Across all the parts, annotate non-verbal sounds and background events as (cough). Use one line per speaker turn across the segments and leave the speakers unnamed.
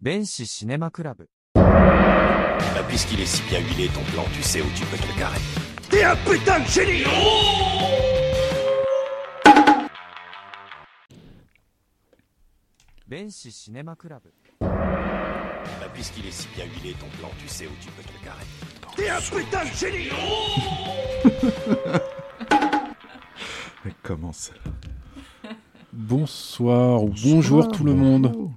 弁士シネマクラブ。
Bah, Puisqu'il est si bien huilé ton plan, tu sais où tu peux te le carrer.
T'es un putain de génie
弁士シネマクラブ。
Bah, Puisqu'il est si bien huilé ton plan, tu sais où tu peux te le carrer.
T'es un putain de génie
Mais comment ça
Bonsoir ou bonjour tout le monde.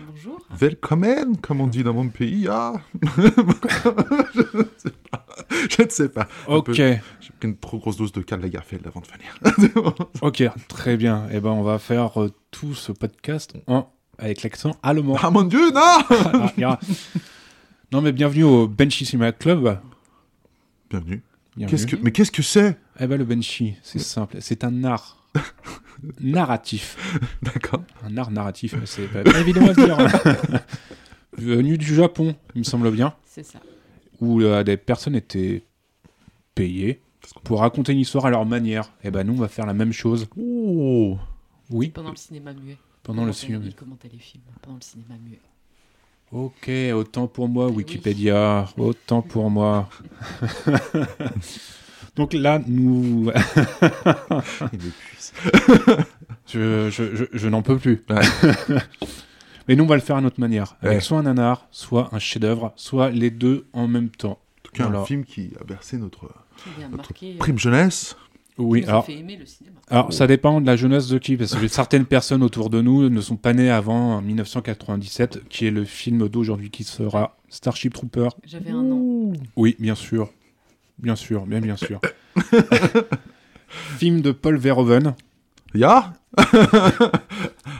Bonjour.
Velkommen, comme on dit dans mon pays. Ah (laughs) je, ne sais pas. je ne sais pas. Un
Ok,
peu- J'ai pris une trop grosse dose de Karl Lagerfeld avant de venir.
ok, très bien. Eh ben, on va faire euh, tout ce podcast en- avec l'accent allemand.
Ah mon dieu, non
Ah, il y aura- non mais bienvenue au Benchissima Club.
Bienvenue.
Bienvenue.
Qu'est-ce que... Mais qu'est-ce que c'est
Eh ben, le Benchi, c'est simple, c'est un art narratif,
D'accord.
un art narratif, mais c'est pas pas évident à dire. hein. Venu du Japon, il me semble bien,
C'est ça.
où euh, des personnes étaient payées pour raconter une histoire à leur manière. Eh ben, nous, on va faire la même chose.
Oh.
Oui,
Pendant le cinéma muet.
pendant le
Ils commentaient-
cinéma.
Ils commentaient les films pendant le cinéma muet.
Ok, autant pour moi, Wikipédia, autant pour moi.
(laughs)
Donc là, nous.
(laughs) Il m'épuise.
(laughs) je je, je- je n'en peux plus.
Ouais.
(laughs) Mais nous, on va le faire à notre manière. Avec
Ouais.
soit un nanar, soit un chef-d'œuvre, soit les deux en même temps.
En tout cas, un
Alors.
film qui a bercé notre
euh, Qui vient
Notre
marquer.
prime jeunesse.
Oui,
ça
alors,
fait aimer le cinéma.
alors
Oh.
ça dépend de la jeunesse de qui, parce que certaines personnes autour de nous ne sont pas nées avant 1997, qui est le film d'aujourd'hui qui sera Starship Trooper.
J'avais un an.
Oui, bien sûr. Bien sûr, bien bien sûr. (laughs) Film de Paul Verhoeven,
Ya (laughs)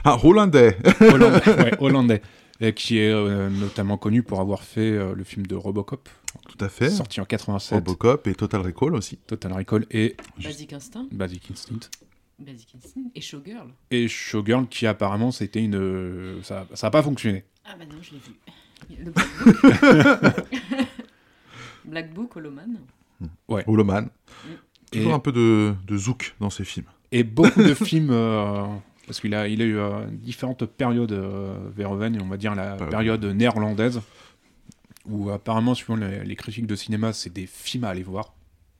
Un hollandais.
hollandais, ouais, hollandais, euh, qui est euh, notamment connu pour avoir fait euh, le film de Robocop,
Tout à fait.
sorti en 87,
Robocop et Total Recall aussi.
Total Recall et
Basic Instinct.
Basic Instinct.
Basic Instinct. Et Showgirl.
Et Showgirl, qui apparemment, c'était une... euh, Ça n'a pas fonctionné.
Ah bah non, je l'ai vu. Le Black Book.
(laughs)
Black Book, Holoman.
Holoman.
Et,
Toujours un peu de, de zouk dans ces films.
et beaucoup de films... euh, parce qu'il a, il a eu euh, différentes périodes euh, Verhoeven, et on va dire la
Bah,
période néerlandaise, où apparemment, suivant les, les critiques de cinéma, c'est des films à aller voir,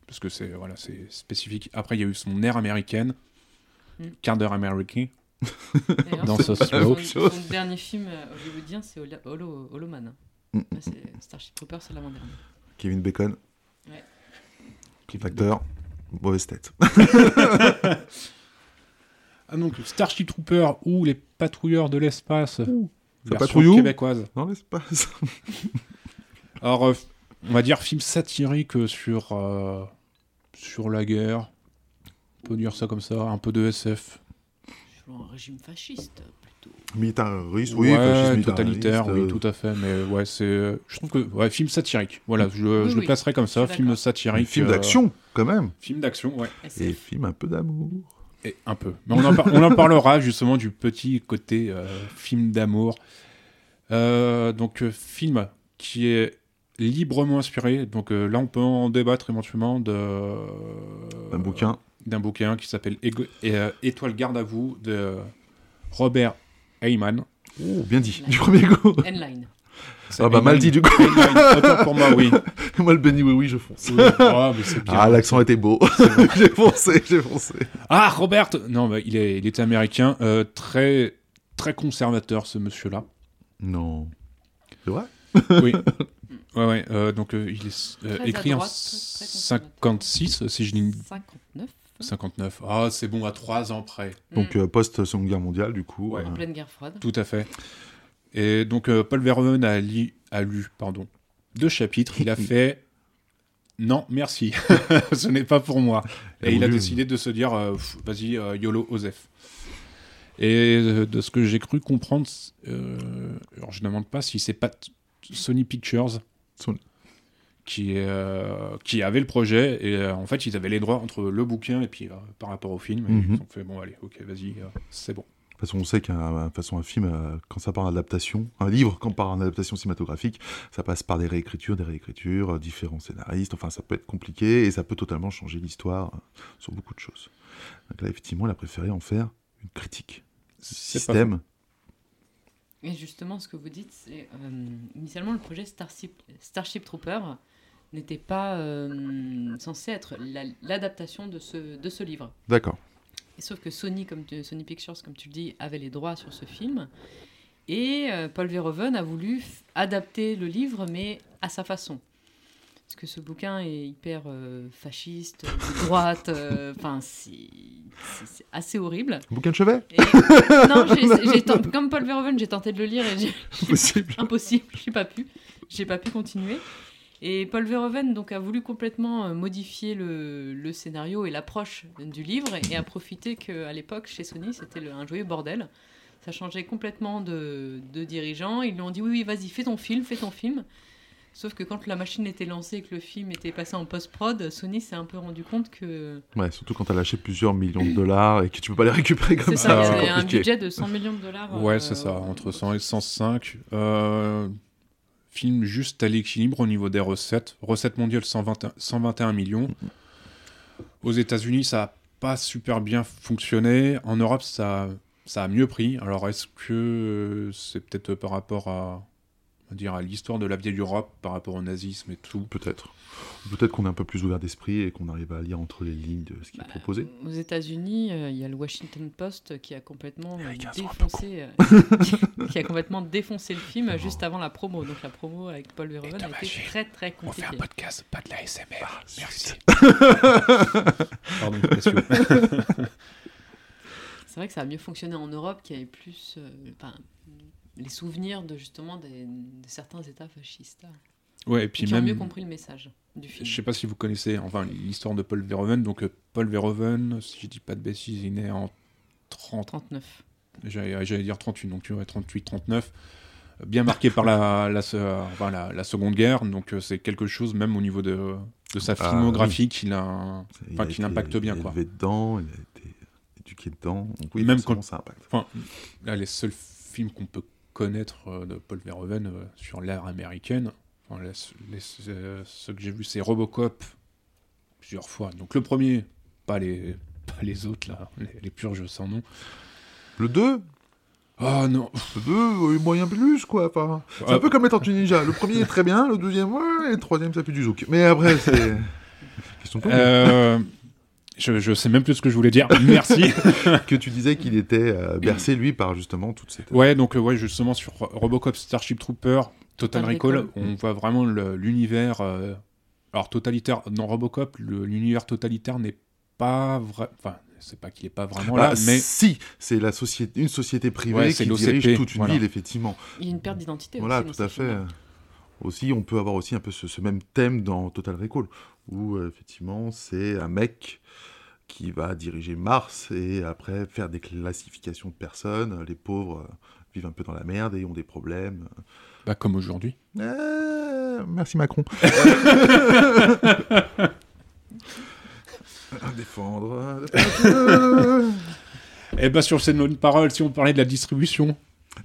parce que c'est voilà, c'est spécifique. Après, il y a eu son air américaine,
Mm. Ah.
quart d'heure américain,
D'ailleurs,
dans
son-
Sauce
la même
son,
Slow.
chose.
son dernier film euh, hollywoodien, c'est Holo- Holo- Holoman. hein.
Mm.
Là, c'est Starship Trooper, c'est l'avant-dernier.
Kevin Bacon.
Ouais.
Acteur. Mauvaise (laughs) tête.
Ah, donc Starship Trooper ou les patrouilleurs de l'espace,
ça
version
patrouille où
québécoise.
Dans l'espace.
Alors, euh, on va dire film satirique euh, sur, euh, sur la guerre. On peut dire ça comme ça, un peu de SF.
Je vois un régime fasciste, plutôt.
Militariste, oui,
Ouais,
fascisme euh.
totalitaire, oui,
militariste,
tout à fait. Mais ouais, c'est. euh, Je trouve que. Ouais, film satirique. Voilà, je, je
Oui,
le
oui,
placerai comme ça,
je suis
film
d'accord.
euh,
satirique.
Film
euh,
d'action, quand même.
Film d'action, ouais.
Et
SF.
film un peu d'amour.
Et un peu. Mais on en, par- on en parlera justement du petit côté euh, film d'amour. Euh, donc, euh, film qui est librement inspiré. Donc euh, là, on peut en débattre éventuellement de.
Un bouquin.
d'un bouquin qui s'appelle Égo- et, euh, Étoile garde à vous de Robert Heyman.
Oh, bien dit, du premier coup. (laughs)
Endline.
Ah bah mal dit du coup.
Autant pour moi, oui.
(laughs) Moi le Benny oui oui je fonce.
Oui. Ah, mais c'est bien.
Ah l'accent était beau. (laughs) j'ai foncé, j'ai foncé.
Ah, Robert Non, bah, il, est, il est américain, euh, très, très conservateur, ce monsieur-là.
Non. C'est vrai (laughs)
Oui. Ouais, ouais. euh, donc, euh, il est euh,
Très à
écrit en
droite, très, très conservateur.
56, si je dis une-
59.
59. Ah, c'est bon, à 3 ans près.
Donc euh, post-seconde guerre mondiale du coup.
Ouais.
euh,
En pleine guerre froide.
Tout à fait. Et donc, euh, Paul Verhoeven a, li- a lu pardon, deux chapitres. Il a fait Non, merci. (laughs) Ce n'est pas pour moi. Et
Et
il a
voulu-
décidé de se dire euh, Pff, Vas-y, euh, YOLO, Osef. Et euh, de ce que j'ai cru comprendre, c- euh, alors je ne demande pas si c'est pas t- Sony Pictures
Sony.
Qui, est, euh, qui avait le projet. Et euh, en fait, ils avaient les droits entre le bouquin et puis euh, par rapport au film. Et
Mhm.
Ils ont fait Bon, allez, ok, vas-y, euh, c'est bon.
De toute façon, on sait qu'un de toute façon, un film, euh, quand ça part en adaptation, un livre, quand part en adaptation cinématographique, ça passe par des réécritures, des réécritures, euh, différents scénaristes. Enfin, ça peut être compliqué et ça peut totalement changer l'histoire euh, sur beaucoup de choses. Donc là, effectivement, elle a préféré en faire une critique du
C'est pas
système
Et justement, ce que vous dites, c'est euh, initialement le projet Starship, Starship Trooper n'était pas euh, censé être la- l'adaptation de ce, de ce livre.
D'accord.
Et sauf que Sony, comme tu- Sony Pictures, comme tu le dis, avait les droits sur ce film. Et euh, Paul Verhoeven a voulu f- adapter le livre, mais à sa façon. Parce que ce bouquin est hyper euh, fasciste, de droite, euh, enfin, c'est- c'est c'est assez horrible.
Bouquin de chevet (laughs)
Et- non, j'ai- j'ai tenté- comme Paul Verhoeven, j'ai tenté de le lire et j'ai
Possible.
impossible, (laughs) j'ai pas pu, j'ai pas pu continuer. Et Paul Verhoeven donc a voulu complètement euh, modifier le, le scénario et l'approche du livre et a profité qu'à l'époque chez Sony c'était le- un joyeux bordel. Ça changeait complètement de, de dirigeant. Ils lui ont dit oui, oui vas-y fais ton film, fais ton film. Sauf que quand la machine était lancée et que le film était passé en post-prod, Sony s'est un peu rendu compte que
(laughs)
Ouais, surtout quand t'as lâché plusieurs millions de dollars et que tu peux pas les récupérer comme
c'est
ça,
ça, il y
c'est
avait un
compliqué.
budget de 100 millions de dollars.
Bah, Ouais,
euh,
c'est ça, entre 100 et 105. Euh, film juste à l'équilibre au niveau des recettes. Recettes mondiales 121, 121 millions. Aux États-Unis, ça n'a pas super bien fonctionné. En Europe, ça, ça a mieux pris. Alors, est-ce que euh, c'est peut-être par rapport à, on va dire, à l'histoire de la vieille Europe, par rapport au nazisme et tout
Peut-être. Peut-être qu'on est un peu plus ouvert d'esprit et qu'on arrive à lire entre les lignes de
Bah,
ce qui est proposé.
Aux États-Unis, euh, il y a le Washington Post qui a complètement euh,
Américains sont un peu
défoncé, euh, (laughs) qui a complètement défoncé le film euh, juste avant la promo. Donc la promo avec Paul Verhoeven a été
dommage,
très très
On fait un
compliquée.
podcast, pas de la SMR. Merci. Pardon, Cassio.
C'est vrai que ça a mieux fonctionné en Europe, qui avait plus euh, enfin, les souvenirs de justement des, de certains États fascistes là,
Ouais, et puis
qui ont
même.
mieux compris le message du film.
Je sais pas si vous connaissez enfin l'histoire de Paul Verhoeven. Donc euh, Paul Verhoeven, si je dis pas de bêtises, il est né en 30,
39.
j'allais j'allais dire 38, donc tu vois, 38, 39. euh, Bien marqué par la, la, se- euh, enfin, la, la Seconde Guerre, donc euh, c'est quelque chose, même au niveau de, de sa
Ah,
filmographie, qu'il a un-
Il
Enfin,
a
qu'il
été
impacte bien, quoi.
élevé dedans, il a été éduqué dedans. Donc oui,
Même
forcément,
quand-
ça impacte.
Enfin, là, les seuls films qu'on peut connaître euh, de Paul Verhoeven euh, sur l'ère américaine, enfin, les, les- euh, ceux que j'ai vus, c'est Robocop plusieurs fois. Donc le premier, pas les, (laughs) pas les autres, là, les, les purges sans nom.
Le 2
Oh non
Le 2, moyen plus, quoi. Enfin, c'est un
Ah,
peu comme les Tortues Ninja. Le premier est très bien, le deuxième, ouais, et le troisième, ça fait du zouk. Mais après,
(laughs)
c'est. Question de temps.
euh, je, je sais même plus ce que je voulais dire.
(laughs)
Merci
Que tu disais qu'il était euh, bercé, lui, par justement toute cette.
Ouais, donc euh, ouais, justement sur Robocop, Starship Trooper, Total
Total
Recall,
Recall.
on voit vraiment le- l'univers. euh, alors totalitaire, dans Robocop, le- l'univers totalitaire n'est pas vrai. Enfin, c'est pas qu'il est pas vraiment
Bah,
là, mais
Si, c'est la société, une société privée
Ouais, c'est
qui
l'OCP,
dirige toute une
voilà.
ville, effectivement.
Il y a une perte d'identité
Voilà,
aussi. dans
tout à
ce hein.
fait.
film-là.
Aussi, on peut avoir aussi un peu ce, ce même thème dans Total Recall, où euh, effectivement, c'est un mec qui va diriger Mars et après faire des classifications de personnes. Les pauvres euh, vivent un peu dans la merde et ont des problèmes.
bah, comme aujourd'hui.
Euh, merci (laughs) Macron. À Défendre. (laughs)
Et bah sur ces bonnes paroles, si on parlait de la distribution,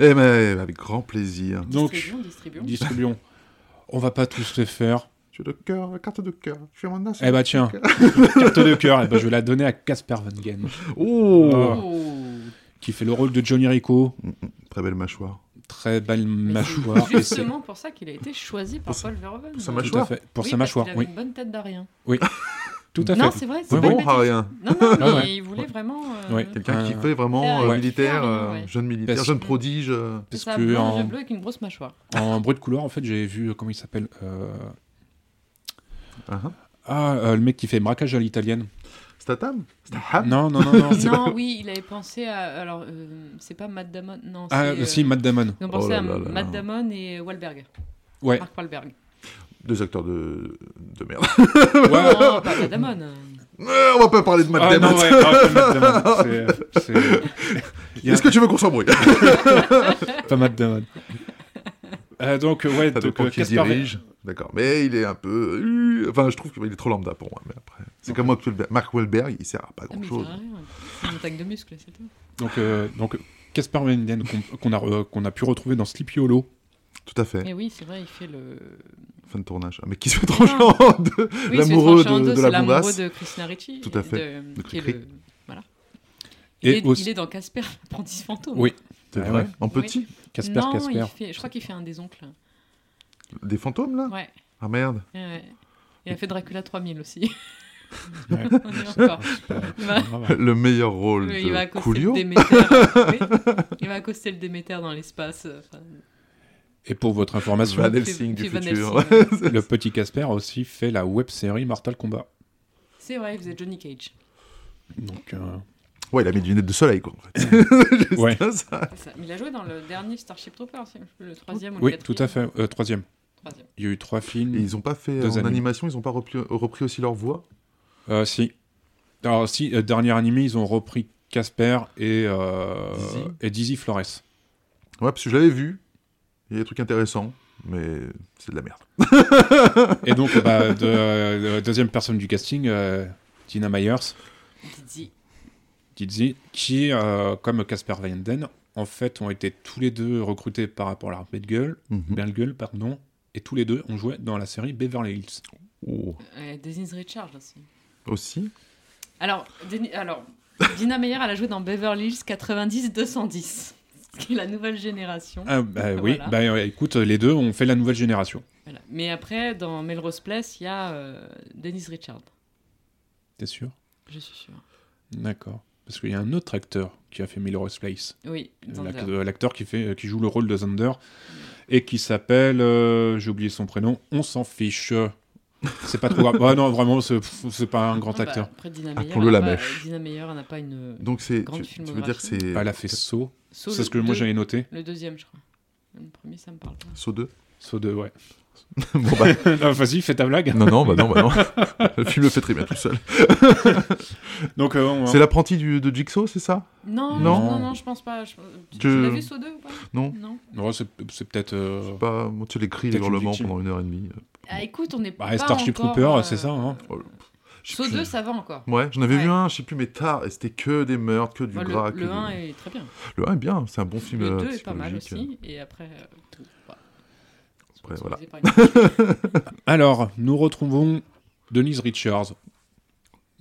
Eh ben, avec grand plaisir.
donc
Distribuons, distribuons.
distribution, on va pas tous les faire.
Je suis de cœur, carte de cœur. Je suis en as.
Eh bah
(laughs)
tiens, carte de cœur, eh bah, je vais la donner à Casper Van Gen,
Oh,
Oh.
qui fait le rôle de Johnny Rico,
Très belle mâchoire.
très belle
Mais c'est
mâchoire. et c'est-
Justement pour ça qu'il a été choisi par
Pour sa-
Paul Verhoeven.
pour sa
Oui,
mâchoire.
Tout à fait. Pour
parce
sa mâchoire,
qu'il avait
oui.
une bonne tête d'arien.
Tout à fait.
Non, c'est vrai, c'est
Ouais,
pas une
Bon,
bêtise.
rien.
Non, non,
Ah (laughs)
mais
ouais.
il voulait vraiment. euh,
Ouais.
Quelqu'un
Euh,
qui fait vraiment
faire,
euh,
Ah, ouais.
militaire, euh,
Ouais.
jeune militaire,
Parce-
jeune prodige. euh,
C'est
Parce
ça,
que
blanc,
en,
bleu avec une
(laughs)
grosse mâchoire.
en bruit de couloir, en fait, j'ai vu euh, comment il s'appelle. euh,
ah, ah.
Ah, euh, le mec qui fait braquage à l'italienne.
Statham Statham
Non, non, non,
(laughs)
non.
Non, oui, il avait pensé à. Alors, euh, c'est pas Matt Damon. Non,
ah,
c'est, euh,
si, Matt Damon.
Ils ont pensé
Oh là
à
là là
Matt
là.
Damon et Wahlberg.
Ouais.
Mark Wahlberg.
Deux acteurs de, de merde.
(laughs)
(laughs)
Ouais.
Non, pas Matt Damon. euh,
Euh, on va pas parler de Matt
Ah,
Damon.
non, ouais, ah,
(laughs)
Matt Damon. C'est- c'est- Il y a-
Est-ce que tu veux qu'on s'embrouille
Pas Matt Damon.
(laughs)
Euh, donc, euh, ouais,
Ça
donc,
dépend
euh,
qui
Casper Van-
dirige. D'accord, mais il est un peu. euh, Enfin, je trouve qu'il est trop lambda pour moi. Mais après, c'est comme Mark Wahlberg. Mark Wahlberg, il sert à pas
Ah, mais il
grand-chose.
sert à rien. C'est une attaque de muscles, c'est tout.
donc, euh, donc Casper Van Dien, qu'on qu'on a, euh, qu'on a pu retrouver dans Sleepy Hollow.
Tout à fait.
Et oui, c'est vrai, il fait le.
Fin de tournage. Mais qui se fait trancher en deux
Oui,
L'amoureux
c'est Tranché en
de-
deux,
de la
c'est l'amoureux
bombasse.
de Christina Ricci.
Tout à fait.
De,
De
qui est
Cricri.
le- Voilà.
Et
Il, est,
aussi-
(laughs) il est dans Casper, l'apprenti fantôme.
Oui.
C'est
Ah
vrai
ouais.
En
Oui.
petit
Casper,
non,
Casper.
il fait- je crois qu'il fait un des oncles.
Des fantômes, là
Ouais.
Ah merde
ouais. Il a fait Dracula 3000 aussi.
Ouais.
(laughs) On y est encore. Il va,
Bravo.
Le meilleur rôle
il va
de
accoster
Coolio
(laughs)
le Déméter. Oui. Il va accoster le Déméter dans l'espace. euh, enfin,
Et pour votre information,
Van Helsing du
tu- tu Van
futur.
(laughs)
Helsing,
Ouais, c'est-
le petit Casper a aussi fait la web série Mortal Kombat.
C'est vrai, vous êtes Johnny Cage.
Donc, euh,
Ouais, il a mis des lunettes de soleil, quoi. En fait. Juste (laughs)
Ouais.
ça.
C'est ça. Mais Il a joué dans le dernier Starship Trooper, aussi, le troisième ou le
oui, tout
quatrième.
à fait. Euh, troisième.
Troisième.
Il y a eu trois
Et
films.
ils ont pas fait
Hmm.
euh,
Deux
en
animes.
animation, ils ont pas repli- repris aussi leur voix
Euh, si. Alors, si, euh, dernier animé, ils ont repris Casper et, euh,
Dizzy.
et Dizzy Flores.
Ouais, parce que je l'avais vu. Il y a des trucs intéressants, mais c'est de la merde.
Et donc, bah, de, euh, deuxième personne du casting, euh, Tina Myers,
Didi.
Dizzy, qui, euh, comme Casper Van Den, en fait, ont été tous les deux recrutés par rapport à leur belle gueule,
Mhm.
belle gueule, pardon, et tous les deux ont joué dans la série Beverly Hills.
Oh.
Euh, Denise Richards aussi.
Aussi
Alors, Deni- Alors Dina Meyer, elle a joué dans Beverly Hills 90-210, ce qui est la nouvelle génération.
Ah, bah oui,
Voilà.
bah euh, écoute, les deux ont fait la nouvelle génération.
Voilà. Mais après, dans Melrose Place, il y a euh, Denise Richards.
T'es sûr
Je suis sûre.
D'accord. Parce qu'il y a un autre acteur qui a fait Melrose Place.
Oui, Zander. Ah bah,
L'ac- euh, l'acteur qui, fait, euh, qui joue le rôle de Zander et qui s'appelle, euh, j'ai oublié son prénom, on s'en fiche. C'est pas trop
(laughs)
grave. Ouais, non, vraiment, c'est pff, c'est pas un grand
Ah, bah,
acteur.
après, Dina
Ah,
Meyer,
qu'on le
elle a
la
pas-
mèche.
Dina Meyer, elle n'a pas une. euh,
Donc c'est.
Grande
Tu, tu veux dire que
filmographie.
c'est.
Ah, Elle Bah, a fait Saut.
Saut,
C'est
le
ce que moi
deux-
j'avais noté.
Le deuxième, je crois. Le premier, ça me parle pas.
Saut
(laughs)
2
Saut 2,
(laughs)
ouais.
Bon bah.
Non, Vas-y, fais ta blague.
Non, non, bah non, bah non. (laughs) le film le fait très bien tout seul.
Donc, euh, on-
C'est l'apprenti du- de Jigsaw, c'est ça
Non,
Non.
non, non, je pense pas. Je-
Que-
Tu, tu l'as vu, Saut 2 ou pas
Non.
Non.
Ouais, c'est c'est peut-être. euh,
Bah, moi, tu l'écris les
Peut-être une
hurlements
victime.
pendant une heure et demie.
Ah, écoute, on est
Bah,
pas.
Starship
encore,
Trooper,
euh,
c'est ça, hein.
Oh, Je sais
Saut
plus.
2, ça va encore.
Ouais, j'en avais
Ouais.
vu un, je sais plus, mais tard, et c'était que des meurtres, que du
Bah,
gras.
le
que
le
du-
1 est très bien.
Le 1 est bien, c'est un bon film.
Le
euh,
2 est pas mal
psychologique.
aussi. Et après, euh, tout. bah,
Après,
sponsorisé par
Alors, nous retrouvons Denise Richards.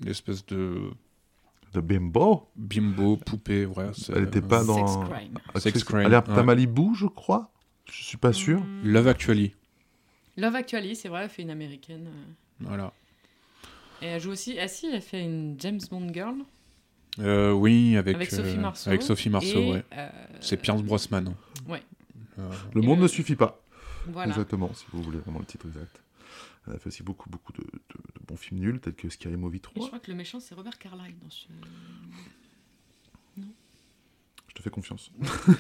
L'espèce de
euh, De Bimbo
bimbo, poupée, ouais. c'est- euh,
Elle était pas
une
dans-
Sex Crime.
Sex
Actrice-
Crime,
Elle a
ouais.
à Malibu, je crois Je suis
Mm.
pas sûr.
Love Actually.
Mmh. Love Actually, c'est vrai, elle fait une américaine. euh.
Voilà.
Et elle joue aussi. Ah si, elle fait une James Bond girl
Euh, oui, avec,
avec
euh,
Sophie Marceau.
Avec Sophie Marceau,
Et,
ouais.
euh,
C'est Pierce Brosnan.
Ouais.
Euh,
Le
Et
monde
le-
ne suffit pas.
Voilà.
Exactement, si vous voulez vraiment le titre exact. Elle a fait aussi beaucoup, beaucoup de, de- de bons films nuls, tels que Scary Movie
Et je
3.
crois que le méchant, c'est Robert Carlyle dans (laughs) ce.
Je te fais confiance.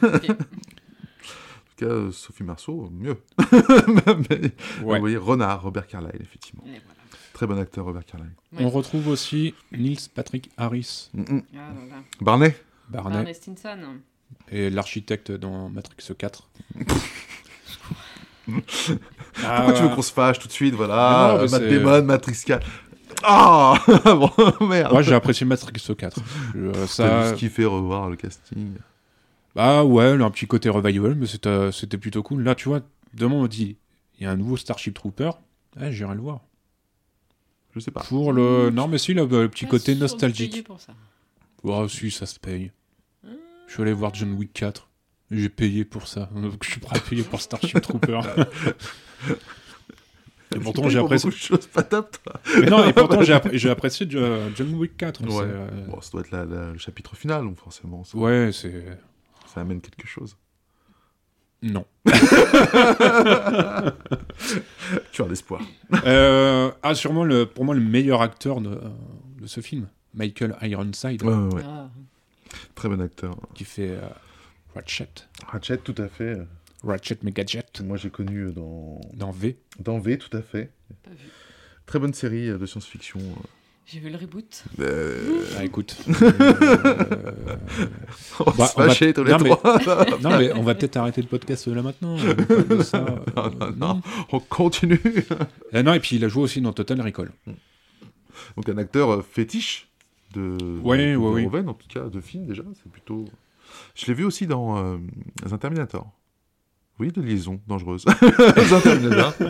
Ok.
En tout cas, euh, Sophie Marceau, mieux. (laughs) Mais-
ouais.
Vous voyez, Renard, Robert Carlyle, effectivement.
Et voilà.
Très bon acteur, Robert Carlyle.
On retrouve aussi Nils Patrick Harris,
Mm, mm.
Ah, voilà.
Barney
Barney,
Barney Stinson. hein.
et l'architecte dans Matrix
(laughs)
4. Ah,
Pourquoi tu veux qu'on se fâche tout de suite
Mais
Voilà,
non, mais
euh, Matt
c'est-
Damon, Matrix 4. Ah (laughs) Bon, merde
Moi, j'ai apprécié Matrix 4. Euh,
T'as
ça...
juste kiffé revoir le casting.
Bah ouais, un petit côté revival, mais c'était euh, c'était plutôt cool. Là, tu vois, demain, on dit il y a un nouveau Starship Trooper. Ah, J'irai le voir.
Je sais pas.
Pour le. Non, mais si, le, le petit
Mmh. Pas
côté
sûr de payer
nostalgique.
pour ça.
Oh, si, ça se paye.
Ah,
Je suis allé voir John Wick 4. et J'ai payé pour ça. (laughs) Donc, je suis prêt à payer pour Starship Trooper. et pourtant, j'ai apprécié.
Beaucoup de choses pas top, toi.
(laughs) Mais non, et pourtant, j'ai appré- j'ai apprécié Jo- euh, John Wick 4. c'est,
Ouais.
euh,
Bon, ça doit être la- la- le chapitre final, donc forcément. Ça,
Ouais, c'est.
ça amène quelque chose. (laughs)
Non.
Tu as l'espoir.
Euh, ah, sûrement, le, pour moi, le meilleur acteur de, euh, de ce film, Michael Ironside,
Ouais, ouais, ouais.
ah.
Très bon acteur.
qui fait euh, Ratchet.
Ratchet, tout à fait.
Ratchet Megajet
Moi, j'ai connu euh, dans...
dans V.
dans V, tout à fait.
Pas vu.
Très bonne série euh, de science-fiction.
J'ai vu le reboot.
(laughs) Euh...
Ah, écoute. Euh,
On va
Bah,
se
on va-
fâcher tous les
Non, mais- (laughs)
trois.
Non, mais on va peut-être arrêter le podcast euh, là maintenant. euh, de
(laughs)
ça, euh,
Non, non,
non.
non. On continue.
Euh, non, et puis il a joué aussi dans Total Recall.
Donc un acteur euh, fétiche de,
Ouais,
de
ouais, oui.
Verhoeven, en tout cas de film déjà, c'est plutôt. Je l'ai vu aussi dans euh, un Terminator. Oui, de liaisons dangereuses. J'interviens là. (laughs)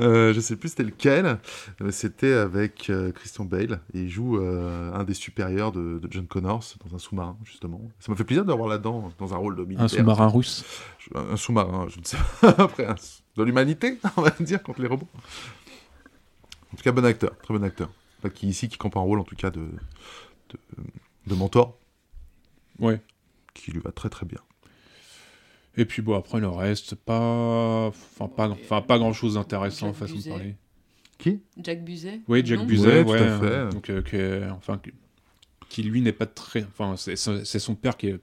Euh, je sais plus c'était lequel, mais c'était avec euh, Christian Bale. Et il joue euh, un des supérieurs de, de John Connors dans un sous-marin, justement. Ça m'a fait plaisir de l'avoir là-dedans, dans un rôle de militaire.
Un sous-marin russe.
Je- Un sous-marin, je ne sais pas. (laughs) Après, un sou- de l'humanité, (laughs) on va dire, contre les robots. En tout cas, bon acteur, très bon acteur. Pas qui ici, qui campe un rôle, en tout cas, de, de, de mentor,
Ouais.
qui lui va très très bien.
Et puis bon, après le reste, pas, enfin pas, enfin pas grand chose d'intéressant
Jack
façon
Buzet.
de parler.
Qui
Jack Buzet
Oui, Jack
non
Buzet,
Ouais, tout à
ouais,
fait.
euh, donc euh, qui est- enfin qui- qui lui n'est pas très, enfin c'est son c'est son père qui est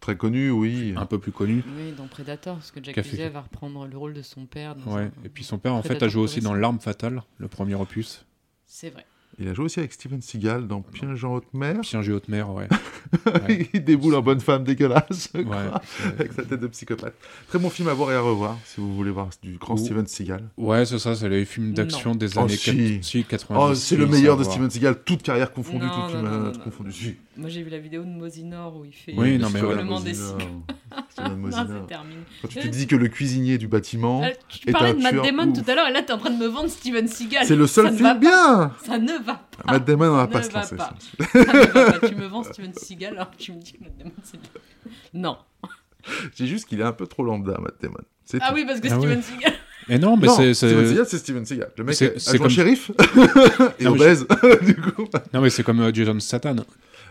Très connu, oui.
un peu plus connu.
Oui, dans Predator, parce que Jack
Qu'a fait-
Buzet va reprendre le rôle de son père. dans
Ouais.
un-
Et puis son père en fait a
Predator
joué aussi
progressif.
dans L'arme fatale, le premier opus.
C'est vrai.
Il a joué aussi avec Steven Seagal dans Piège en haute mer.
Chien haute mer, Ah.
(laughs)
ouais.
(laughs) il déboule en bonne femme dégueulasse, je
Ouais,
crois,
c'est-
avec sa tête de psychopathe. Très bon film à voir et à revoir, si vous voulez voir du grand
Ouh.
Steven Seagal.
ouais, c'est ça, c'est les films d'action des
Oh,
années
si.
80, si, 90.
Oh, c'est le meilleur de
ça,
Steven Seagal, toute carrière confondue,
Non,
toute
non, non, non,
humaine,
non.
confondue. Si.
Moi, j'ai vu la vidéo de Mosinor où il fait
Oui,
euh,
non, mais
sur
voilà,
le monde des
Mosinor.
signes.
Steven
(laughs) Non,
Mosinor.
c'est terminé.
Quand tu te dis que le cuisinier du bâtiment,
Alors,
Et
tu parlais
t'as
de
un
Matt
tueur,
Damon
ouf.
tout à l'heure et là, t'es en train de me vendre Steven Seagal.
c'est le
ça
seul
ne
film
va
bien
Ça ne va pas.
Matt Damon, on va
Ça
Ah, pas
ne
se
va
lancer.
(laughs) pas. Ah,
ça.
Ça ne va pas. bah, Tu me vends Steven Seagal alors que tu me dis que Matt Damon, c'est bien. Non.
J'ai juste qu'il est un peu trop lambda, Matt Damon. C'est
Ah
tout.
oui, parce que
Ah
Steven
ouais.
Seagal.
Et Eh non, mais
Non,
c'est-
Steven
c'est.
Seagal, c'est Steven Seagal. Le mec
C'est-
est,
c'est
agent
comme- (laughs) Ah
shérif et
Non, mais
obèse, (laughs) du coup.
Non, mais c'est comme euh, Jason Satan.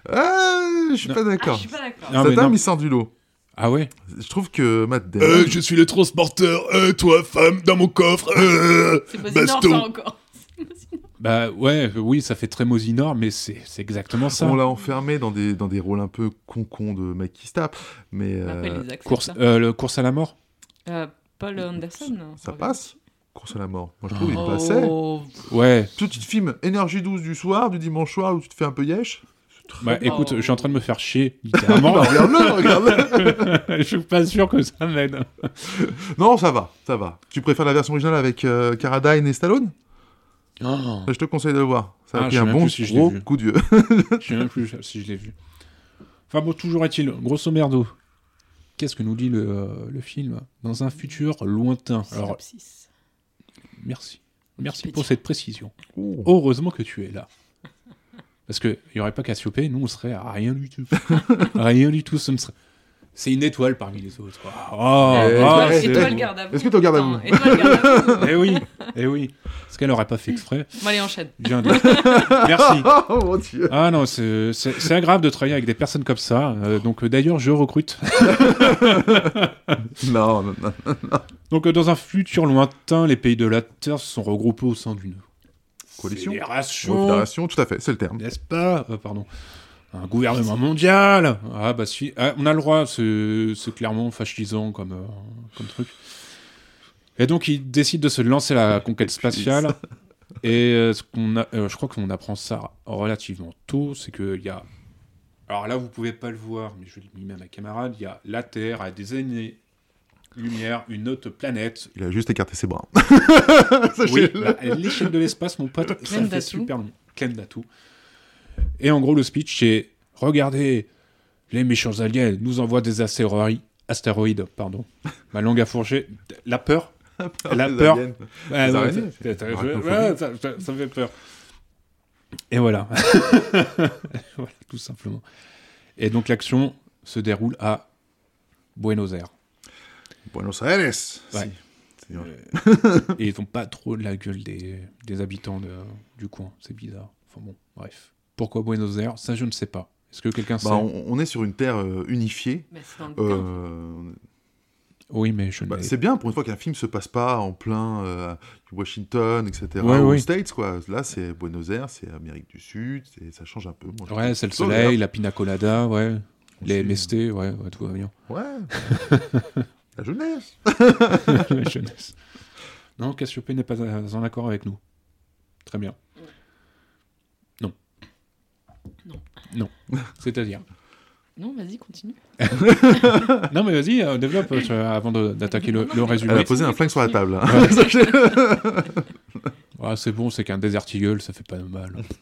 Ah, je suis
Non.
pas
Ah, je
d'accord.
suis pas d'accord.
Ah, mais
Satam,
non. Euh,
il sort du lot.
Ah ouais
Je trouve que Matt Damon...
Eh, Je suis le transporteur, Eh, toi, femme, dans mon coffre. Eh,
C'est Mosinor, ça
Baston.
encore.
Bah ouais, euh, oui, ça fait très Mosinor, mais c'est c'est exactement ça.
On l'a enfermé dans des, dans des rôles un peu con-con de mec qui se tape, mais euh,
Après, il les accepte,
Course,
hein.
euh, le course à la mort
Euh, Paul Anderson. non,
ça
revient.
passe. Course à la mort. Moi, je
Ah.
trouve
Oh,
il passait.
Ouais.
Tu te filmes énergie 12 du soir, du dimanche soir, où tu te fais un peu yesh.
Bah écoute,
Oh.
je suis en train de me faire chier, littéralement.
(laughs) Bah, regarde-le,
(laughs)
regarde-le.
je suis pas sûr que ça m'aide.
non, ça va, ça va. Tu préfères la version originale avec euh, Carradine et Stallone Je te conseille de le voir. Ça a
Ah,
pris
je sais
un
même
bon
plus si je l'ai
gros
vu.
coup de vieux.
Je sais même plus si je l'ai vu. Enfin bon, toujours est-il, grosso merdo, qu'est-ce que nous dit le, euh, le film Dans un futur lointain. Alors,
Synopsis.
merci. Merci
Wikipédia.
pour cette précision. Heureusement que tu es là. Parce qu'il n'y aurait pas Cassiopée, nous on serait à rien du tout. (laughs) rien du tout, ce ne serait... C'est une étoile parmi les autres. Ah, ah,
Eh,
ah,
ouais,
Euh, Étoile-
c'est-
Étoile garde à vous.
Est-ce que t'es au garde à vous
Attends, Étoile garde
(laughs)
à vous.
Eh oui, eh oui. Parce qu'elle n'aurait pas fait exprès.
Bon, allez, enchaîne.
J'ai
(laughs)
un doute. Merci.
(laughs) Oh mon dieu.
Ah non, c'est c'est- c'est agréable de travailler avec des personnes comme ça. Euh, donc euh, d'ailleurs, je recrute.
Non, non, non.
Donc euh, dans un futur lointain, les pays de la Terre se sont regroupés au sein d'une Oh,
Coalition.
fédération,
Confédération, tout à fait, c'est le terme.
n'est-ce pas Euh, Pardon. Un gouvernement mondial. Ah bah si, Ah, on a le droit. C'est c'est clairement fascisant comme euh, comme truc. Et donc ils décident de se lancer la conquête spatiale. Et euh, ce qu'on a, euh, je crois qu'on apprend ça relativement tôt, c'est qu'il y a. Alors là, vous pouvez pas le voir, mais je l'ai mis à ma camarade. Il y a la Terre à des années lumière, une autre planète.
Il a juste écarté ses bras. (laughs)
oui, bah, à l'échelle de l'espace, mon pote, ça
Clem
fait
Datou.
super long. Clem Datou. Et en gros, le speech, c'est regardez, les méchants aliens nous envoient des astéroïdes. Astéroïdes, pardon. Ma langue a fourché. La peur. La
Les
peur. Ah,
aliens. Les
Ouais, ouais,
araignées.
ça- ça-
Arachnophobie.
ouais, ça- ça- ça me fait peur. Et voilà. (laughs) Voilà, tout simplement. Et donc l'action se déroule à Buenos Aires.
Buenos Aires. Bah, Si. C'est vrai.
Euh,
(laughs)
Et ils ont pas trop de la gueule des, des habitants de- du coin. C'est bizarre. Enfin bon, bref. Pourquoi Buenos Aires Ça, je ne sais pas. Est-ce que quelqu'un sait
Bah, on, on est sur une terre euh, unifiée.
Mais Bah, c'est dans le
Euh,
bouquin.
on-
Oui, mais je ne
bah,
l'ai-
c'est bien pour une fois qu'un film se passe pas en plein euh, Washington, etc.
Ouais,
ou aux
oui.
States quoi. Là c'est Buenos Aires, c'est Amérique du Sud, c'est- ça change un peu. Moi, je
Ouais,
trouve
c'est le
plutôt
soleil,
bien.
la pina colada, ouais. Les
C'est-
MST, ouais, ouais, tout
(laughs)
va bien.
Ouais. (laughs) la jeunesse.
la jeunesse. Non, Cassiopée n'est pas euh, en accord avec nous. Très bien. Non.
Non.
Non. C'est-à-dire.
Non, vas-y, continue.
non, mais vas-y, euh, développe euh, tu- avant de- d'attaquer le, le
Elle a
résumé.
posé un flingue sur la table. hein. (laughs)
Ah, c'est bon, c'est qu'un desert eagle, ça fait pas de mal. (laughs)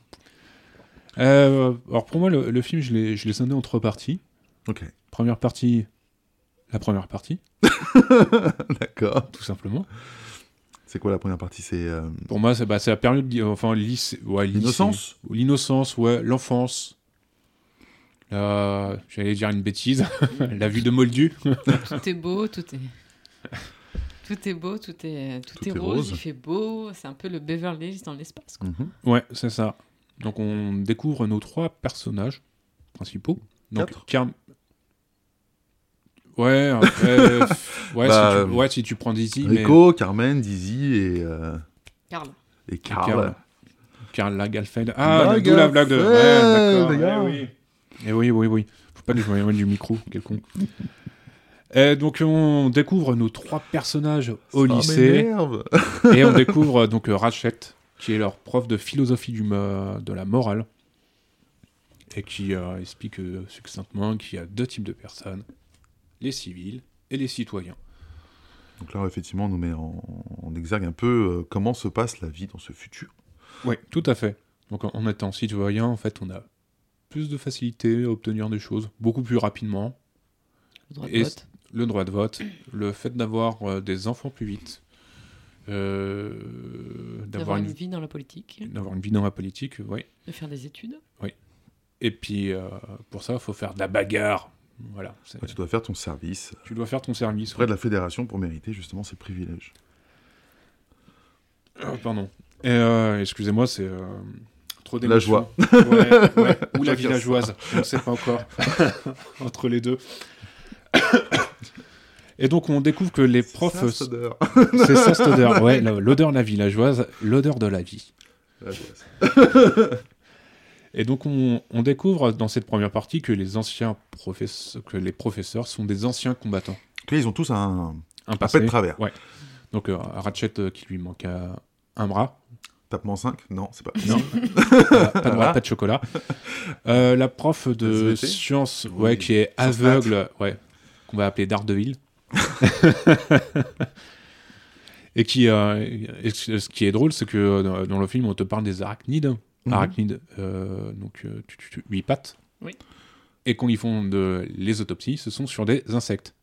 Euh, alors pour moi, le, le film, je l'ai je l'ai scindé en trois parties.
ok.
Première partie, La première partie,
D'accord.
tout simplement.
C'est quoi la première partie C'est euh,
Pour moi, c'est bah, c'est la période, li- enfin, lycée, ouais, lycée.
l'innocence
L'innocence, ouais, l'enfance. La- J'allais dire une bêtise. la vue de Moldu.
Tout est beau, tout est. Tout est beau, tout est, tout est, rose, il fait beau, c'est un peu le Beverly Hills dans l'espace. quoi.
Mhm.
Ouais, c'est ça. Donc on découvre nos trois personnages principaux. Donc
Quatre.
Carm-
(laughs)
Ouais, après, euh, ouais,
Bah,
si tu, ouais, si tu prends Dizzy, mais
Rico, Carmen, Dizzy et, euh,
Carl.
et
Carl.
Carl.
Carl Lagerfeld. Ah,
Lagerfeld,
d'où la blague de. Ouais, d'accord.
les gars.
Eh oui. Eh oui, oui, oui. Faut pas que je m'éloigne du micro,
(laughs)
quel con. Et donc on découvre nos trois personnages au
Ça
lycée
m'énerve.
et on découvre euh, donc euh, Ratchet qui est leur prof de philosophie du mo- de la morale et qui euh, explique euh, succinctement qu'il y a deux types de personnes, les civils et les citoyens.
Donc là, effectivement, on nous met en, en exergue un peu euh, comment se passe la vie dans ce futur.
Oui, tout à fait. Donc en- en étant citoyen, en fait, on a plus de facilité à obtenir des choses beaucoup plus rapidement.
le droit de
Et-
vote.
le droit de vote, (clears throat) le fait d'avoir euh, des enfants plus vite, euh,
d'avoir
d'avoir
une
une,
vie dans la politique,
d'avoir une vie dans la politique, oui.
de faire des études.
Et puis, euh, pour ça, il faut faire de la bagarre. Voilà. c'est-
Ouais, tu dois faire ton service
Tu dois faire ton service.
auprès de la fédération pour mériter justement ces privilèges.
Oh, pardon. Et, euh, excusez-moi, c'est euh, trop
La
d'émotions. Ouais,
(laughs)
ouais. Ou la
Chacun sa-
villageoise, je ne sais
(laughs)
pas encore. Entre les deux. Et donc, on découvre que les profs...
Ça, cette (laughs) odeur.
C'est ça,
(laughs)
cette odeur. Ouais, la- l'odeur de la villageoise, l'odeur de la vie.
Là, je vois ça.
Et donc on, on découvre dans cette première partie que les anciens professeurs, que les professeurs sont des anciens combattants.
Donc là, ils ont tous un,
Un
un
passé.
pet de travers.
Donc euh, Ratchet euh, qui lui manque euh, un bras.
Tapement 5 Non, c'est pas.
Non. Voilà, pas de bras, pas de chocolat. Euh, la prof de
SVT?
sciences, ouais,
Oui.
qui est
Sciences
aveugle, ouais, qu'on va appeler Daredevil. Et qui, euh, et ce ce qui est drôle, c'est que euh, dans- dans le film, on te parle des arachnides.
Mhm.
arachnides, euh, donc euh, tu- tu- tu- huit pattes.
Oui.
Et quand ils font de, les autopsies, ce sont sur des insectes.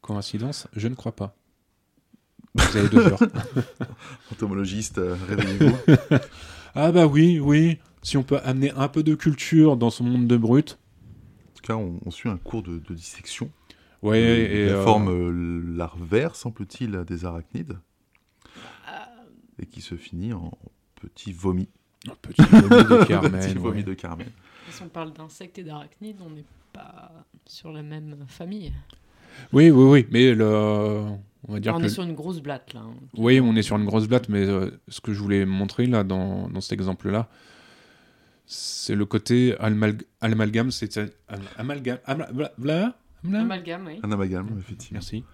Coïncidence Je ne crois pas. Vous avez deux heures.
(laughs) Entomologiste, euh, réveillez-vous.
ah bah oui, oui. Si on peut amener un peu de culture dans ce monde de brut.
En tout cas, on, on suit un cours de, de dissection.
Ouais,
de-
et
de la
euh,
forme euh, larvaire, semble-t-il, des arachnides.
Euh,
Et qui se finit en petit vomi.
un petit vomi
(laughs)
de
petit
Carmen.
vomi
ouais.
de Carmen.
Si on parle d'insectes et d'arachnides, on n'est pas sur la même famille.
Oui, oui, oui. Mais le, on va dire
on
que
est sur une grosse blatte là. hein.
Oui, on est sur une grosse blatte, mais euh, ce que je voulais montrer là, dans, dans cet exemple-là, c'est le côté almal- amalgame, c'est un- am- amalgame, amla- bla- bla- bla-
Amalgame, oui.
Ah
Un amalgame, effectivement.
Merci.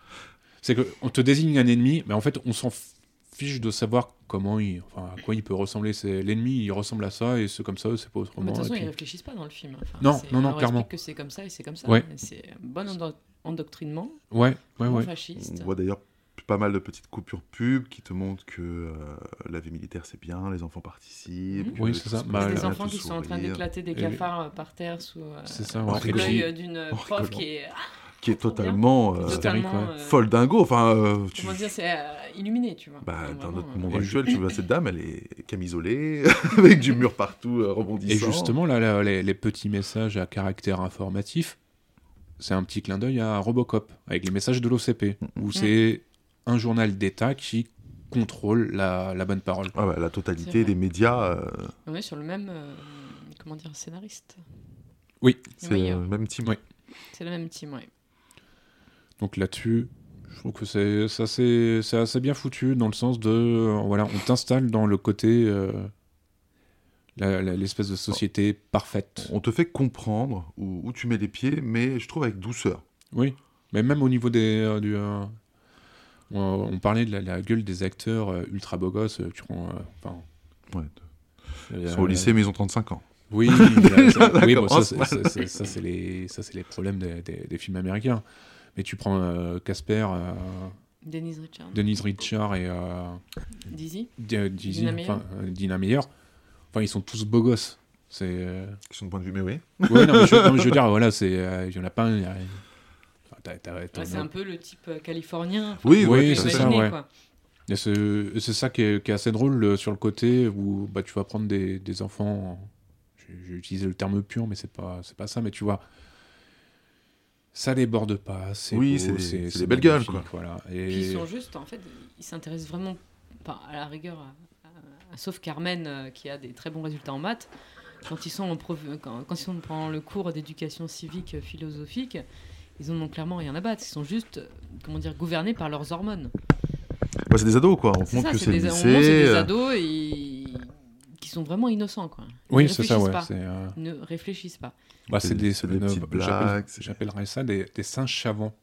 C'est que on te désigne un ennemi, mais en fait, on s'en fiche de savoir comment il, enfin, à quoi il peut ressembler. C'est l'ennemi, il ressemble à ça et c'est comme ça, c'est pas
Mais de
autrement.
toute façon,
et
ils
puis-
réfléchissent pas dans le film. hein. Enfin,
Non,
c'est-
non, non,
on leur
clairement.
explique que c'est comme ça et c'est comme ça.
Ouais.
C'est bon endo- endoctrinement,
Ouais, ouais,
bon
ouais.
fasciste.
On voit d'ailleurs pas mal de petites coupures pub qui te montrent que euh, la vie militaire c'est bien, les enfants participent.
Mhm.
que
Oui, c'est
tout
ça.
se passe
Bah,
C'est
bien,
des
là,
enfants
tout
qui sont en train
sourire,
d'éclater des
Et-
cafards euh, par terre sous euh,
C'est ça.
on
ouais. Et
rigole.
puis- Oh, Euh,
l'œil euh, d'une
en
prof
rigolant.
qui est
Qui est totalement euh,
Totalement.
totalement. euh,
folle dingo. Enfin, euh, tu-
Comment dire, c'est euh, illuminé, tu vois.
Bah,
Donc,
dans
vraiment,
notre
euh,
monde
Et
actuel, tu
(coughs)
vois cette dame, elle est camisolée, (laughs) avec du mur partout euh, rebondissant.
Et justement, là, là, les, les petits messages à caractère informatif, c'est un petit clin d'œil à Robocop, avec les messages de l'OCP,
Mm,
où c'est un journal d'État qui contrôle la, la bonne parole.
Ah bah, la
C'est
totalité
vrai.
des médias, euh,
On est sur le même, euh, comment dire, scénariste.
Oui.
c'est
Oui,
euh,
euh,
le même type.
Ouais.
c'est le même team, ouais.
Donc là-dessus, je trouve que c'est c'est assez, c'est assez bien foutu, dans le sens de, euh, voilà, on t'installe dans le côté, euh, la- la- l'espèce de société parfaite.
On te fait comprendre où, où tu mets les pieds, mais je trouve avec douceur.
Oui, mais même au niveau des. euh, du, euh, on, on parlait de la, la gueule des acteurs euh, ultra beaux gosses, euh, tu prends. euh, enfin,
Ouais.
euh,
Ils sont au lycée, mais ils ont 35 ans. (laughs)
Oui, voilà, ça-
Déjà,
oui,
ça
bon, ça,
commence
c'est-
mal.
ça, c'est- ça, c'est les, ça, c'est les problèmes des, des- des films américains. Mais tu prends euh, Casper, euh,
Denise Richard.
Denise Richard et euh,
Dizzy.
D- Dizzy,
Dina Meyer.
enfin, euh, Dina Meyer, enfin, ils sont tous beaux gosses. C'est. euh,
Question de point de vue, mais oui.
Ouais, non, mais je, non, mais je veux dire, voilà, c'est, euh, il y en a pas un. il y a- t'as- t'as- t'as-
Ouais, c'est un peu le type euh, californien.
Oui,
Oui,
oui,
Faut
c'est ça,
imaginer,
ouais.
quoi.
Et C'est c'est ça qui est, qui est assez drôle euh, sur le côté où bah, tu vas prendre des, des enfants. j'ai- J'ai utilisé le terme pur, mais c'est pas, c'est pas ça. Mais tu vois, ça les borde pas. c'est
Oui,
beau,
c'est des- c'est des
magnifique,
belles gueules, quoi.
Voilà.
Puis ils
Et
sont juste, en fait, ils s'intéressent vraiment, enfin, à la rigueur, à- à- à- sauf Carmen euh, qui a des très bons résultats en maths. Quand ils sont en prof- euh, quand, quand ils sont pendant le cours d'éducation civique euh, philosophique, ils en ont clairement rien à battre. Ils sont juste, euh, comment dire, gouvernés par leurs hormones.
Bah, c'est des ados, quoi. On
C'est
montre
ça,
que
c'est
c'est le
des, on montre que c'est
lycée.
des
euh,
ados et qui sont vraiment innocents, quoi.
oui,
Ils
c'est ça,
réfléchissent
ouais.
pas.
c'est, euh,
Ils ne réfléchissent pas.
bah,
Ah, C'est
c'est
des-
des,
c'est des petites
j'appelle-
blagues, c'est-
J'appellerais ça des, des singes chavants.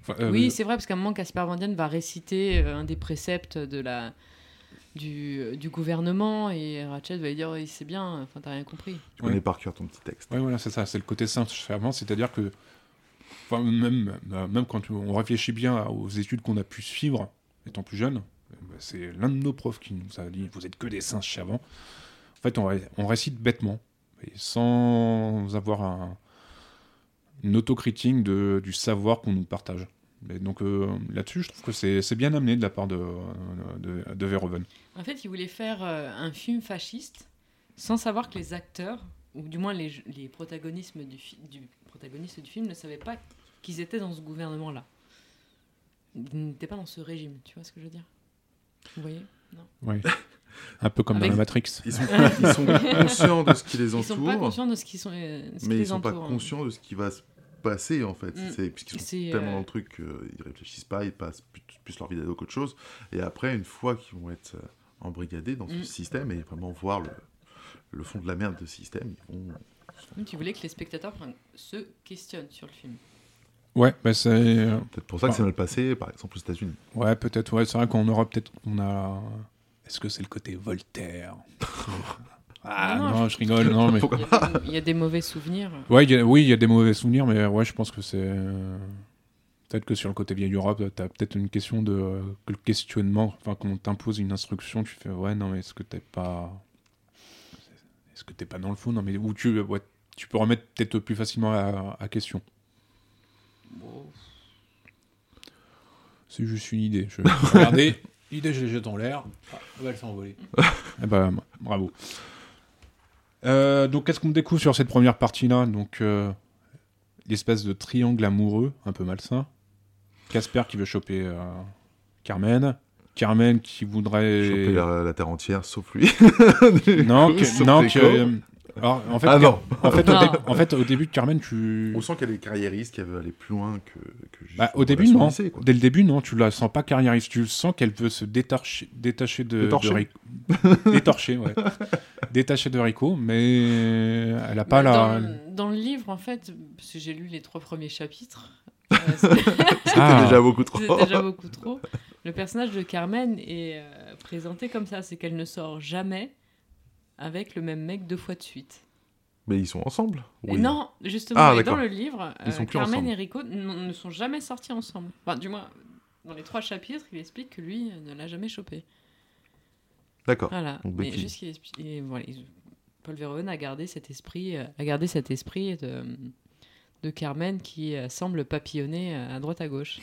Enfin, euh,
Oui, c'est vrai, parce qu'à un moment, Caspar Vandienne va réciter euh, un des préceptes de la, du, du gouvernement et Ratchet va lui dire Oui, C'est bien, enfin, t'as rien compris.
Tu connais par cœur ton petit texte.
Oui, voilà, c'est ça, c'est le côté simple, fervent, c'est-à-dire que, enfin, même, euh, même quand on réfléchit bien aux études qu'on a pu suivre, étant plus jeune, euh, bah, c'est l'un de nos profs qui nous a dit Vous êtes que des singes chavants. En fait, on, ré- on récite bêtement, et sans avoir un, une autocritique de, du savoir qu'on nous partage. Et donc euh, là-dessus, je trouve que c'est c'est bien amené de la part de, euh, de, de Verhoeven.
En fait, il voulait faire euh, un film fasciste sans savoir que les acteurs, ou du moins les, les protagonistes, du, fi- du, protagonistes du film, ne savaient pas qu'ils étaient dans ce gouvernement-là. Ils n'étaient pas dans ce régime, tu vois ce que je veux dire Vous voyez
Oui. (laughs) Un peu comme
Avec-
dans la Matrix.
Ils
(laughs)
sont, ils sont conscients de ce qui les
Ils ne sont pas
entoure,
conscients de ce qui, sont, euh, ce qui
mais
les
ils sont pas
entoure, hein.
conscients de ce qui va se passer, en fait.
Mm.
C'est- Puisqu'ils sont
C'est, euh,
tellement dans le truc qu'ils réfléchissent pas, ils passent plus, plus leur vie d'ado qu'autre chose. Et après, une fois qu'ils vont être euh, embrigadés dans ce
Mm.
système et vraiment voir le, le fond de la merde de ce système, ils vont...
Donc, tu voulais que les spectateurs enfin, se questionnent sur le film.
Ouais, bah, c'est. euh,
Peut-être pour ça que c'est mal passé, par exemple, aux États-Unis.
Ouais, peut-être. Ouais, c'est vrai qu'en Europe, peut-être qu'on a. Est-ce que c'est le côté
(laughs)
Voltaire Ah
Non,
non,
non,
je rigole. Non, mais.
Il y, a des, il y a des mauvais souvenirs.
Ouais, il y a- oui, il y a des mauvais souvenirs, mais ouais, je pense que c'est. euh, Peut-être que sur le côté vieille Europe, t'as peut-être une question de. euh, que le questionnement, enfin, quand on t'impose une instruction, tu fais ouais, non, mais est-ce que t'es pas. Est-ce que t'es pas dans le faux Non, mais. Ou tu, ouais, tu peux remettre peut-être plus facilement à, à question. C'est juste une idée.
(laughs)
Je... Regardez, l'idée, je la jette en l'air. Ah, elle
(laughs)
s'est envolée. eh ben, bravo. Euh, donc, qu'est-ce qu'on découvre sur cette première partie-là Donc, euh, l'espèce de triangle amoureux, un peu malsain. Casper qui veut choper euh, Carmen. Carmen qui voudrait.
Choper la, la terre entière, sauf
(laughs)
lui.
Non, que-
Sauf
non,
les
que- euh,
cons.
Alors, en fait,
Ah
Car-
non
En fait, au,
Non.
dé- en fait, au début de Carmen, tu.
On sent qu'elle est carriériste, qu'elle veut aller plus loin que, que juste
Bah,
une
au début,
relation
non.
lycée, quoi.
Dès le début, non, tu la sens pas carriériste. Tu sens qu'elle veut se détacher, détacher de,
Détorcher.
de Rico. (laughs) détorcher, ouais. détacher de Rico, mais elle a pas
Mais
la.
dans, dans le livre, en fait, parce que j'ai lu les trois
(laughs)
premiers chapitres, euh, c'était
Ah,
C'était déjà beaucoup (laughs) trop.
c'était déjà beaucoup trop. Le personnage de Carmen est euh, présenté comme ça c'est qu'elle ne sort jamais avec le même mec deux fois de suite.
Mais ils sont ensemble
Et Non, justement,
Ah,
et
d'accord.
dans le livre,
Ils
euh,
sont plus
Carmen
ensemble.
et Rico n- ne sont jamais sortis ensemble. Enfin, du moins, dans les trois chapitres, il explique que lui euh, ne l'a jamais chopé.
D'accord.
Voilà.
Donc,
Mais
Becky.
juste qu'il expli- et voilà, ils- Paul Verhoeven a gardé cet esprit, euh, a gardé cet esprit de, de Carmen qui euh, semble papillonner euh, à droite à gauche.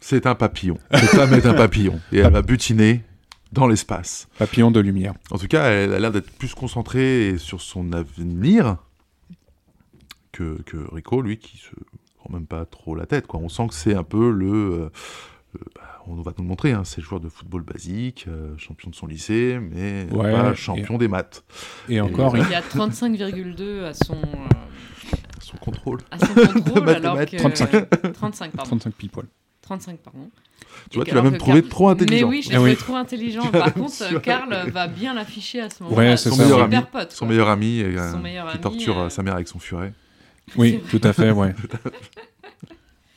C'est un papillon. Cette femme est un papillon. Et elle va butiner dans l'espace.
papillon de lumière.
En tout cas, elle a l'air d'être plus concentrée sur son avenir que, que Rico, lui, qui se prend même pas trop la tête. Quoi. On sent que c'est un peu le... euh, euh, bah, on va nous le montrer, hein, c'est le joueur de football basique, euh, champion de son lycée, mais
Ouais,
pas
et-
champion des maths.
Et encore,
Il
il-
y a 35,2 à son, euh,
Son contrôle. (laughs)
à son contrôle, alors que...
mathématiques.
35. 35, pardon.
35 people.
35, pardon.
Tu vois,
Et
tu l'as
alors
même
que
trouvé
Car-
trop intelligent.
Mais oui, je l'ai
Ah
trouvé
oui.
trop intelligent. Par contre, euh, Karl va bien l'afficher à ce moment-là.
Ouais, c'est
Son
ça,
meilleur
ouais.
ami,
super pote.
son
quoi.
meilleur ami, euh,
Son meilleur
qui
ami,
torture
euh,
sa mère avec son furet.
Oui, tout à fait, ouais.
(laughs)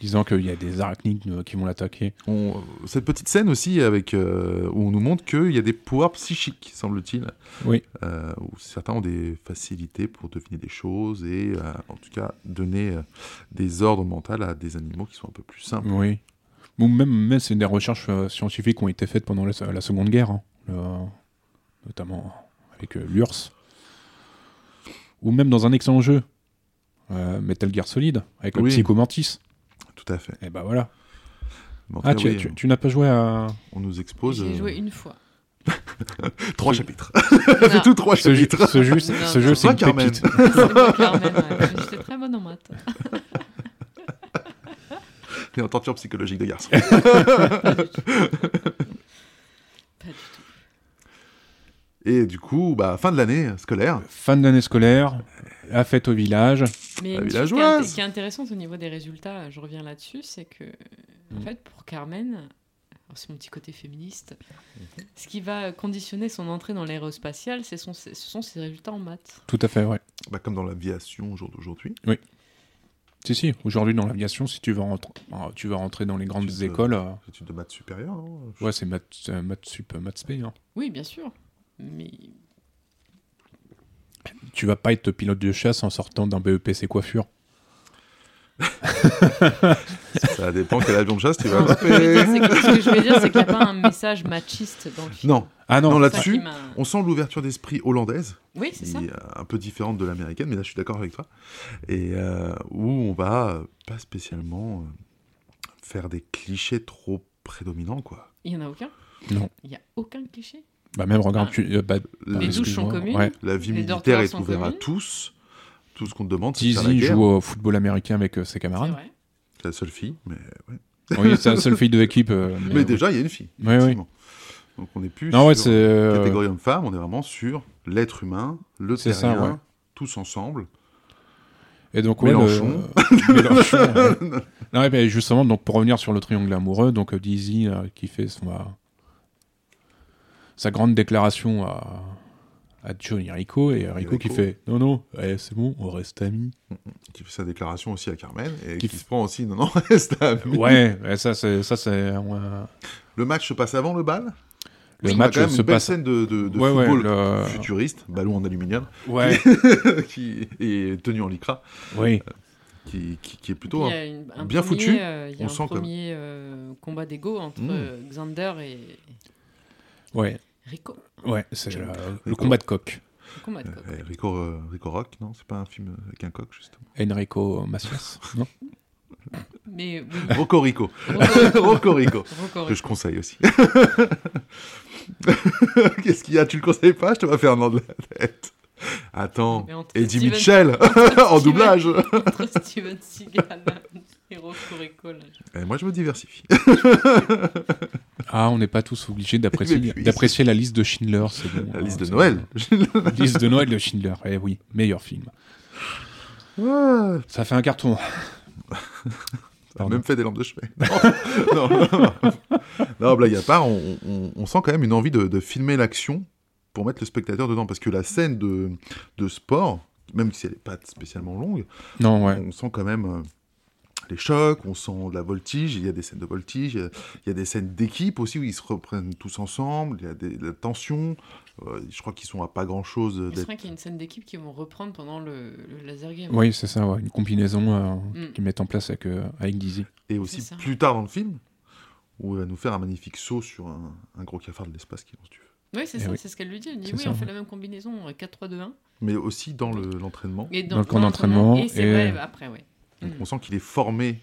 Disant qu'il y a des arachnides euh, qui vont l'attaquer.
On- cette petite scène aussi avec euh, où on nous montre qu'il y a des pouvoirs psychiques, semble-t-il.
Oui.
Euh, où certains ont des facilités pour deviner des choses et euh, en tout cas donner euh, des ordres mentaux à des animaux qui sont un peu plus simples.
Oui. Ou même, même c'est des recherches euh, scientifiques qui ont été faites pendant la, se- la Seconde Guerre, hein. Le- notamment avec euh, l'URSS. Ou même dans un excellent jeu, euh, Metal Gear Solid, avec le
Oui.
Psychomantis.
Tout à fait.
Et bah voilà.
Mais en tout
Ah,
cas,
tu,
oui,
tu- tu n'as pas joué à.
On nous expose
J'ai
euh,
joué une fois.
trois chapitres.
Non,
(laughs) C'est tout trois
Ce jeu,
chapitres.
ce jeu,
Non,
ce
non.
jeu, c'est
Ah, Toi,
une
Carmen.
pépite.
c'est moi, Carmen, ouais. J'étais très bonne en maths.
Et en torture psychologique de garçon.
Pas du tout.
Et du coup, bah, fin de l'année scolaire.
Fin d'année scolaire, la fête au village.
Mais
La
une chose qui est,
villageoise.
int- qui est intéressante au niveau des résultats, je reviens là-dessus, c'est que, en
Mm.
fait, pour Carmen, alors c'est mon petit côté féministe,
Mm-hmm.
ce qui va conditionner son entrée dans l'aérospatiale, c'est son- ce sont ses résultats en maths.
Tout à fait, ouais.
Bah, comme dans l'aviation au jour d'aujourd'hui.
Si, si, aujourd'hui dans l'aviation, si tu vas rentrer, tu vas rentrer dans les grandes
Tu peux-
écoles, euh,
études de maths supérieures. hein. non
ouais, c'est maths, euh, maths sup, maths spé, hein.
Oui, bien sûr. Mais
Tu vas pas être pilote de chasse en sortant d'un BEPC coiffure.
Ça dépend quel avion de chasse tu vas
(laughs) Non, ce, que je veux dire,
attraper.
c'est que- ce que je veux dire, c'est qu'il n'y a pas un message machiste dans le film.
Non,
Ah non,
non
C'est ça qui
là-dessus,
m'a-
on sent l'ouverture d'esprit hollandaise,
Oui, c'est
qui
ça.
est euh, un peu différente de l'américaine, mais là je suis d'accord avec toi, et euh, où on va euh, pas spécialement euh, faire des clichés trop prédominants, quoi.
Il n'y en a aucun.
Non.
Il n'y a aucun cliché.
bah même regarde,
Ah.
tu, euh, bah,
La,
Les
excuse-moi,
douches sont communes.
ouais.
la vie
les
militaire
dortoirs
est
sont
ouverte à
communs.
tous. Tout ce qu'on te demande, c'est de faire la
Tizi
guerre.
joue au football américain avec euh, ses
C'est
camarades.
vrai.
C'est la seule fille, mais, ouais.
Oui, c'est la seule fille de
(laughs)
l'équipe. euh,
mais déjà il y a une fille.
Ouais, ouais.
effectivement. Donc on n'est plus
Non, ouais,
sur
c'est. euh,
catégorie homme-femme, on est vraiment sur l'être humain, le
C'est
terrien,
ça, ouais.
tous ensemble.
Et donc, ouais,
Mélenchon. (laughs)
le- (laughs) Mélenchon, ouais. Non, et ben, justement, donc, pour revenir sur le triangle amoureux, donc euh, Dizzy euh, qui fait son, euh, sa grande déclaration à, à John et Rico, et euh, Rico qui
Rico.
fait Non, non, eh, c'est bon, on reste amis.
qui fait sa déclaration aussi à Carmen et
Qui
qui,
f-
se prend aussi non (laughs) non reste à amis.
ouais, ouais, ça, c'est. ça, c'est, euh,
le match se passe avant le bal
le
On a
match
quand même
se
une belle
passe.
scène de, de, de
Ouais, ouais,
football
le-
futuriste ballon en aluminium
(laughs)
(laughs)
Ouais,
qui est tenu en lycra
oui.
qui, qui, qui est plutôt
Il y
un-
a une- un
bien
premier,
foutu.
euh, il y
On
a
sent
un
que-
premier euh, combat d'ego entre
Mm.
euh, Xander et
Ouais,
Rico.
ouais, c'est euh, le
Rico.
combat de coq.
Le combat de coq.
Eh, Rico, euh, Rico Rock, non C'est pas un film avec un coq, justement.
Enrico Macias. non
(laughs)
Mais oui,
Rocco Rico.
(laughs) Rocco-
Rocco Rico.
Rocco
Que je conseille aussi. (laughs) Qu'est-ce qu'il y a Tu le conseilles pas Je te vas faire un nom de la tête. Attends.
Mais entre
Eddie
Steven-
Mitchell (laughs) en
Steven-
doublage.
(laughs) entre Steven Seagal et Rocco Rico. là.
Et Eh, moi, je me diversifie.
Ah, on n'est pas tous obligés d'apprécier
Mais puis-
d'apprécier la liste de Schindler, c'est bon.
La
hein,
liste de
c'est-
Noël.
(laughs) La liste de Noël de Schindler, eh oui, meilleur film.
Ouais.
Ça fait un carton.
On a
Pardon.
même fait des lampes de chevet. (laughs) non, non, non, non. Non, blague à part, on, on- on sent quand même une envie de, de filmer l'action pour mettre le spectateur dedans. Parce que la scène de, de sport, même si elle n'est pas spécialement longue,
Non, ouais.
on sent quand même euh, les chocs, on sent de la voltige, il y a des scènes de voltige, il y a- il y a des scènes d'équipe aussi où ils se reprennent tous ensemble, il y a des, de la tension. Euh, je crois qu'ils sont à pas grand-chose
Mais C'est
d'être
vrai qu'il y a une scène d'équipe qu'ils vont reprendre pendant le, le laser game.
Oui, c'est ça, ouais. une combinaison euh,
Mm.
qu'ils mettent en place avec, euh, avec Dizzy.
Et aussi
ça.
plus tard dans le film, où elle va nous faire un magnifique saut sur un, un gros cafard de l'espace qui lance du feu.
Oui, c'est
Eh
ça,
oui.
c'est ce qu'elle lui dit. Elle dit
C'est
oui,
ça,
on fait
ouais.
la même combinaison, euh, 4-3-2-1.
Mais aussi dans le- l'entraînement.
Et
Dans le camp d'entraînement,
Et c'est
et-
vrai, bah, après, oui.
Donc,
Mhm.
On sent qu'il est formé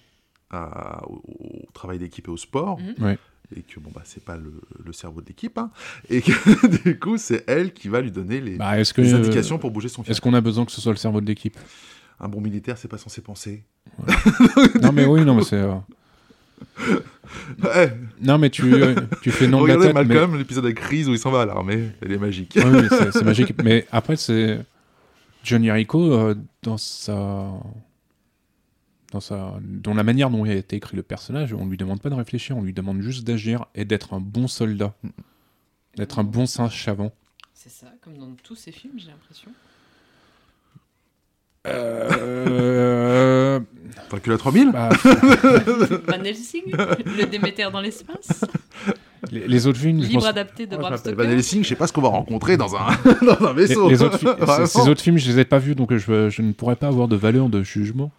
à- au, au travail d'équipe et au sport.
Mhm.
Ouais.
Et que bon, bah, c'est pas le, le cerveau de l'équipe. hein. Et que (laughs) du coup, c'est elle qui va lui donner les,
Bah, est-ce que
les
euh,
indications pour bouger son fils.
est-ce qu'on a besoin que ce soit le cerveau de
(laughs)
l'équipe
Un bon militaire, c'est pas censé penser. (laughs)
Non, mais oui, non, mais c'est. euh,
Eh,
Non, mais tu, euh, tu fais non de la
regardez
tête.
Malcolm, l'épisode avec Reese où il s'en va à l'armée. Elle est magique.
mais... Oui, oui, c'est- c'est magique. Mais après, c'est. Johnny Rico, euh, dans sa. Dans, sa... dans la manière dont a été écrit le personnage, on lui demande pas de réfléchir, on lui demande juste d'agir et d'être un bon soldat, d'être un bon singe savant.
C'est ça, comme dans tous ces films, j'ai l'impression. (laughs)
Euh... (laughs)
T'as que la 3000
bah,
Van Helsing, le Déméter dans l'espace,
les, les autres films, (laughs) je
libre
pense-
adapté
Moi,
de
je
Bram
m'appelle
Stoker.
Van Helsing, je sais pas ce qu'on va rencontrer dans un, (laughs) dans un
les,
vaisseau.
les autres fi-
(laughs)
ces-
Vraiment.
ces autres films, je les ai pas vus, donc je, je ne pourrais pas avoir de valeur de jugement.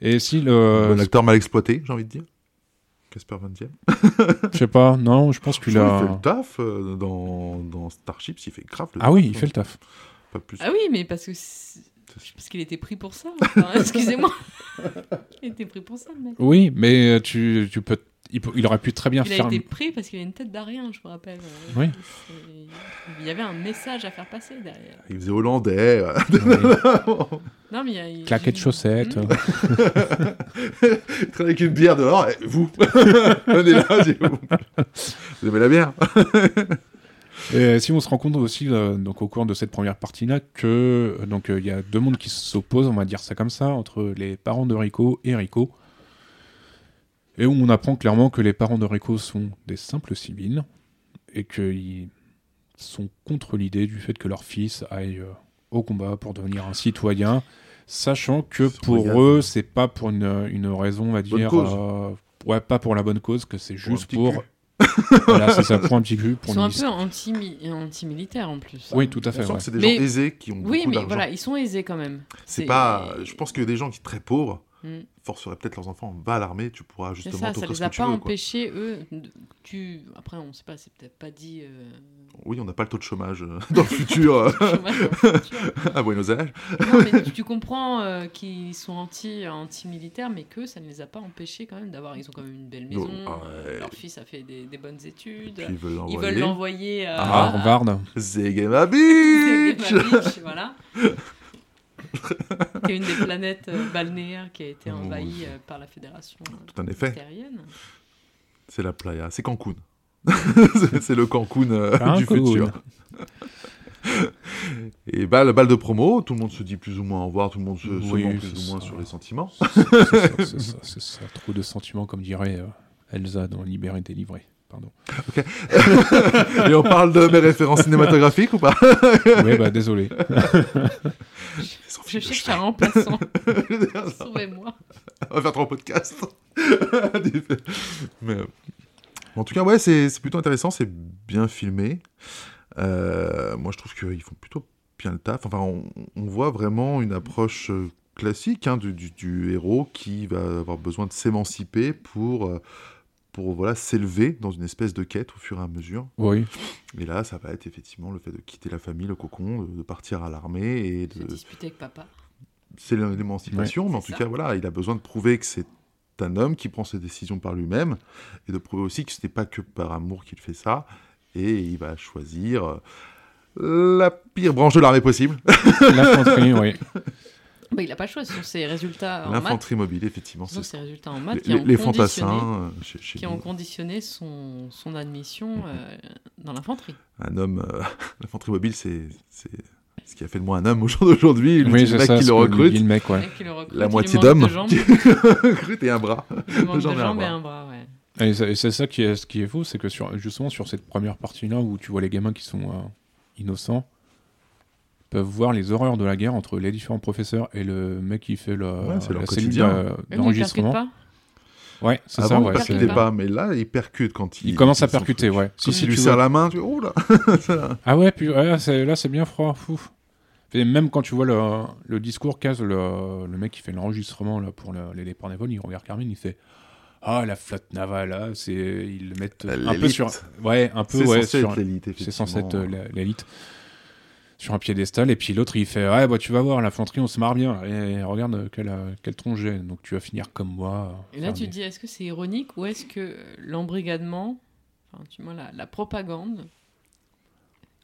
Et si le,
Bon acteur mal exploité, j'ai envie de dire. Casper Van Diem.
je sais pas, non, je pense
Je
qu'il
trouve qu'il fait
a.
le taf euh, dans, dans Starship, il fait grave le
Ah oui, il
taf, hein.
fait le taf.
Pas plus.
Ah oui, mais parce que c'est- Parce qu'il était pris pour ça. enfin,
(laughs)
(laughs) Excusez-moi. Il était pris pour ça, le mec.
Oui, mais euh, tu, tu peux, il, peut- il aurait pu très bien
Il a
faire. (laughs)
été pris parce qu'il a une tête d'Arien, je me rappelle. Euh,
Oui.
c'est- Il y avait un message à faire passer derrière.
Il faisait hollandais. euh. (laughs)
Non, mais il y a- il-
Claquer de chaussettes.
Hmm.
Il traînait avec une bière dehors. et vous, (laughs) venez là. j'ai- Vous aimez la bière
Et si on se rend compte aussi, euh, donc au cours de cette première partie-là, que euh, donc euh, il y a deux mondes qui s'opposent, on va dire ça comme ça, entre les parents de Rico et Rico, et où on apprend clairement que les parents de Rico sont des simples civils et qu'ils sont contre l'idée du fait que leur fils aille euh, au combat pour devenir un citoyen, sachant que pour
Citoyen.
eux, c'est pas pour une, une raison, on va dire,
cause.
euh, ouais, pas pour la bonne cause, que c'est
Pour un
juste
petit
pour,
cul.
(laughs) voilà, c'est ça, pour un petit cul,
Ils
pour
sont
une
un
histoire.
peu anti-mi- anti-militaires en plus.
Oui, tout à fait.
On sent
ouais.
que c'est des
Mais-
gens aisés qui ont
Oui,
beaucoup
mais
d'argent.
voilà, ils sont aisés quand même.
C'est
c'est-
pas. Je pense que des gens qui très pauvres
Mm.
forceraient peut-être leurs enfants va à l'armée. Tu pourras
C'est
justement
ça, ça
t'offrir
les
ce que
a
tu
pas
veux. quoi.
empêchés, eux. de- Tu... Après, on sait pas, c'est peut-être pas dit. euh,
(laughs) Oui, on n'a pas le taux de chômage euh, (laughs) dans le futur euh,
chômage dans le futur.
à Buenos Aires.
Non, mais tu- tu comprends euh, qu'ils sont anti, anti-militaires, mais que ça ne les a pas empêchés quand même d'avoir. Ils ont quand même une belle maison.
Non, ouais.
Leur fils a fait des, des bonnes études.
Puis ils veulent
Ils veulent
l'envoyer.
l'envoyer euh, à,
Ah,
à-
Harvard.
Zegema
c'est
Beach
Gamma Beach, voilà. qui est une des planètes euh, balnéaires qui a été
Oh,
envahie euh, par la fédération euh,
Tout en effet,
terrienne.
c'est la playa, c'est Cancun. (laughs) C'est- c'est le Cancun euh, du
Cancun.
futur. Et balle, balle de promo, tout le monde se dit plus ou moins au revoir, tout le monde se, se
Oui,
ment plus
c'est
ou moins
ça.
sur les sentiments.
(laughs) C'est ça, c'est ça, c'est ça. Trop de sentiments, comme dirait euh, Elsa dans Libéré délivré.
(laughs)
Pardon.
Et on parle de mes références cinématographiques ou pas (laughs)
Oui, bah désolé.
Je cherche
(laughs)
un remplaçant. (laughs)
On
Sauvez-moi.
va faire trois podcasts. (laughs) Mais, euh, En tout cas, ouais, c'est c'est plutôt intéressant, c'est bien filmé. Euh, moi, je trouve qu'ils font plutôt bien le taf. Enfin, on, on voit vraiment une approche euh, classique hein, du, du- du héros qui va avoir besoin de s'émanciper pour, euh, pour voilà, s'élever dans une espèce de quête au fur et à mesure.
Oui,
Et là, ça va être effectivement le fait de quitter la famille, le cocon, de, de partir à l'armée et
J'ai
de,
disputé avec papa.
c'est l'émancipation, mais en
c'est
tout
ça.
cas, voilà, il a besoin de prouver que c'est un homme qui prend ses décisions par lui-même et de prouver aussi que ce n'est pas que par amour qu'il fait ça. Et il va choisir euh, la pire branche de l'armée possible,
l'infanterie, oui.
Bah, il n'a pas le choix sur ses résultats en maths.
l'infanterie mobile, effectivement.
Sur
c'est-
ses résultats en maths qui
les
ont
les
conditionné-
fantassins, euh, chez- chez
qui
nous,
ont conditionné son, son admission
Mm-hmm.
euh, dans l'infanterie.
un homme, euh, (laughs) l'infanterie mobile, c'est c'est ce qui a fait de moi un homme au jour d'aujourd'hui. Le
Oui,
petit
c'est
mec
ça.
qui
ce
le
que
recrute,
dit Le mec, ouais.
Et qui le recrute,
Ah, la
il
moitié
lui
d'hommes
manque de jambes,
qui (laughs) recrute et un bras.
il lui
(laughs)
manque
J'en ai
de
un
jambes et
bras.
un bras. Ouais.
Et c'est c'est ça qui est, ce qui est fou, c'est que sur, justement sur cette première partie-là où tu vois les gamins qui sont euh, innocents, peuvent voir les horreurs de la guerre entre les différents professeurs et le mec qui fait le,
Ouais, c'est leur
la cellule
quotidien.
euh,
Même il ne percute
d'enregistrement.
pas.
Ouais, c'est ça,
Avant,
ouais.
Ah il
c'est-
percutait pas, mais là, il percute quand il.
Il commence à
s'en fout.
percuter, ouais.
Si,
Si,
si,
si,
lui
tu
serre
vois.
la main, tu oh là
Ah ouais, puis ouais, c'est- là c'est bien froid. Fou. Et même quand tu vois le, le discours qu'a le, le mec qui fait l'enregistrement là pour le- les départs des vols, il regarde Carmine, il fait ah la flotte navale là, c'est ils le mettent un peu
L'élite.
sur ouais un peu
C'est
ouais
censé
sur-
être l'élite,
c'est
effectivement.
censé être euh, la- l'élite sur un piédestal et puis l'autre il fait ouais bah tu vas voir l'infanterie on se marre bien et regarde euh, quelle euh, quelle tronche j'ai donc tu vas finir comme moi. euh,
Et là,
faire
tu
des-
te dis, est-ce que c'est ironique ou est-ce que euh, l'embrigadement, enfin, tu vois, la, la propagande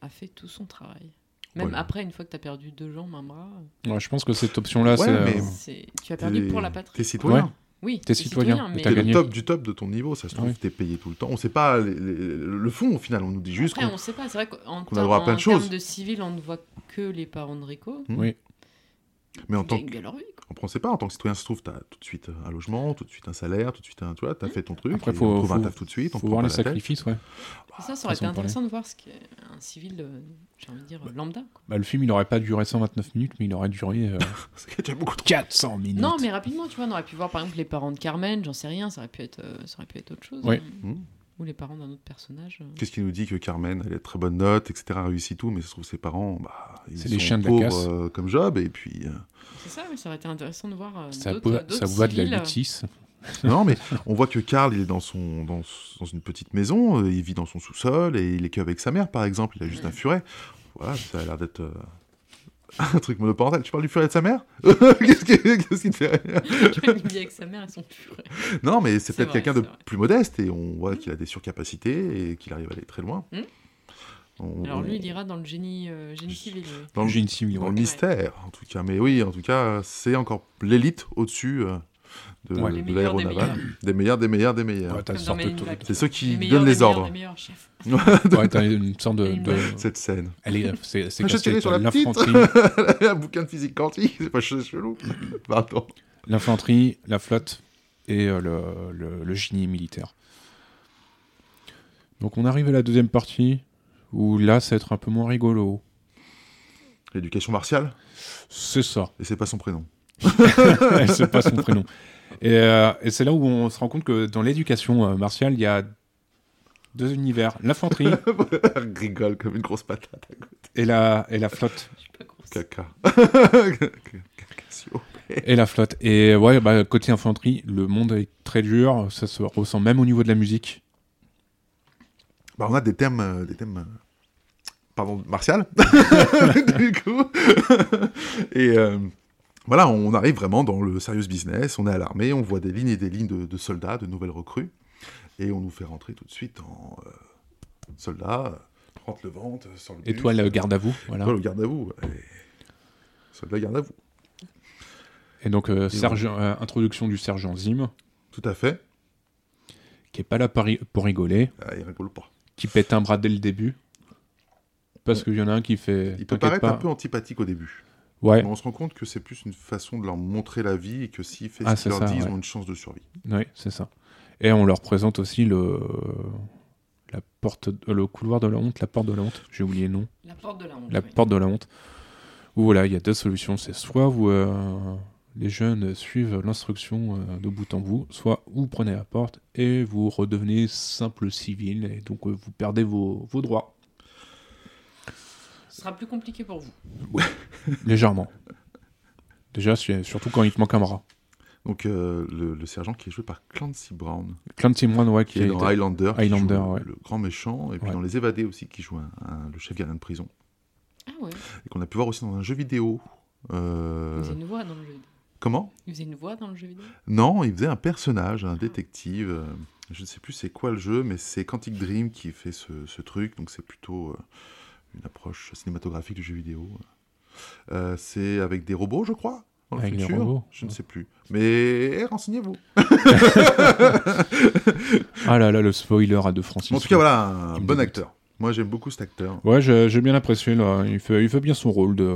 a fait tout son travail Même
Voilà.
après, une fois que tu as perdu deux jambes, un bras,
Ouais, je pense que cette option là
Ouais,
c'est euh,
mais-
c'est- tu as perdu pour la
T'es
patrie.
citoyen.
Ouais.
Oui,
t'es
t'es
citoyen, mais
mais
t'as
T'es le
gagné.
top du top de ton niveau, ça se trouve,
Ouais.
t'es payé tout le temps. On sait pas les- les- le fond, au final. On nous dit juste
Après, on
qu'on.
ne sait pas. C'est vrai qu'en
qu'on a droit à
termes-
plein
en
de choses.
termes de civil, on ne voit que les parents de Rico.
oui
Mais en
Ils
tant
gagnent
que.
bien leur vie. quoi.
On prend- sait pas, en tant que citoyen, ça se trouve, t'as tout de suite un logement, tout de suite un salaire, tout de suite un. Tu
Mmh.
vois, t'as fait ton truc.
Après,
et
faut-
on trouve un
faut-
taf tout de suite. On
faut
prend
voir
pas
les
la tête.
sacrifices ouais.
Bah,
Et ça, ça aurait
façon de
été
parler.
intéressant de voir ce qu'est un civil, euh, j'ai envie de dire, euh, lambda. quoi.
Bah, le film, il aurait pas duré 129 minutes, mais il aurait duré euh,
C'est déjà beaucoup trop.
400 minutes.
Non, mais rapidement, tu vois, on aurait pu voir par exemple les parents de Carmen, j'en sais rien, ça aurait pu être, euh, ça aurait pu être autre chose.
Oui.
hein.
Mhm.
Ou les parents d'un autre personnage. euh.
Qu'est-ce qui nous dit que Carmen, elle a de très bonnes notes, etc., réussit tout, mais ça se trouve, ses parents, bah, ils
C'est
sont
des chiens de la casse.
pauvres euh, comme Job, et puis. euh,
C'est ça, mais ça aurait été intéressant de voir. euh,
ça
d'autres-
boit,
d'autres
ça boit de la
civils, euh,
bêtise.
Non, mais on voit que Karl, il est dans, son, dans, dans une petite maison, euh, il vit dans son sous-sol et il est qu'avec sa mère, par exemple. Il a juste un furet. Voilà, ça a l'air d'être euh, (laughs) Un truc monoparental. Tu parles du furet de sa mère (laughs) Qu'est-ce qui qu'est-ce qui te fait rire
(laughs) Johnny B euh, avec sa mère, elles sont pures.
Non, mais c'est
C'est
peut-être
vrai,
quelqu'un de
c'est vrai.
plus modeste et on voit qu'il a des surcapacités et qu'il arrive à aller très loin.
Hmm.
On-
Alors
on-
lui, il ira dans le génie, euh, génie civil. lui.
dans le,
J'ai une simile,
dans
ouais.
le
Ouais.
mystère, en tout cas. Mais oui, en tout cas, c'est encore l'élite au-dessus euh, de,
Ouais.
de
Les meilleurs des
l'aéronaval. Des meilleurs, des meilleurs, des meilleurs.
Ouais, t'as
Comme
une
dans
sorte
Men in
de-
Black.
C'est ceux qui
meilleurs,
donnent
des
les
meilleurs,
ordres.
des meilleurs, chef.
(laughs) Ouais, t'as une sorte de. de-
(laughs)
(laughs)
Cette scène.
Elle est, c'est, c'est
Ah, je tirais
casse-tête, hein.
sur la petite.
l'infanterie, (laughs)
Un bouquin de physique quantique, c'est pas ch- (laughs) chelou. Pardon.
l'infanterie, la flotte et euh, le, le, le génie militaire. Donc on arrive à la deuxième partie où là, ça va être un peu moins rigolo.
L'éducation martiale,
C'est (laughs) ça.
et c'est pas son (laughs) prénom.
Elle sait pas son prénom. Et, euh, et c'est là où on se rend compte que dans l'éducation euh, martiale, il y a deux univers, (laughs) l'infanterie
Elle rigole comme une grosse patate.
et la, et la flotte.
Je suis pas grosse.
(laughs) Caca. Cacassio.
Et la flotte. Et ouais, bah, côté infanterie, le monde est très dur. Ça se ressent même au niveau de la musique.
Bah, on a des thèmes, euh, des thèmes, euh, pardon, martial, (laughs) du coup. et euh, voilà, on arrive vraiment dans le serious business. On est à l'armée, on voit des lignes et des lignes de, de soldats, de nouvelles recrues, et on nous fait rentrer tout de suite en euh, soldats, euh, rentre le ventre, sans le buste.
Étoile euh, garde à vous. Voilà.
Étoile au garde à vous. Et... Soldat garde à vous.
Et donc, euh, sergent- euh, introduction du sergent Zim,
Tout à fait.
qui est pas là par- pour rigoler,
Ah, il rigole pas.
qui pète un bras dès le début. Parce qu'il y en a un qui fait.
Il peut paraître
T'inquiète pas.
un peu antipathique au début.
Ouais,
Mais on se rend compte que c'est plus une façon de leur montrer la vie et que s'ils font
Ah,
ce qu'ils
c'est
leur
ça,
disent, ils
ouais.
ont une chance de survie.
ouais, c'est ça. Et on leur présente aussi le. La porte, euh, le couloir de la honte, la porte de la honte, j'ai oublié le nom,
La porte de la honte.
la
oui.
porte de la honte, où voilà, il y a deux solutions, c'est soit vous, euh, les jeunes suivent l'instruction euh, de bout en bout, soit vous prenez la porte et vous redevenez simple civil, et donc euh, vous perdez vos- vos droits.
Ce sera plus compliqué pour vous.
Légèrement. Déjà, su- surtout quand il te manque un bras.
Donc euh, le, le sergent qui est joué par Clancy Brown,
Clancy Moine, ouais,
qui est dans Highlander, qui
Highlander,
joue le-
ouais.
le grand méchant, et puis
Ouais.
dans Les Évadés aussi, qui joue un- un- le chef gardien de prison,
Ah ouais,
et qu'on a pu voir aussi dans un jeu vidéo.
il
Euh,
faisait une voix dans le jeu vidéo.
Comment
Il faisait une voix dans le jeu vidéo.
Non, il faisait un personnage, un détective. euh, Je ne sais plus c'est quoi le jeu, mais c'est Quantic Dream qui fait ce, ce truc, donc c'est plutôt euh, une approche cinématographique du jeu vidéo. Euh, c'est avec des robots, je crois, dans le
Avec des
futur.
robots,
je ne
ouais.
sais plus. Mais eh, renseignez-vous.
Ah là là, le spoiler à De Francis.
En tout cas, voilà, un
Il me
bon
dégoûte.
acteur. Moi, j'aime beaucoup cet acteur.
Ouais, j'ai j'ai bien apprécié, là. Il fait, il fait bien son rôle de,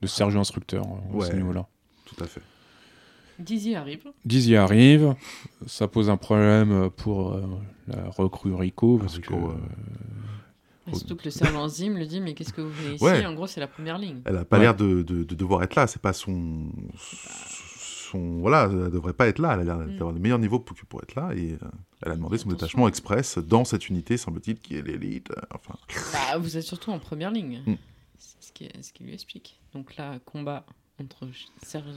de sergent instructeur euh, à
Ouais.
ce niveau-là.
Tout à fait.
Dizzy arrive.
Dizzy arrive, ça pose un problème euh, pour euh, la recrue Rico, parce
Rico,
que,
ouais.
euh,
Et surtout que le sergent Zim lui dit Mais qu'est-ce que vous faites ici
Ouais.
En gros, c'est la première ligne.
Elle n'a pas
Ouais.
l'air de, de- de devoir être là. C'est pas son, son. Voilà, elle ne devrait pas être là. Elle a l'air
Mm.
d'avoir le meilleur niveau pour, que pour être là. Et euh, elle a demandé son
Attention.
détachement express dans cette unité, semble-t-il, qui est l'élite. euh, Enfin,
Bah, vous êtes surtout en première ligne.
Mm.
C'est ce qui, ce qui lui explique. Donc là, combat entre ch- sergent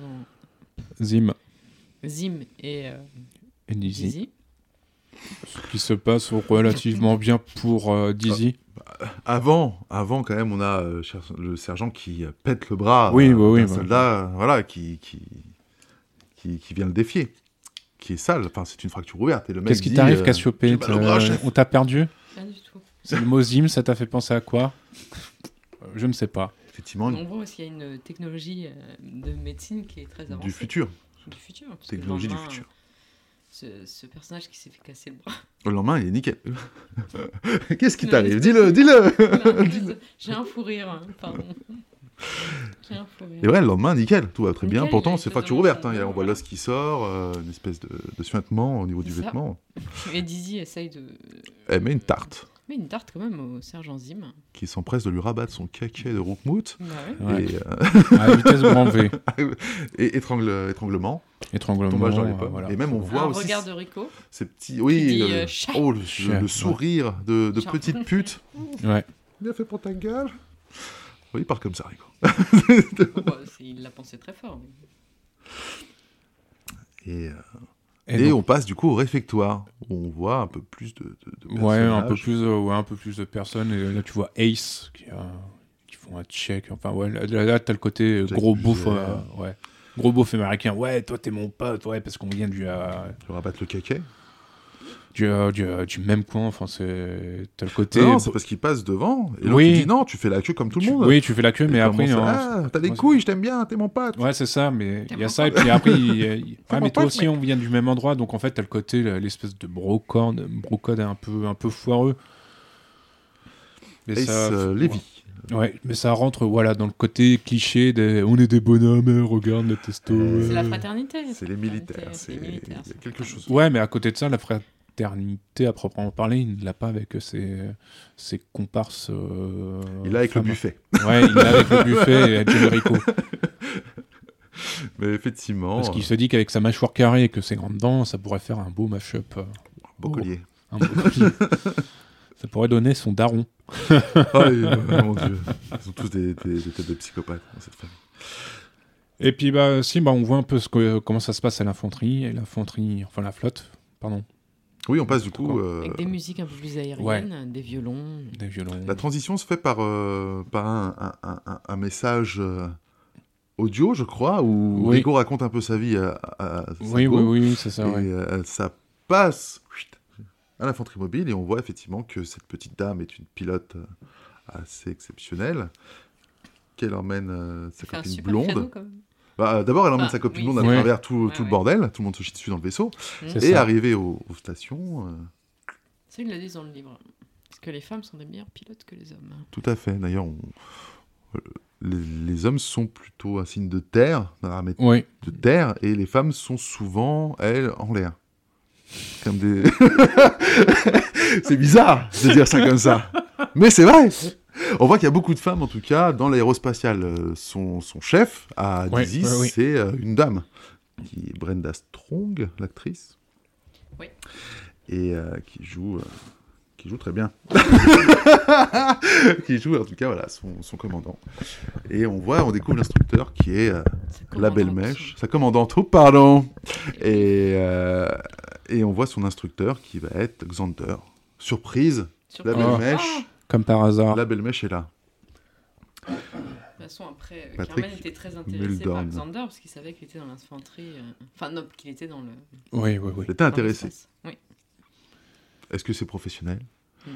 Zim
Zim et euh,
et Dizzy,
Dizzy.
ce qui se passe relativement bien pour euh, Dizzy.
Ah, avant, avant quand même, on a euh, cher- le sergent qui euh, pète le bras
Oui,
euh,
oui, oui,
d'un
bah.
soldat, euh, voilà, qui, qui, qui, qui vient le défier, qui est sale. Enfin, c'est une fracture ouverte. Et le mec
Qu'est-ce qui
dit,
t'arrive,
euh,
Cassiopée
j'ai mal au bras,
T'as-
chef.
On t'a perdu
Rien du tout.
C'est le mot Zim, ça t'a fait penser à quoi Je ne sais pas.
Effectivement,
On voit aussi qu'il y a une technologie euh, de médecine qui est très avancée.
du futur,
Du futur. parce que
technologie du
Norman,
futur.
Ce, ce personnage qui s'est fait casser le
(laughs)
bras. (laughs)
Le lendemain, il est nickel. Qu'est-ce qui
Non,
t'arrive
mais-
Dis-le, dis-le Dis-le.
J'ai un fou rire, hein, pardon. J'ai un fou rire.
Et ouais, le lendemain, nickel, tout va très bien.
Nickel, il
Pourtant,
a
c'est
une
fracture
photo dans
ouverte. hein.
son
Il y a- On voit
bras.
l'os qui sort, euh, une espèce de, de suintement au niveau du
C'est ça.
vêtement.
Et Dizzy essaye de.
Elle met une tarte
Mais une tarte quand même au sergent Zim.
qui s'empresse de lui rabattre son caquet de roukmout
Bah ouais.
Ouais.
et, euh,
À vitesse
(laughs)
grand V.
et étrangle- étranglement,
Étranglement.
tombage dans les
euh,
pommes.
voilà.
et même on
Bon.
voit
un
aussi
regard
(laughs)
de Rico.
ces petits. Oui,
dit,
le-
euh, chat.
oh, le, le-
Chat,
le
ouais.
sourire de, de
Chat.
petite (laughs) pute.
Ouais.
Bien fait pour ta gueule. Oui, il part comme ça, Rico.
Bon, bah, c'est- il l'a pensé très fort. mais-
Et, euh,
Et
et
donc,
on passe du coup au réfectoire où on voit un peu plus de. de- de
ouais, un
personnages.
peu plus, euh, ouais, un peu plus de personnes. Et là, tu vois Ace qui, euh, qui font un check. Enfin, ouais, là, là, là, t'as le côté euh,
Jack
gros beauf.
Bauer.
euh, ouais. Gros beauf américain. Ouais, toi, t'es mon pote. Ouais, parce qu'on vient du, euh,
Tu rabattes le caquet
du, euh, du, euh, du même coin. Enfin, c'est. T'as le côté.
Non, c'est parce qu'il passe devant. Et l'autre
Oui.
il dit non, tu fais la queue comme tout le
tu-
monde.
Oui, tu fais la queue,
Et
mais
puis,
après.
on
hein,
s'en- Ah, t'as des
moi, c'est-
couilles, je t'aime bien, t'es mon pote.
Ouais, c'est ça, mais il y
mon
a ça, et puis après, il y a-
(laughs)
il-
T'es mon
ouais, mais toi
pote,
aussi, on vient du même endroit, donc en fait, t'as le côté, là, l'espèce de brocode, brocode un peu, un peu foireux. Mais
Ace euh, Lévy.
Ouais. Ouais, mais ça rentre, voilà, dans le côté cliché des on est des bonhommes, euh, regarde notre testo.
Euh,
C'est
euh.
la fraternité.
C'est les militaires. C'est
les
il y
militaires,
a quelque chose.
Ouais, mais à côté de ça, la fraternité, à proprement parler, il ne l'a pas avec euh, ses, ses comparses. euh,
Il est avec le
femmes.
buffet.
Ouais, il l'a avec le
(laughs)
buffet et Generico.
Mais effectivement,
Parce
euh,
qu'il se dit qu'avec sa mâchoire carrée et que ses grandes dents, ça pourrait faire un beau mash-up. euh,
beau
oh. (laughs)
collier.
un beau collier.
(laughs)
ça pourrait donner son daron.
Ah, et, euh, mon Dieu. Ils ont tous des, des- des têtes de psychopathes dans cette famille.
Et puis, bah, si, bah, on voit un peu ce que- comment ça se passe à l'infanterie. Et l'infanterie, enfin la flotte, pardon,
Oui, on passe du coup.
D'accord.
euh,
Avec des musiques un peu plus aériennes, des violons.
des violons.
la transition se fait par, euh, par un, un- un- un- un message euh, audio, je crois, où
Oui.
Grégo raconte un peu sa vie à, à- à
Oui, oui,
Sarko.
oui, oui, c'est ça.
Et
Ah ouais.
euh, ça passe chuit, à l'infanterie mobile et on voit effectivement que cette petite dame est une pilote euh, assez exceptionnelle. Qu'elle emmène euh, sa
Fait un
copine
super
blonde.
cadeau, quand même.
Bah, euh, D'abord, elle emmène
Enfin,
sa copine
oui,
blonde à
c'est-
travers tout,
Ouais,
tout le
ouais.
bordel. Tout le monde se chie dessus dans le vaisseau.
C'est
Et
ça.
arrivé au- aux stations, euh,
Ça, ils le disent dans le livre. Parce que les femmes sont des meilleurs pilotes que les hommes.
tout à fait. D'ailleurs, on- euh, les, les hommes sont plutôt un signe de terre, dans l'armée
Oui,
de terre, et les femmes sont souvent, elles, en l'air. Comme des. (laughs) c'est bizarre de dire ça comme ça. Mais c'est vrai! On voit qu'il y a beaucoup de femmes, en tout cas, dans l'aérospatiale. Euh, Son, son chef, à
Ouais,
Dizzy,
ouais, ouais.
c'est euh, une dame, qui est Brenda Strong, l'actrice.
Oui.
Et euh, qui joue. euh, qui joue très (laughs) bien. qui joue, en tout cas, voilà, son, son commandant. Et on voit, on découvre l'instructeur qui est. euh,
Cette
la
commandante,
belle mèche, sa commandante, oh pardon Et, euh, et on voit son instructeur qui va être Xander. Surprise,
sur-
la
Ah.
belle
Ah
mèche,
comme par hasard.
la belle mèche est là.
De toute façon, après, euh,
Patrick
Carmen était très intéressé par
Muldoon.
Xander parce qu'il savait qu'il était dans l'infanterie. euh, Enfin, non, qu'il était dans le.
Oui, oui, oui.
Elle était
dans
intéressée.
l'espace. Oui.
Est-ce que c'est professionnel
Mhm.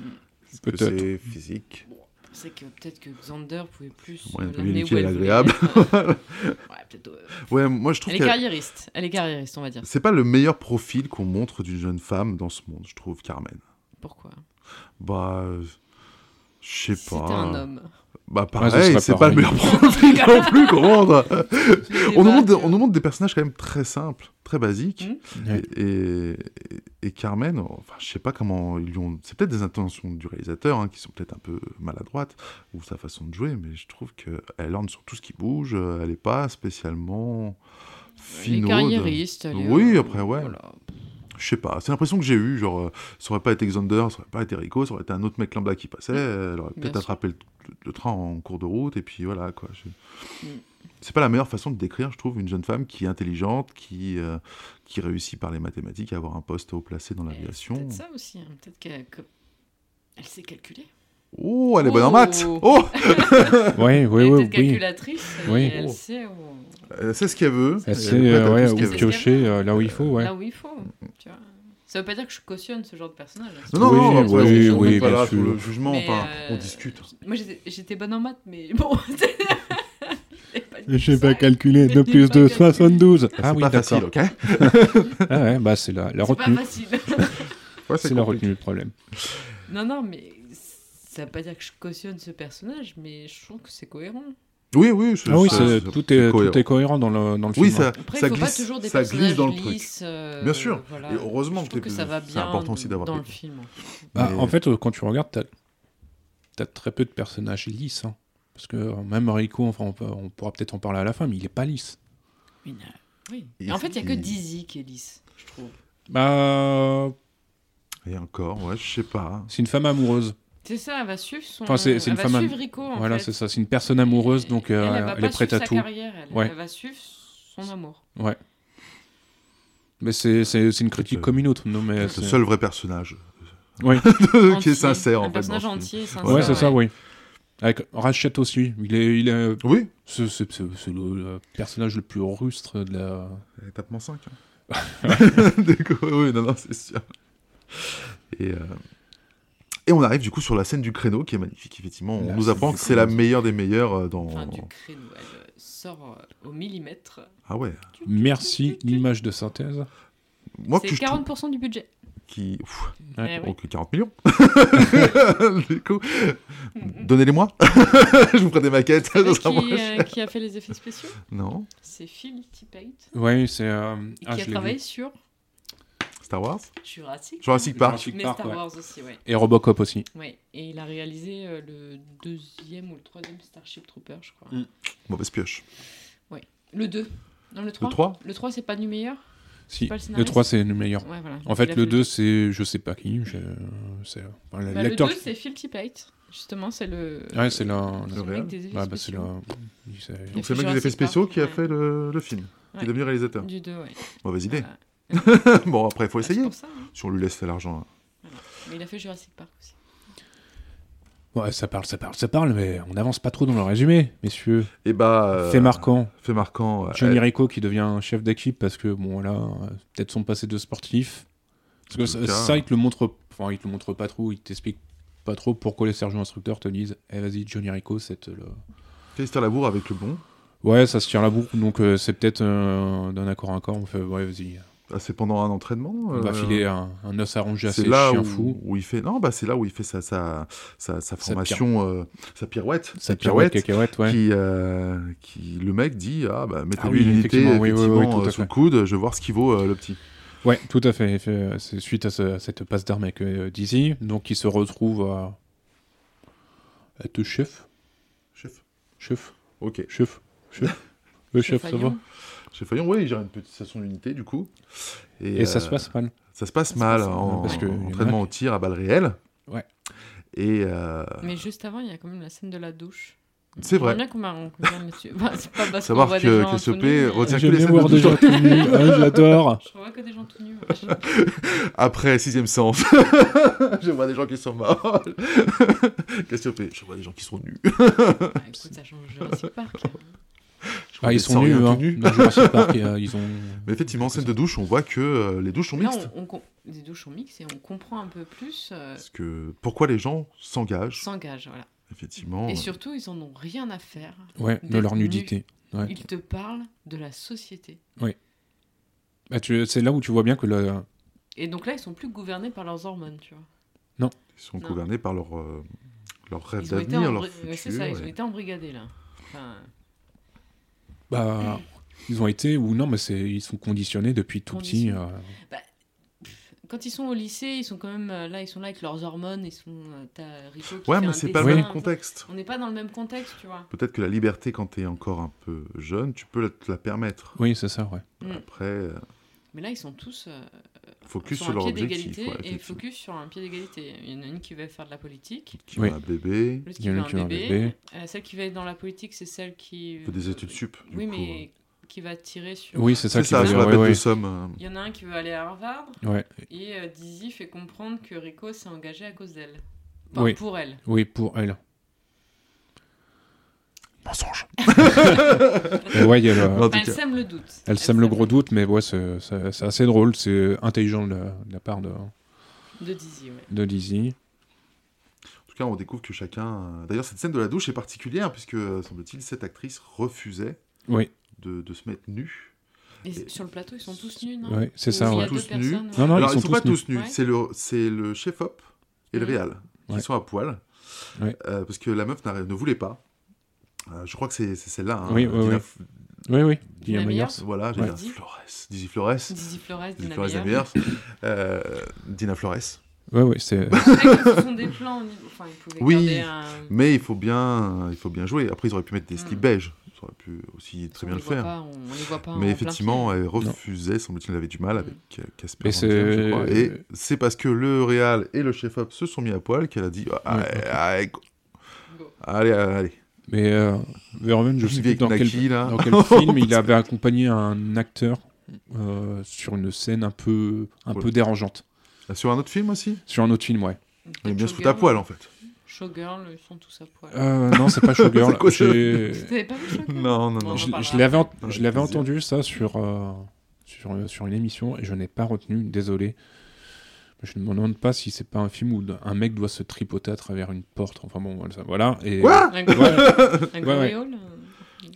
Est-ce que
Peut-être.
c'est physique
C'est que peut-être que Xander pouvait plus.
Moyen
euh,
de
l'amener
communiquer
où elle voulait
agréable.
être, euh, (laughs) ouais, peut-être. euh,
Ouais, moi je trouve
Elle est
que
carriériste. Elle est carriériste, on va dire.
c'est pas le meilleur profil qu'on montre d'une jeune femme dans ce monde, je trouve, Carmen.
Pourquoi
Bah, euh, je sais
Si C'était
pas.
un homme.
Bah
Ouais, ce
pareil,
serait
c'est pas
pareil.
le meilleur (laughs) profil non plus qu'on montre.
(laughs)
On nous, montre, on nous montre des personnages quand même très simples, très basiques.
Mhm.
Ouais.
Et, et- et Carmen, enfin, je sais pas comment ils lui ont. C'est peut-être des intentions du réalisateur hein, qui sont peut-être un peu maladroites ou sa façon de jouer, mais je trouve que elle orne sur tout ce qui bouge. euh, Elle est pas spécialement
Elle est
finaude.
carriériste. elle est,
Oui,
euh,
après, ouais. Bah,
voilà.
Je sais pas. C'est l'impression que j'ai eue. Genre, euh, ça aurait pas été Xander, ça aurait pas été Rico, ça aurait été un autre mec lambda qui passait. euh, Elle aurait
Mm. Bien
peut-être
sûr.
attrapé le, le train en cours de route et puis voilà quoi. je-
Mm.
C'est pas la meilleure façon de décrire, je trouve, une jeune femme qui est intelligente, qui euh, qui réussit par les mathématiques à avoir un poste haut placé dans
Eh, c'est
l'aviation.
Peut-être ça aussi. hein. Peut-être qu'elle que- elle sait calculer.
Oh, elle est bonne en
Oh.
maths. Oh,
Oui, oui,
elle est
oui,
peut-être
oui.
calculatrice. euh,
Oui.
Et elle
Oh.
sait où-
Euh, c'est ce qu'elle veut.
Elle sait,
est prête à
euh, ouais,
tout ce
où
qu'elle
se
veut.
piocher, euh, là où il faut, ouais.
là où il faut. Tu vois. Ça veut pas dire que je cautionne ce genre de personnage. hein.
Non, non,
Oui,
non, après,
oui,
on, on
oui,
n'est pas
bien
là pour
sûr.
le jugement,
Mais,
enfin,
euh,
on discute.
Moi j'étais- j'étais bonne en maths, mais (laughs) bon.
Je sais pas calculer
Mais
2
t'es
plus
pas
2,
calculé.
72.
C'est
Ah oui,
pas
d'accord.
facile, ok
Ah ouais, bah c'est la, la
C'est pas
retenue.
facile. (laughs)
Ouais,
C'est la
compliqué.
retenue du problème.
non, non, mais ça veut pas dire que je cautionne ce personnage, mais je trouve que c'est cohérent.
Oui, oui,
Ah oui,
ça-
c'est-
ça-
tout, est,
cohérent.
tout est cohérent dans le, dans le
Oui,
film. hein.
ça,
Après,
ça
il faut
glisse,
pas toujours des
ça
personnages
glisse dans le truc.
lisses, euh,
Bien sûr.
voilà.
Et heureusement
je trouve
que
que ça va
c'est
bien
important aussi d'avoir des-
dans le film. en fait.
Bah,
Mais-
En fait, euh, quand tu regardes, t'as as très peu de personnages lisses. hein. Parce que euh, même Rico, enfin, on, peut- on pourra peut-être en parler à la fin, mais il est pas lisse.
Oui, non. Oui.
Il-
Et en fait, il y a que
il-
Dizzy qui est lisse, je trouve.
Bah,
Et encore, ouais, je sais pas.
c'est une femme amoureuse.
C'est ça, elle va suivre son.
Enfin, c'est- c'est
elle
une
va
femme
suivre Rico. En
voilà,
fait.
c'est ça. C'est une personne amoureuse, donc euh,
elle,
elle,
elle va pas
est prête
suivre
à
sa
tout.
carrière, elle.
Ouais.
Elle va suivre son amour.
Ouais. Mais c'est c'est- c'est une critique
euh,
comme une autre. Non, mais
C'est
c'est-
le seul vrai personnage euh,
Oui.
qui (laughs)
Entier.
est sincère,
un
en fait. dans
personnage
ce film.
entier, sincère.
Ouais, c'est ça, oui. Avec Ratchet aussi. Il est, il est-
Oui,
c'est, c'est- c'est- c'est le personnage le plus rustre de la.
étapement 5. hein. (laughs) D'accord, oui, non, non, c'est sûr. Et, euh, et on arrive du coup sur la scène du créneau qui est magnifique, effectivement. On
La
nous
scène
apprend
du
que c'est la
créneau.
meilleure des meilleures euh, dans.
Enfin, du créneau, elle euh, sort euh, au millimètre.
Ah ouais.
Merci l'image de synthèse.
Moi,
C'est
que je trouve
40% du budget.
qui. Ouf,
Ouais.
Eh oui.
oh, que 40
(laughs)
millions (laughs) Du coup,
Mm,
donnez-les-moi (laughs) Je vous ferai des maquettes, (laughs) ça
Vous
sera
savez qui,
moins
euh,
cher.
qui a fait les effets spéciaux
Non
C'est Phil Tippett,
Ouais, c'est. euh,
et
ah,
qui
je
a
l'ai
travaillé
vu.
sur
Star Wars
Jurassic,
Jurassic Park
Jurassic
mais
Park,
Star
ouais.
Wars aussi, ouais.
Et Robocop aussi.
ouais. Et il a réalisé euh, le deuxième ou le troisième Starship Trooper, je crois.
Mm.
Mauvaise pioche.
Le 2. Non, le 3.
trois
Le 3, c'est pas du meilleur
Si,
pas le
le
scénariste
3, c'est le meilleur.
Ouais, voilà.
En
Il
fait,
a
le 2, c'est. Je sais pas qui. je- C'est. euh, voilà,
Bah, le
l'acteur
2,
qui-
c'est Phil Tippett. Justement, c'est le.
Ouais, c'est la-
c'est
le
mec
réel.
des effets
Ouais, bah, c'est
spéciaux.
le. il s'est-
Il a
Donc c'est le
fait
mec des effets
Jurassic
spéciaux
Park,
qui a
ouais.
fait le, le film, qui est
Ouais.
devenu réalisateur.
Du 2, ouais.
Mauvaise idée. (laughs)
Voilà.
bon, après, il faut
Ah, c'est
essayer.
pour ça, hein.
Si on lui laisse l'argent. hein.
Mais il a fait Jurassic Park aussi.
Ouais, ça parle, ça parle, ça parle, mais on n'avance pas trop dans le résumé, messieurs.
Et bah. euh,
Fait marquant.
Fait marquant. euh,
Johnny Rico qui devient chef d'équipe parce que, bon, là, euh, peut-être son passé de sportif. Parce que
En tout
ça,
cas.
ça, il te le montre, enfin, il te le montre pas trop, il t'explique pas trop pourquoi les sergents instructeurs te disent Eh, vas-y, Johnny Rico, c'est le.
Christophe Labour avec le bon.
Ouais, ça se tire la bourre, donc euh, c'est peut-être euh, d'un accord à un corps. On fait Ouais, vas-y,
Ah, c'est pendant un entraînement.
on va
euh,
filer un, un os arrangé à ces
C'est là
chiens
où,
fous.
où il fait non bah c'est là où il fait sa sa, sa, sa
Sa
formation euh, sa pirouette
Ça pire ouais, cacahuète, ouais.
qui, euh, qui le mec dit ah bah mettez-lui
Ah oui,
une unité
effectivement, oui, oui, oui,
effectivement,
tout à
euh, sous
fait.
le coude je vais voir ce qu'il vaut euh, le petit
Ouais, tout à fait. Fait, euh, C'est suite à, ce- à cette passe d'armes avec euh, Dizzy, donc il se retrouve à être chef,
chef
chef,
ok
chef, chef. Le chef, ça va.
Fagnon.
chef Fayon oui il gère une petite station d'unité du coup
Et ça se
euh,
passe mal.
ça se passe
Ça se
mal
passe mal,
en,
parce que
en
il y en a
entraînement
qui-
au tir à balles réelles
Ouais.
et euh,
Mais juste avant, il y a quand même la scène de la douche.
c'est
J'aimerais
vrai
bien qu'on m'a- qu'on vienne là-dessus. (laughs) Bah, c'est pas parce
Savoir
qu'on voit
que-
des gens
que ce
tout nus,
P
mais-
retient-
J'aime
les
bien
scènes
voir
de
des gens
douche.
tout nus, hein, j'adore.
Je vois que des gens tout nus. moi.
après sixième sens (laughs) je vois des gens qui sont morts (laughs) Cassiopée je vois des gens qui sont nus
Bah, écoute,
(laughs)
ça change Jurassic Park. hein.
Je vois
Ah,
des
ils sont
sauriens tout
nus, hein. Dans Jurassic Park, euh, ils (laughs) ont.
Mais effectivement, scène de douche, on voit que euh, les douches sont
Là,
mixtes.
on, on com- des douches en mix et on comprend un peu plus, euh,
Parce que pourquoi les gens s'engagent,
s'engage, voilà.
effectivement. euh,
Et surtout, ils en ont rien à faire.
Ouais, de
Des
leur
nus.
nudité. Ouais.
Ils te parlent de la société.
Bah, tu- C'est là où tu vois bien que le.
Et donc là, ils sont plus gouvernés par leurs hormones, tu vois.
Ils sont
Non.
gouvernés par leur, euh, leur rêve
Ils ont été,
d'avenir, leur
embri- ouais, c'est
futur.
ça, ils
et-
ont été embrigadés là. Enfin,
Bah, ils ont été ou non, mais c'est ils sont conditionnés depuis tout petit.
Conditionnés.
euh,
quand ils sont au lycée, ils sont quand même euh, là, ils sont là avec leurs hormones, ils sont. euh, T'as Rico qui
Ouais,
fait
mais
un
c'est pas le
dessin,
même
tu vois.
contexte.
On n'est pas dans le même contexte, tu vois.
Peut-être que la liberté, quand t'es encore un peu jeune, tu peux la- te la permettre.
Oui, c'est ça, ouais.
Mm.
Après, euh,
Mais là, ils sont tous euh,
focus
sur,
sur
un
leur
pied
objectif.
d'égalité
ouais,
et
effectivement.
focus sur un pied d'égalité. Il y en a une qui va faire de la politique,
Qui
Oui.
ont un bébé,
l'autre
Il
qui
y en
veut
a
un
qui veut un
bébé.
bébé.
Euh, celle qui va être dans la politique, c'est celle qui.
fait des études sup. du
Oui,
coup. euh, hein.
mais qui va tirer sur.
Oui, c'est ça
C'est
qui
ça,
veut
sur
dire,
la
ouais,
bête
ouais.
de somme. euh,
Il y en a un qui veut aller à Harvard
Ouais.
et euh, Dizzy fait comprendre que Rico s'est engagé à cause d'elle. Enfin,
Oui.
pour elle.
Oui, pour elle.
Mensonge.
Et (laughs) ouais, il y a le-
en tout
Enfin, elle
cas,
sème le doute.
Elle sème le gros
doute.
doute, mais ouais, c'est c'est- c'est assez drôle, c'est intelligent de la, de la part de,
De Dizzy, ouais.
de Lizzie.
En tout cas, on découvre que chacun. euh, D'ailleurs, cette scène de la douche est particulière, puisque, euh, semble-t-il, cette actrice refusait
Oui,
de, de se mettre nue.
Et
Et-
sur le plateau, ils sont tous nus, non
ouais, c'est
Ou
ça,
il y
ouais.
a deux
Tous nus.
personnes, ouais.
Non, non,
Alors,
ils sont tous nus.
nus.
Ouais.
C'est le, c'est le chef-op et le
Mhm.
réal
Ouais.
qui sont à poil.
Ouais.
Euh, parce que la meuf n'a- ne voulait pas. Euh, je crois que c'est c'est celle-là. hein,
Oui, oui,
Dina
oui.
F-
Oui, oui.
Dina
Dina Meyers.
Voilà, Dina
Dizzy.
Flores. Dizzy Flores.
Dizzy Flores,
Dizzy
Dina
Flores
Meyer.
Amers. Euh, Dina Flores.
Ouais, ouais,
(laughs)
c'est.
C'est vrai que Ce sont des plans au niveau. Enfin, ils pouvaient
Oui.
garder un.
Mais il faut, bien, il faut bien jouer. Après, ils auraient pu mettre des slips
Mhm.
beige. Ils auraient pu aussi très
on
bien
les
le
voit
faire.
pas, on, on les voit pas.
Mais
en
effectivement,
plein
elle refusait, semble-t-il, elle avait du mal avec euh, Casper.
Et
Van Dien, je
c'est-
crois. Et c'est parce que le Real et le chef-op se sont mis à poil qu'elle a dit Ah,
Ouais.
allez,
pied. Go.
allez, allez,
Mais euh, Verhoeven, je sais plus
Olivier
dans quel,
Knaki, là.
dans quel
(laughs)
film il avait accompagné un acteur euh, sur une scène un peu, un
Ouais.
peu dérangeante.
Ah, Sur un autre film aussi
Sur un autre film, ouais.
Il aime bien se
Joker.
foutre à poil en fait.
Showgirl, ils sont tous à poil.
(laughs)
Euh, non, c'est pas Showgirl.
C'est quoi,
j'ai-
(laughs)
Vous avez pas vu Showgirl
Non, non, non.
Bon,
je
On en parlera.
je l'avais ent- je
avec
l'avais
plaisir.
entendu ça sur, euh, sur, euh, sur une émission et je n'ai pas retenu, désolé. Je ne me demande pas si c'est pas un film où un mec doit se tripoter à travers une porte. Enfin bon, voilà, ça- voilà. Et,
Quoi
Un
Ouais.
un
ouais.
goriole, euh,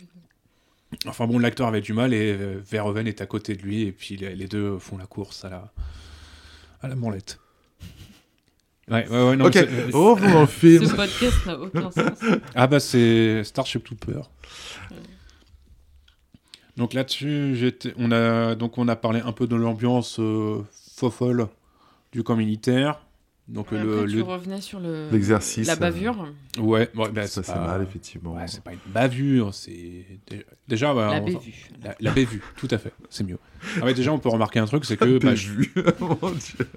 Enfin bon, l'acteur avait du mal et euh, Verhoeven est à côté de lui et puis les, les deux font la course à la, à la branlette. Ouais, ouais, ouais, non,
ok,
mais c'est-
oh, mon film.
Ce podcast n'a aucun sens.
Ah bah c'est Starship Trooper. Donc là-dessus, j'étais- on a donc on a parlé un peu de l'ambiance euh, fofolle du camp militaire. Donc
Après,
le,
tu
le-
revenais sur le...
L'exercice,
La
euh,
bavure.
ouais, bon, bah,
Ça,
c'est
c'est
pas-
mal, effectivement.
ouais, c'est pas une bavure, c'est dé- déjà bah,
la
on-
bévue.
la, la bévue, tout à fait, c'est mieux. Ah ouais, déjà on peut remarquer un truc, c'est que bah, je-
vu. (laughs) Mon Dieu.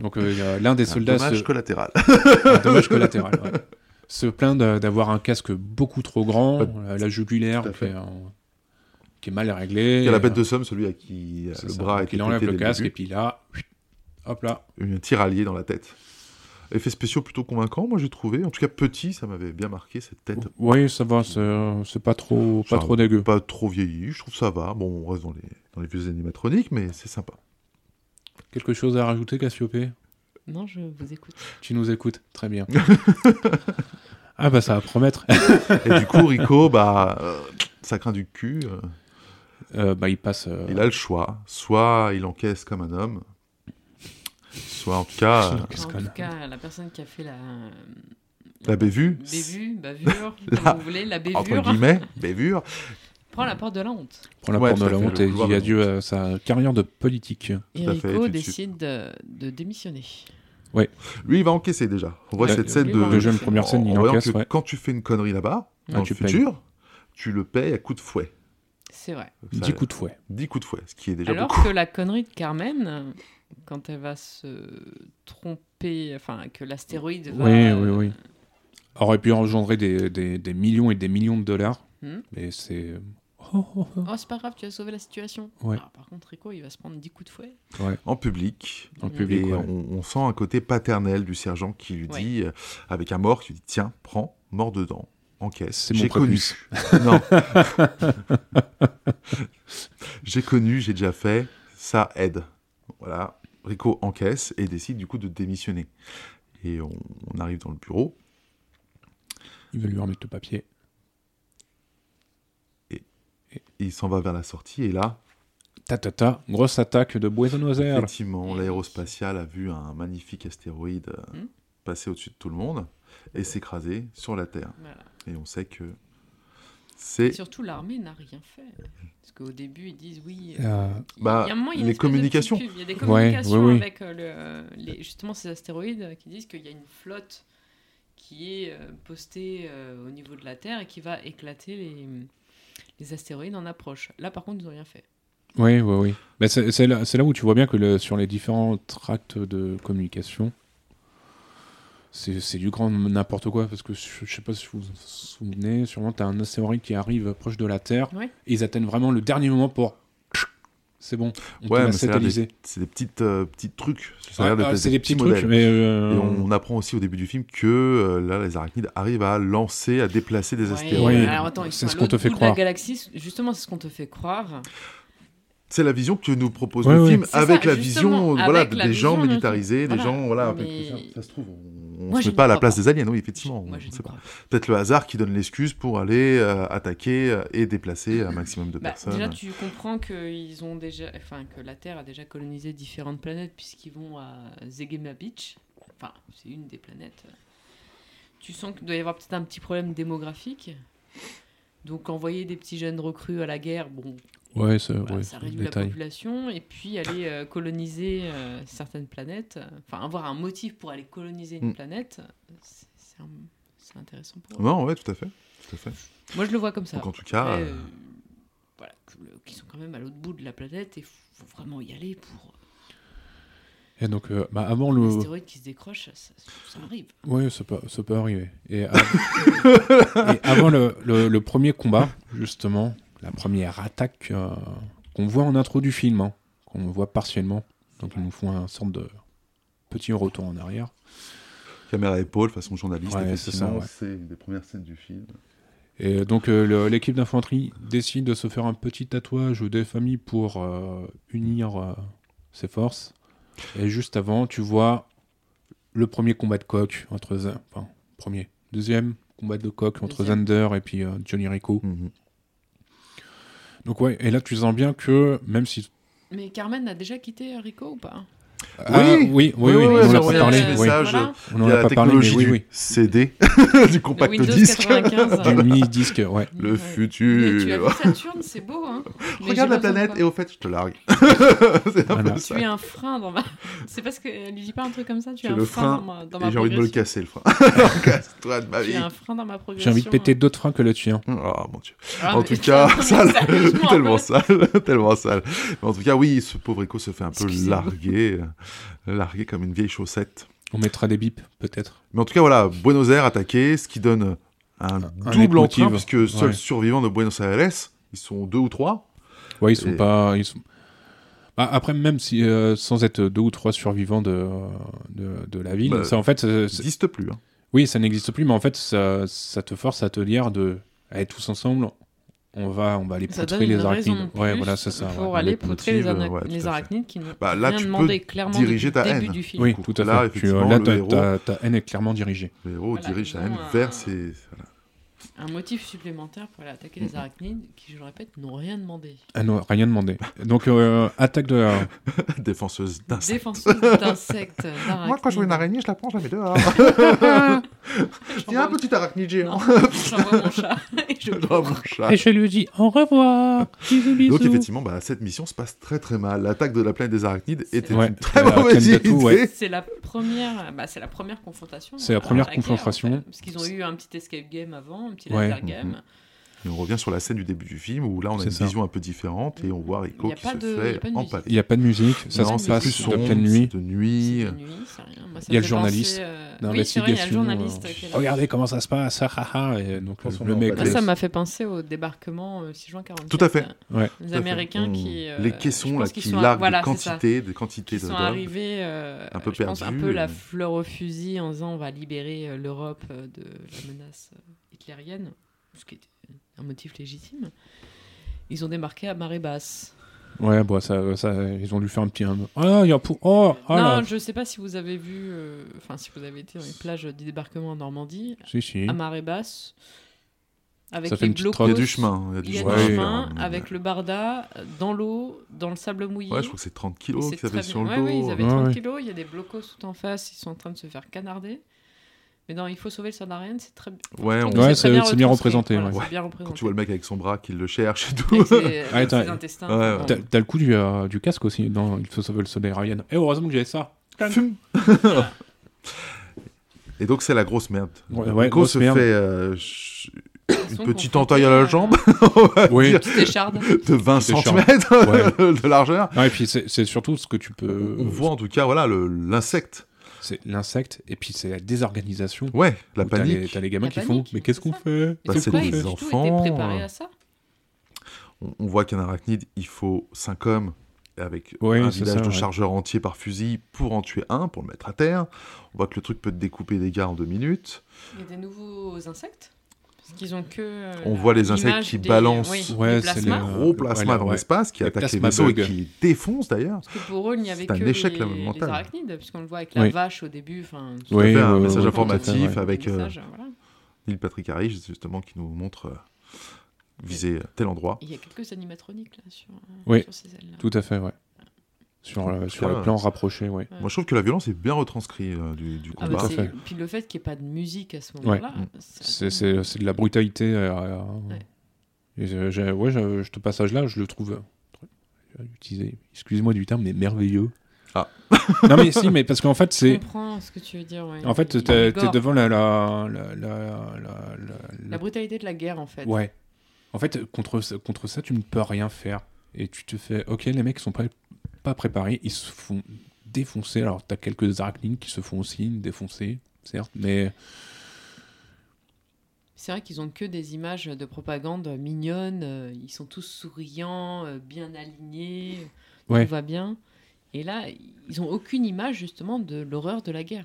donc euh, il y a l'un des
Un
soldats
Dommage
se-
collatéral.
un dommage collatéral. ouais. Se plaint d'a- d'avoir un casque beaucoup trop grand, euh,
Ouais.
la- la jugulaire
Tout à
qui
fait.
est, en- qui est mal réglée.
Il y a la bête
euh,
de somme, celui à qui euh,
c'est
le
ça.
bras
Donc,
est
Il enlève le casque et puis là, hop là.
un tiralier dans la tête. Effets spéciaux plutôt convaincants, moi j'ai trouvé. En tout cas, petit, ça m'avait bien marqué cette tête.
Oui, ça va, c'est c'est pas trop,
Ça
pas
va.
trop dégueu.
Pas trop vieilli, je trouve ça va. Bon, on reste dans les, dans les vieux animatroniques, mais c'est sympa.
Quelque chose à rajouter, Cassiopée
Non, je vous écoute.
Tu nous écoutes,
(laughs)
très bien. ah bah ça va promettre.
Et du coup, Rico, bah, euh, ça craint du cul. euh,
Euh, bah il passe. euh,
Il a le choix. Soit il encaisse comme un homme, soit en tout cas, euh,
Qu'est-ce
en
qu'on
tout
a
cas, la personne qui a fait la
la bévue,
bévue, bavure,
La-
comme vous voulez, la
entre
bévure,
guillemets, bévure,
prend la porte de la honte.
Prend la
Ouais,
porte
tout
de
à
la
fait,
honte
le
et
pouvoir
dit
de la
adieu à sa carrière euh, de politique.
Et
Tout à fait, tout
Rico
de
décide de, de démissionner.
lui il va encaisser déjà. On voit
Là,
cette scène
lui,
de,
on
Le
le
jeune
sait.
première scène,
en
il
voyant
encaisse.
que
ouais. Ah,
quand tu fais une connerie là-bas,
Ouais,
dans le
tu payes.
futur, tu le payes à coups de fouet.
C'est vrai.
Ça-
10 coups de fouet.
10 coups de fouet, ce qui est déjà
Alors
beaucoup.
que la connerie de Carmen, quand elle va se tromper, enfin que l'astéroïde va...
Oui, oui, oui. Aurait pu engendrer des, des- des millions et des millions de dollars.
Hmm.
Mais c'est. Oh, oh, oh.
Oh, c'est pas grave, tu as sauvé la situation.
Ouais.
Ah, par contre, Rico, il va se prendre 10 coups de fouet.
En public,
Dans le public.
et
ouais.
on, on sent un côté paternel du sergent qui lui
Ouais.
dit, euh, avec un mort, qui lui dit Tiens, prends, mort dedans, encaisse.
C'est mon
J'ai connu.
prépuce.
(laughs) non. j'ai connu, j'ai déjà fait, ça aide. Voilà. Rico encaisse et décide du coup de démissionner. Et on, on arrive dans le bureau.
Il veut lui remettre le papier.
Il s'en va vers la sortie et là,
Ta ta ta, grosse attaque de Buenos Aires.
Effectivement, l'aérospatiale a vu un magnifique astéroïde euh,
Hmm.
passer au-dessus de tout le monde et s'écraser sur la Terre.
Voilà.
Et on sait que
Et
c'est
surtout, l'armée n'a rien fait. Parce qu'au début, ils disent oui.
Euh,
euh, il y a
Bah,
un moment, il y a
les
une espèce de petite
communications.
pub, Il y a des communications
ouais, ouais.
avec euh, le, euh, les- justement ces astéroïdes euh, qui disent qu'il y a une flotte qui est euh, postée euh, au niveau de la Terre et qui va éclater les, les astéroïdes en approche. Là, par contre, ils n'ont rien fait.
Oui, oui, oui. Mais c'est c'est là, c'est là où tu vois bien que le- sur les différents tracts de communication, c'est c'est du grand n'importe quoi. Parce que je, je sais pas si vous vous souvenez, sûrement tu as un astéroïde qui arrive proche de la Terre.
Ouais.
Et ils atteignent vraiment le dernier moment pour. C'est bon. On
Ouais,
peut la
mais c'est là des-
satelliser.
c'est des petites euh, petites trucs. Ça a
Ouais,
l'air
ah,
d'être
C'est des petits
modèles.
trucs, mais. euh,
Et on apprend aussi au début du film que euh, là, les arachnides arrivent à lancer, à déplacer des
Ouais,
astéroïdes.
Oui.
alors attends, ils
c'est
sont
ce
à
qu'on te
l'autre
fait
bout de
croire.
La galaxie, justement, c'est ce qu'on te fait croire.
C'est la vision que nous propose
Ouais,
le
ouais.
film
C'est
avec
ça,
la vision
justement,
euh, voilà,
avec la
des gens
vision, non,
militarisés, des
voilà.
gens voilà, avec-
Mais-
ça, ça se trouve on,
Moi,
ne se
je
met
n'y
pas à la
crois
place
pas.
des aliens, oui effectivement,
Moi, je
on
n'y
sait pas.
crois pas.
peut-être le hasard qui donne l'excuse pour aller euh, attaquer euh, et déplacer un maximum de
Bah,
personnes.
Déjà, tu comprends que ils ont déjà, enfin que la Terre a déjà colonisé différentes planètes puisqu'ils vont à Zegema Beach. Enfin, c'est une des planètes. Tu sens qu'il doit y avoir peut-être un petit problème démographique. Donc envoyer des petits jeunes recrues à la guerre, bon,
Ouais, ça,
voilà,
ouais,
ça
c'est le
réduit la
détail.
population. Et puis aller euh, coloniser euh, certaines planètes, euh, enfin avoir un motif pour aller coloniser une
Mm.
planète, euh, c'est- c'est un- c'est intéressant pour eux.
Non, ouais, tout à fait. Tout à fait.
Moi, je le vois comme ça.
Donc en tout cas,
Après,
euh,
euh, voilà, que le- qui sont quand même à l'autre bout de la planète et faut vraiment y aller pour
Et donc, euh, bah, avant
un
le.
astéroïde qui se décroche, ça, ça arrive.
Oui, ça peut, ça peut arriver. Et, av- (laughs) et avant le, le- le premier combat, justement, la première attaque euh, qu'on voit en intro du film, hein, qu'on voit partiellement, donc ils nous font un sorte de petit retour en arrière.
euh,
Caméra à épaule, façon journaliste.
Ouais, c'est ça,
effectivement,
ouais.
c'est une des premières scènes du film.
Et donc euh, le- l'équipe d'infanterie décide de se faire un petit tatouage des familles pour euh, unir euh, ses forces. Et juste avant, tu vois le premier combat de coq entre Z- enfin premier, deuxième combat de coq entre
Deuxième.
Zander et puis euh, Johnny Rico. Donc ouais, et là tu sens bien que même si
Mais Carmen a déjà quitté Rico ou pas
Ah, oui, oui, oui,
Oui, oui,
on
oui,
n'a
on
pas
a
parlé,
un
oui.
message.
Voilà.
on
Il
en
y a
a
la
pas parlé, mais
technologie
oui,
du
oui,
(laughs)
CD, (laughs) du
Le
compact
Windows
disque,
95.
du mini disque, ouais.
le
Ouais. Mais tu as
futur.
vu Saturne, c'est beau,
(laughs)
hein Mais
Regarde
j'ai
la
besoin de
planète
quoi
et au fait, je te
(laughs)
largue. c'est un
Voilà.
peu
Tu
ça.
es un frein dans ma. (laughs) C'est parce qu'elle lui dit pas un truc comme ça. Tu
J'ai
es un
le frein
frein, dans ma- dans ma
Et j'ai envie de me le casser
progression.
le frein.
(laughs)
(laughs) Alors, Casse-toi de ma
Tu
vie.
es un frein dans ma progression.
J'ai envie de péter d'autres freins que le tien.
Oh mon dieu.
Ah,
en
mais-
tout
(laughs)
cas, sale, (laughs)
Sérieusement.
tellement sale, (laughs) tellement sale. Mais en tout cas, oui, ce pauvre Rico se fait un peu
Excusez-moi.
larguer, euh, larguer comme une vieille chaussette.
On mettra des bips, peut-être.
Mais en tout cas, voilà, Buenos Aires attaqué, ce qui donne un double
leitmotiv.
entrain, puisque seuls
Ouais.
survivants de Buenos Aires, ils sont deux ou trois.
Ouais, ils sont
Et-
pas. Ils sont... Bah, après, même si, euh, sans être deux ou trois survivants de, euh, de, de la ville,
Bah,
ça en fait, ça-
Ils
ça-
n'existent plus. hein.
oui, ça n'existe plus, mais en fait, ça, ça te force à te dire de allez tous ensemble, on va, on va aller
Ça
poutrer
donne une
les
raison
arachnides.
de plus
Ouais, voilà, c'est ça.
Pour
ouais.
aller
leitmotiv,
poutrer les, arna-
ouais, tout à
les
fait.
arachnides qui n'ont
Bah, là,
rien
tu
demandé
peux.
clairement
diriger
depuis
ta
le début
haine.
du film.
Oui, tout à fait.
Là,
Tu, euh,
effectivement,
là,
le
ta-
héros-
ta- ta haine est clairement dirigée.
Le héros
Voilà,
dirige la
ils ont
haine
un-
vers ses. (laughs)
Un motif supplémentaire pour aller attaquer
Mm.
les arachnides qui, je le répète, n'ont rien demandé.
Ah non, rien demandé. Donc, euh, attaque de la.
défenseuse d'insectes.
Défenseuse (laughs) d'insectes, d'arachnides.
Moi, quand je vois une araignée, je la prends, je la mets
(laughs)
dehors. (laughs) je dis un petit arachnide géant.
Non, J'envoie
(laughs)
mon chat et je
Dans mon chat.
Et je lui dis au revoir. Bisous, bisous.
Donc effectivement, bah, cette mission se passe très très mal. L'attaque de la planète des arachnides
C'est
était
vrai.
une très
Ouais,
mauvaise
Ken Tatou,
idée.
ouais.
C'est la première, bah, c'est la première confrontation.
C'est la
euh,
première
à guerre,
confrontation.
en fait, parce qu'ils ont eu un petit escape game avant, un petit
Ouais. Mm,
laser game.
Et on revient sur la scène du début du film où là on a
C'est
une
ça.
vision un peu différente et on voit Rico
Y a
qui
pas
se
de- y a
fait
pas de musique.
Il
empaler.
n'y a pas de musique, ça
non,
se
c'est
passe
plus
de
sombre,
pleine nuit.
c'est de nuit.
C'était nuit, c'est rien. Moi, ça
Euh, Il y a le
me fait
journaliste
penser, euh, oui, c'est vrai, il y a le
d'investigation.
journaliste
euh,
qui est là.
Regardez comment ça se passe, ah, ah, ah, et donc
Transformé
le
en
mec.
pâte
Moi,
Yes.
ça m'a fait penser au débarquement euh, 6 juin 47.
Tout à fait.
euh,
Ouais.
Les
Tout à fait.
Américains
On-
qui. euh,
Mmh. les
je
caissons
pense
là
qu'ils
qui
sont-
larguent
voilà,
des
c'est ça.
quantités, des quantités
Qui
de
sont
d'hommes.
arrivés, euh,
un peu
je pense, un
perdus,
peu la
euh.
fleur au fusil en disant on va libérer euh, l'Europe euh, de la menace euh, hitlérienne, ce qui est un motif légitime. Ils ont démarqué à marée basse.
Ouais, bon, ça, ça, ils ont dû faire un petit. un- Ah, il y a pour. Oh, ah là.
non, je sais pas si vous avez vu, euh, enfin si vous avez été dans les plages du débarquement en Normandie,
Si, si.
à marée basse, avec
Ça fait
les
une petite
blocos.
Il y a du chemin.
Il y a
Ouais,
du chemin
Ouais,
avec le barda, euh, dans l'eau, dans le sable mouillé.
Ouais, je crois que c'est 30 kilos
Et
qui
c'est
s'appelle
très
sur
bien.
le
Ouais, ouais,
dos.
ils avaient
Ouais,
30
ouais.
kilos, il y a des blocos tout en face, ils sont en train de se faire canarder. Mais non, il faut sauver le Sardarienne, c'est très bien.
Ouais, on-
Ouais, c'est- c'est bien représenté,
ouais.
C'est bien
quand
représenté.
tu vois le mec avec son bras qui le cherche et tout.
Avec ses-
Ah,
avec ses
attends.
intestins.
Ouais,
enfin,
ouais.
T'as t'as le coup du, euh, du casque aussi dans Il faut sauver le soleil Ryan. Et heureusement que
(laughs)
j'avais ça.
Fume. Et donc c'est la grosse merde.
Ouais, ouais,
Rico
grosse
se
merde.
fait euh, ch-
ils
une
sont
petite
confrontés
entaille à la jambe Bah, on va
Oui.
dire,
Petite
(laughs)
écharde.
de 20
Petite
cm
écharpe.
(laughs) de largeur. Euh,
Ah, et puis c'est c'est surtout ce que tu peux.
On voit en tout cas voilà le- l'insecte.
C'est l'insecte, et puis c'est la désorganisation.
Ouais, la
Où t'as les-
panique.
T'as les gamins
La
qui font.
panique,
Mais qu'est-ce
c'est
qu'on
ça.
fait
Bah,
Ils ont
c'est
pas,
des
ils ont du tout été
enfants,
préparés
euh.
à ça.
On, on voit qu'un arachnide, il faut 5 hommes avec
Ouais,
un
c'est
village
ça,
de
ouais.
chargeurs entiers par fusil pour en tuer un, pour le mettre à terre. On voit que le truc peut te découper des gars en deux minutes.
Il y a des nouveaux insectes. Parce qu'ils ont que. euh,
On voit les insectes
l'image
qui
des-
balancent.
oui,
Ouais,
des
c'est
plasmas.
les- Euh,
Gros plasma
ouais,
dans
ouais.
l'espace qui
Les
attaque les
plasma
vaisseaux et
bugs.
qui défonce d'ailleurs.
Parce que pour eux, il n'y avait
C'est un
que
échec,
les,
là,
les
mental.
arachnides, puisqu'on le voit avec la
Oui.
vache au début. Enfin,
Oui,
fait un
ouais,
message
ouais,
informatif
tout à fait, ouais.
avec, euh,
message, voilà.
Neil Patrick Harris justement qui nous montre euh, viser tel endroit.
Il y a quelques animatroniques là sur, euh,
Oui.
sur ces ailes-là.
Tout à fait, ouais. Sur, euh, sur
Ah.
le plan rapproché, ouais.
Ouais.
Moi je trouve que la violence est bien retranscrite euh, du, du
Mm. Ah
combat.
bah
Tout à
c'est-
fait. Mm.
Puis le fait qu'il n'y ait pas de musique à ce moment-là,
Ouais.
ça-
C'est c'est- c'est de la brutalité. euh, euh,
Ouais.
et, euh, j'ai- ouais, je, je- ce passage-là, je le trouve. euh, je vais l'utiliser. Excusez-moi du terme, mais merveilleux.
Ah.
non, mais si, mais parce qu'en fait,
je (laughs)
c'est.
comprends ce que tu veux dire. ouais.
En fait,
Il
t'es t'es
gore.
devant la. la, la, la, la- la-
la brutalité de la guerre en fait.
Ouais. En fait, contre, ça- contre ça, tu ne peux rien faire. Et tu te fais. Ok, les mecs sont pas, pas préparés, ils se font défoncer. Alors, t'as quelques arachnines qui se font aussi défoncer, certes, mais.
C'est vrai qu'ils ont que des images de propagande mignonnes. euh, Ils sont tous souriants, euh, bien alignés,
Ouais.
tout va bien. Et là, ils ont aucune image justement de l'horreur de la guerre.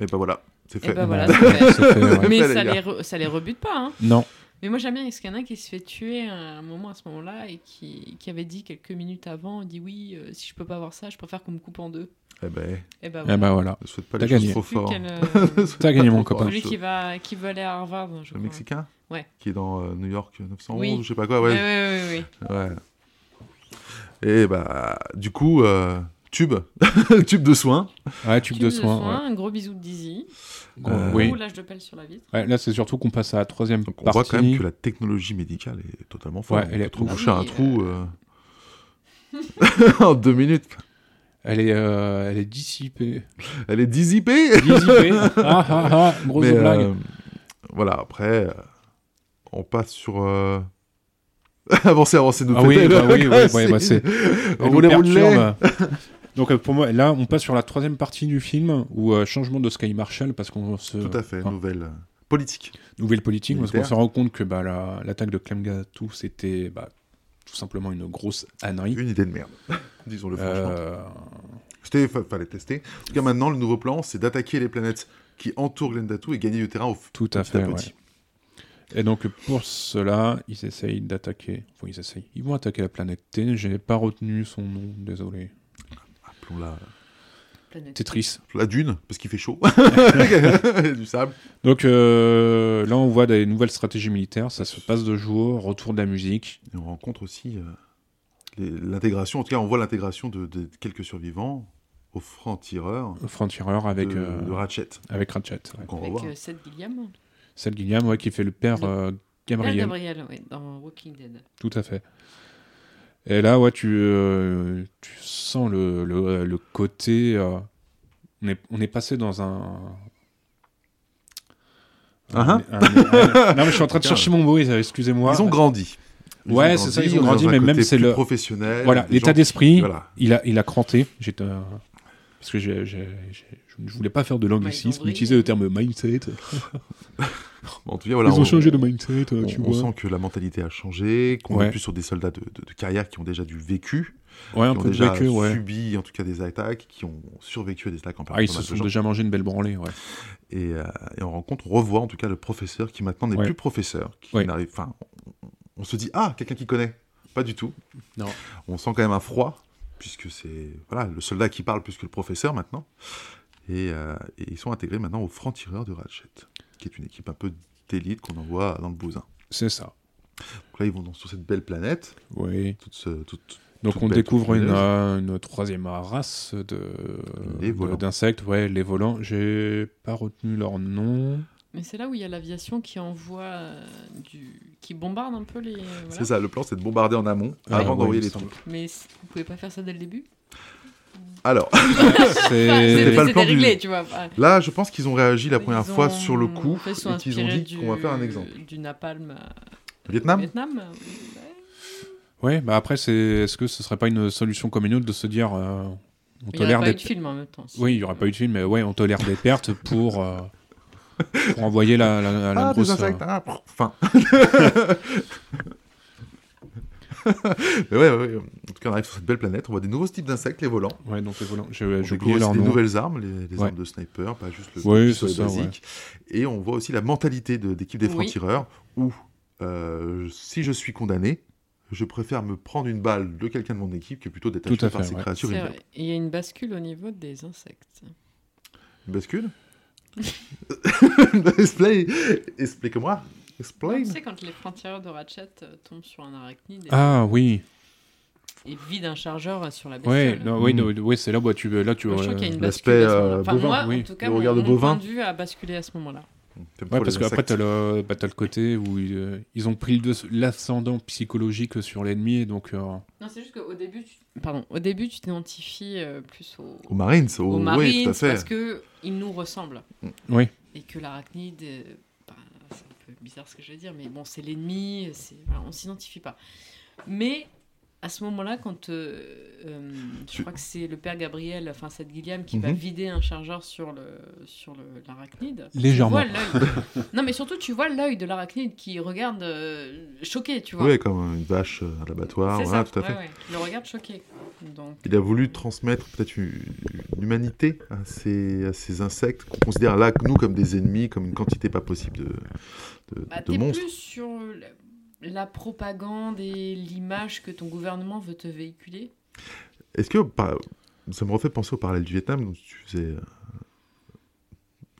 Et ben voilà, C'est
Et
fait.
ben voilà.
bah,
c'est fait.
ça fait, ouais.
(laughs) Mais
Ouais, les
ça
gars.
les, re- ça les rebute pas. hein.
Non.
Mais moi j'aime bien, il y en a qui se fait tuer à un moment à ce moment-là et qui, qui avait dit quelques minutes avant, il dit oui, euh, si je peux pas avoir ça, je préfère qu'on me coupe en deux.
Eh ben,
Et bah
Eh
voilà.
ben voilà.
ne souhaite pas
T'as
les choses trop
gagné.
Je sais plus
fort. (laughs)
quel, euh,
T'as gagné mon
Pas
copain.
celui
chaud.
qui va, qui veut aller à Harvard, je
Le
crois.
Mexicain
Ouais.
Qui est dans euh, New York 911
Oui.
ou je sais pas quoi.
Ouais,
Ah Ouais.
ouais, ouais, ouais.
Ouais. Et bah, du coup, euh, tube. (laughs) tube de soins.
Ouais, tube de soins.
Un gros bisou de Dizzy.
ouais.
Euh,
Oui.
Ouh, là, je le pèle sur la vitre.
Ouais, là, c'est surtout qu'on passe à la troisième
Donc on
partie.
voit quand même que la technologie médicale est totalement folle.
Ouais, elle
on
est
peut trop
ouf.
boucher
Ah
un
oui,
trou euh, (laughs) en deux minutes.
Elle est, euh, elle est dissipée. (laughs)
Elle est dissipée.
Dissipée. ah ah ah, grosse
Mais,
blague.
euh, voilà, après, euh, on passe sur. euh, (laughs) avancez, avancez, nous
Ah
faites-
oui, bah
(laughs)
oui, oui, ouais,
C'est-
bah c'est-
On
Elle
roulait,
nous
roulait.
perturbe. (laughs) Donc euh, pour moi, là, on passe sur la troisième partie du film où euh, changement de Sky Marshall parce qu'on se
Tout à fait,
enfin,
nouvelle euh, politique.
nouvelle politique parce qu'on
Militaire.
se rend compte que bah, la- l'attaque de Clem Gatou c'était bah, tout simplement une grosse ânerie.
Une idée de merde. (laughs) Disons-le franchement.
Euh,
C'était, fa- fallait tester. En tout cas, maintenant, le nouveau plan, c'est d'attaquer les planètes qui entourent Glendatu et gagner du terrain au f-
tout à
petit
fait.
à
ouais.
petit.
Et donc pour cela, ils essayent d'attaquer. Enfin, ils essayent. Ils vont attaquer la planète T. J'ai pas retenu son nom, désolé.
Appelons-la
Planète.
Tetris.
la dune, parce qu'il fait chaud. (laughs) Il y a du sable.
Donc euh, là, on voit des nouvelles stratégies militaires. Ça se passe de jour, retour de la musique.
Et on rencontre aussi euh, les- l'intégration, en tout cas, on voit l'intégration de, de quelques survivants aux francs-tireurs
Franc-tireur
de,
avec, euh,
de Ratchet.
avec Ratchet. ouais.
Donc on va
Avec
voir.
euh, Seth Gilliam.
Celle Gilliam, ouais, qui fait le père
Le-
euh,
Gabriel.
Gabriel.
Gabriel, ouais, dans Walking Dead.
Tout à fait. Et là, ouais, tu, euh, tu sens le, le, le côté. euh, on, est, on est passé dans un.
Ah, hein
un- un- non, mais je suis
(laughs)
en train de chercher mon mot, euh, excusez-moi.
Ils ont grandi.
Ouais,
ont
c'est ça, ils ont
dans
grandi,
un
mais
côté
même c'est
plus
le-
professionnel.
Voilà,
des gens
l'état
qui-
d'esprit,
Voilà.
il, a, il a cranté. J'étais, euh, parce que j'ai- j'ai- j'ai- je voulais pas faire de l'anglicisme,
Ouais, ils ont
utiliser le terme mindset.
En tout cas, voilà,
Ils ont
on-
changé de mindset, euh,
On,
tu
on
vois.
sent que la mentalité a changé, qu'on
Ouais.
est plus sur des soldats de, de- de carrière qui ont déjà du vécu,
Ouais, un
qui ont
peu de
déjà
vécu, ouais.
subi en tout cas des attaques, qui ont survécu à des attaques en
Ah, ils
permanence
se
de
sont
gens.
déjà mangé une belle branlée, ouais.
Et, euh, et on rencontre, on revoit en tout cas le professeur qui maintenant n'est
Ouais.
plus professeur, qui
Ouais.
n'arrive, enfin, on, on se dit ah quelqu'un qui connaît, pas du tout.
Non.
On sent quand même un froid puisque c'est voilà le soldat qui parle plus que le professeur maintenant. Et, euh, et ils sont intégrés maintenant aux francs tireurs de Ratchet, qui est une équipe un peu d'élite qu'on envoie dans le bousin.
C'est ça.
Donc là ils vont dans- sur cette belle planète.
Oui.
toute ce- toute-
Donc
Toute
on
bête,
découvre
toute
une,
punaise.
euh, une troisième race de
Les volants.
de- d'insectes, ouais, les volants. J'ai pas retenu leur nom.
Mais c'est là où il y a l'aviation qui envoie euh, du. qui bombarde un peu les. euh, voilà.
C'est ça, le plan, c'est de bombarder en amont
Ouais,
avant
ouais,
d'envoyer
il me
les
semble.
troupes.
Mais c- vous pouvez pas faire ça dès le début
Alors,
Enfin,
C'est
(laughs) C'est
pas le
c'était
plan du-
réglé, tu vois. enfin,
là, je pense qu'ils ont réagi la première
ils ont-
fois sur le coup
en fait, ils sont
et qu'ils ont
inspirés
dit
du-
qu'on va faire un exemple.
Du napalm euh,
Vietnam
Vietnam euh, ouais.
Ouais, bah après c'est est-ce que ce serait pas une solution comme une autre de se dire euh, on
Il n'y aurait
tolère
pas eu
des
de film en même temps. si.
oui, il y aurait pas eu de film, mais ouais, on tolère des pertes pour
(laughs)
euh, pour envoyer la, la, la- la
Ah,
grosse.
des
euh,
insectes ah, prr, Enfin.
(laughs)
Mais ouais, ouais, ouais. En tout cas, on arrive sur cette belle planète, on voit des nouveaux types d'insectes, les volants.
Ouais, donc les volants. J'ai
On
j'ai
découvre
oublié Euh, leur
aussi des
nom.
nouvelles armes, les, les
Ouais.
armes de sniper, pas juste le
Ouais,
pistolet
c'est ça,
basique. Et on voit aussi la mentalité de- d'équipe des
Oui.
francs-tireurs, où euh, si je suis condamné, je préfère me prendre une balle de quelqu'un de mon équipe que plutôt d'être
Tout à
acheté par
fait,
ces
ouais.
C'est
créatures.
vrai.
immondes.
Et Il y a une bascule au niveau des insectes.
Une
(laughs)
bascule Explain Explique-moi Explain
Tu sais, quand les frontières de Ratchet euh, tombent sur un arachnide et-
Ah oui,
et vident un chargeur euh, sur la
ouais,
bestiole.
non, oui,
Mm.
non, ouais, c'est là où tu là tu
Moi,
vois.
je trouve qu'il y a une
l'aspect,
bascule. à ce moment-là.
euh,
Enfin,
bovin,
moi, en
oui.
tout cas,
Le
mon,
regard de
mon
bovin.
point de vue a basculé à ce moment-là.
T'aimes
Ouais,
trop
parce
les
qu'après,
insectes.
t'as le, bah, t'as le côté où euh, ils ont pris le dessus- l'ascendant psychologique sur l'ennemi, et donc. euh,
Non, c'est juste qu'au début, tu... Pardon, au début, tu t'identifies euh, plus au...
Aux Marines, aux...
aux
oui,
marines
tout à fait. Mm.
parce que ils nous ressemblent.
Oui.
Et que l'arachnide, euh, bah, c'est un peu bizarre ce que je vais dire, mais bon, c'est l'ennemi, c'est voilà, on s'identifie pas. Mais à ce moment-là, quand euh, euh, je
Tu-
crois que c'est le père Gabriel, enfin cette Guillaume, qui va
Mhm.
vider un chargeur sur le sur le- l'arachnide, tu
Légèrement.
vois l'œil. non, mais surtout tu vois l'œil de l'arachnide qui regarde euh, choqué, tu vois.
Oui, comme une vache euh, à l'abattoir,
C'est
voilà,
ça,
tout à fait.
ouais, ouais, qui le regarde choqué. Donc,
Il a voulu transmettre peut-être une, l'humanité à ces, à ces insectes qu'on considère là, nous, comme des ennemis, comme une quantité pas possible de, de,
Bah,
de
t'es
monstres.
plus sur la, la propagande et l'image que ton gouvernement veut te véhiculer.
Est-ce que par- ça me refait penser au parallèle du Vietnam dont tu faisais, euh,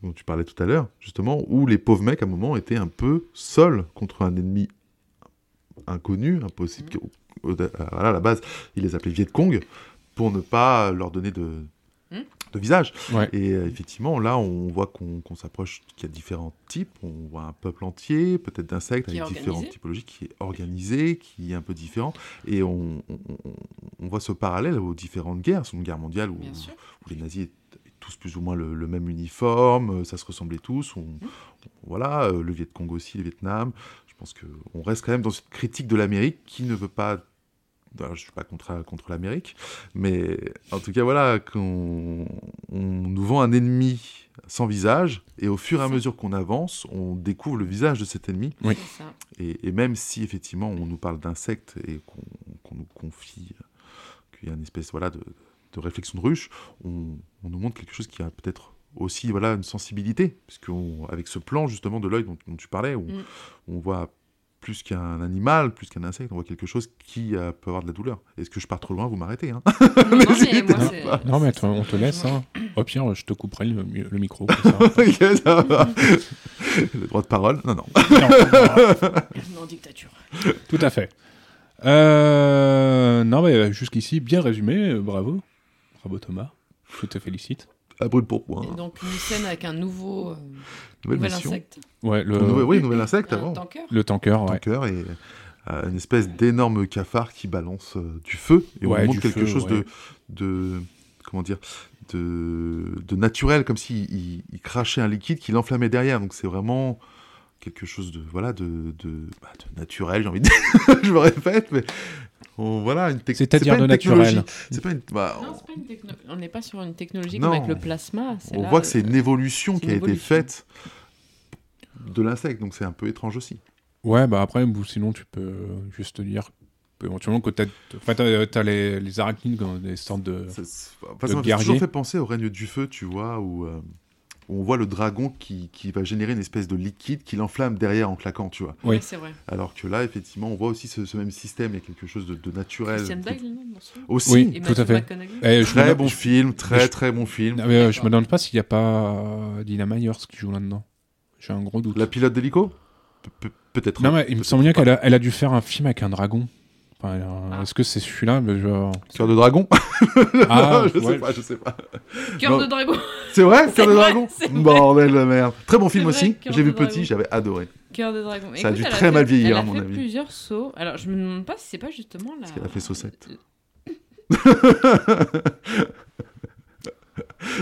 dont tu parlais tout à l'heure, justement, où les pauvres mecs à un moment étaient un peu seuls contre un ennemi inconnu, impossible. qui- au- au- à- Voilà, à la base, ils les appelaient Viet Cong pour ne pas leur donner de,
Mm.
de visage.
Ouais.
Et euh, effectivement, là, on voit qu'on qu'on s'approche, qu'il y a différents types. On voit un peuple entier, peut-être d'insectes
Qui est
avec différentes
organisé.
typologies, qui est organisé, qui est un peu différent. Et on, on- on- on voit ce parallèle aux différentes guerres, Seconde Guerre mondiale, où,
Bien sûr.
où les nazis étaient tous plus ou moins le, le même uniforme, euh, ça se ressemblait tous. on-
Mhm.
on- voilà, euh, le Viet Cong aussi, le Vietnam. Je pense que on reste quand même dans cette critique de l'Amérique qui ne veut pas. Alors, je suis pas contre, contre l'Amérique, mais en tout cas, voilà, qu'on on nous vend un ennemi sans visage, et au fur et à mesure qu'on avance, on découvre le visage de cet ennemi.
Oui.
C'est
(laughs)
ça.
Et, et même si effectivement on nous parle d'insectes et qu'on qu'on nous confie euh, qu'il y a une espèce voilà, de, de réflexion de ruche, on, on nous montre quelque chose qui a peut-être aussi voilà, une sensibilité, puisque avec ce plan justement de l'œil dont, dont tu parlais, où
Mm.
on voit plus qu'un animal, plus qu'un insecte, on voit quelque chose qui euh, peut avoir de la douleur. Est-ce que je pars trop loin Vous m'arrêtez.
(laughs)
Hein
Non, non, mais
N'hésitez
moi,
pas.
c'est-
Non, mais attends,
c'est-
on te laisse. Hein. Au pire, je te couperai le, le micro. comme (laughs) ça.
Ok, ça va. le droit de parole Non, non.
Non, non,
Non, dictature.
tout à fait. Euh, non, mais jusqu'ici, bien résumé. euh, Bravo. Bravo, Thomas. Je te félicite.
À brûle pour point.
Et donc, une scène avec un nouveau euh,
Nouvelle
nouvel
mission.
insecte.
Ouais, le,
Nouvel- oui,
(laughs)
nouvel insecte
Un
avant.
tanker.
le tanker, ouais.
cœur et euh, une espèce d'énorme cafard qui balance euh, du feu et
Ouais,
on
du
montre quelque
feu,
chose
ouais.
de, de comment dire de, de naturel comme s'il il, il crachait un liquide qui l'enflammait derrière donc c'est vraiment quelque chose de voilà de, de, bah, de naturel j'ai envie de dire (laughs) je me répète mais on- voilà une tec-
C'est-à-dire
pas
de
une
naturel.
technologie. c'est pas une bah,
Non, c'est pas une techno- On n'est pas sur une technologie
Non.
comme avec le plasma.
on, on
là,
voit que
euh,
c'est une évolution
c'est
qui
une
a été
évolution.
faite de l'insecte donc c'est un peu étrange aussi
Ouais, bah après, ou sinon, tu peux euh, juste dire éventuellement que t'as enfin, t'as- t'as les, les arachnides comme des sortes de.
Ça, c'est- enfin,
Le
ça m'a
guerrier.
toujours fait penser au règne du feu, tu vois, où, euh, où on voit le dragon qui, qui va générer une espèce de liquide qui l'enflamme derrière en claquant, tu vois.
oui.
ouais, c'est vrai.
Alors que là, effectivement, on voit aussi ce, ce même système, il y a quelque chose de, de naturel.
Christian Bale, non, dans ce film
Aussi,
Oui.
Et
Tout à
Matthew
fait.
McConaughey.
Eh, je me
très
demande-
bon
je-
film, très
je-
très bon film.
Non, mais, euh, je me demande pas s'il n'y a pas euh, Dina Myers qui joue là-dedans. J'ai un gros doute.
La pilote d'hélico Pe- pe- Peut-être.
Non, mais il me
Peut-être
semble bien
pas.
qu'elle a, elle a dû faire un film avec un dragon. Enfin, euh,
Ah.
Est-ce que c'est celui-là mais genre...
Cœur de dragon
Ah,
(laughs) Je
ouais.
sais pas, je sais pas.
Eh.
Cœur de
Non.
dragon. (laughs)
C'est vrai Cœur de
vrai,
dragon
c'est vrai.
Bordel de merde. Très bon film
vrai,
aussi,
Cœur
je l'ai
de
vu petit,
dragon.
j'avais adoré.
Cœur de dragon.
Ça a dû
elle
très
fait-
mal vieillir,
elle a
à mon
fait
avis.
plusieurs sauts. Alors, je me demande pas si c'est pas justement la.
Parce qu'elle a fait saucette.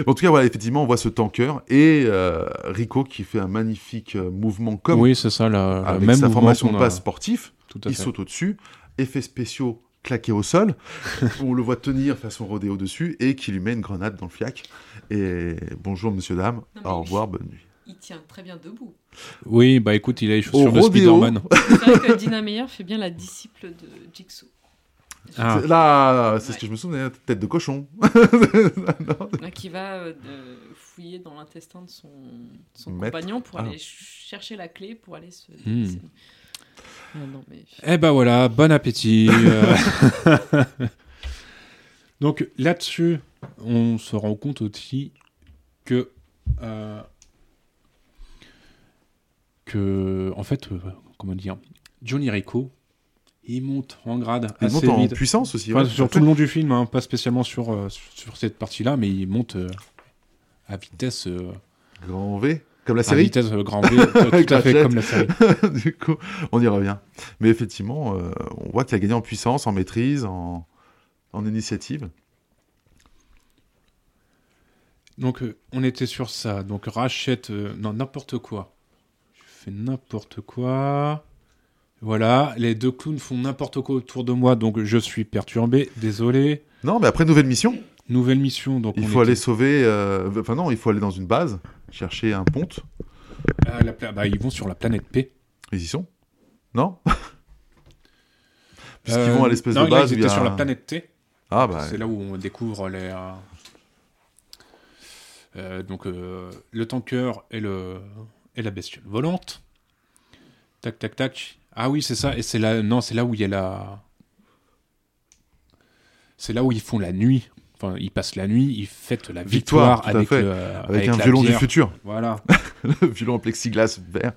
En tout cas, voilà, effectivement, on voit ce tanker et euh, Rico qui fait un magnifique euh, mouvement comme
Oui, c'est ça, la, la
avec
même
sa
mouvement
formation
qu'on
de
a-
base sportif.
Tout à
Il
fait.
saute au-dessus, effets spéciaux claqués au
(laughs)
sol. on le voit tenir façon rodéo dessus et qui lui met une grenade dans le fiac. Et bonjour, monsieur, dame.
mais
Au
oui.
revoir, bonne nuit.
Il tient très bien debout.
Oui, bah écoute, il a les chaussures de
rodéo.
Spider-Man.
(laughs)
C'est vrai que Dina Meyer fait bien la disciple de Jigsaw.
Ah.
C'est- Là, c'est ce
Ouais.
que je me souvenais, hein. tête de cochon.
Là, qui va euh, de- fouiller dans l'intestin de son, son
Maître.
compagnon pour
Ah.
aller ch- chercher la clé pour aller se.
Hmm.
se- Ah non, mais-
Eh ben voilà, bon appétit. (laughs) euh. Donc là-dessus, on se rend compte aussi que euh, que en fait, euh, comment dire, Johnny Rico, il monte en grade
Il monte
assez
en
vite.
puissance aussi.
Enfin,
ouais.
sur tout le long du film, hein, pas spécialement sur euh, sur cette partie-là, mais il monte euh, à vitesse euh,
Grand V, comme la
à
série.
vitesse euh, grand V, euh, tout à fait
Cachette.
comme la série.
(laughs) du coup, on y revient. Mais effectivement, euh, on voit qu'il a gagné en puissance, en maîtrise, en, en initiative.
Donc euh, on était sur ça. Donc rachète euh, non n'importe quoi. Je fais n'importe quoi. Voilà, les deux clowns font n'importe quoi autour de moi, donc je suis perturbé. Désolé.
Non, mais après, nouvelle mission.
Nouvelle mission. Donc
Il
on
faut
était-
aller sauver. euh, Enfin, non, il faut aller dans une base, chercher un ponte.
Ah, la pla- bah, ils vont sur la planète P.
Ils y sont Non (laughs) Puisqu'ils
Euh,
vont à l'espèce
non,
de
là,
base.
ils
où il
étaient
y a
sur la
un-
planète T.
Ah, bah.
C'est là où on découvre les. euh, Euh, donc euh, le tanker et, le, et la bestiole volante. Tac, tac, tac. Ah oui, c'est ça. Et c'est là, non, c'est là où il y a la. C'est là où ils font la nuit. Enfin, ils passent la nuit, ils fêtent la
Victoire,
victoire,
tout à
avec,
fait.
le-
Avec, un
la
violon du
bière.
futur. (laughs)
Voilà.
Le violon en plexiglas vert.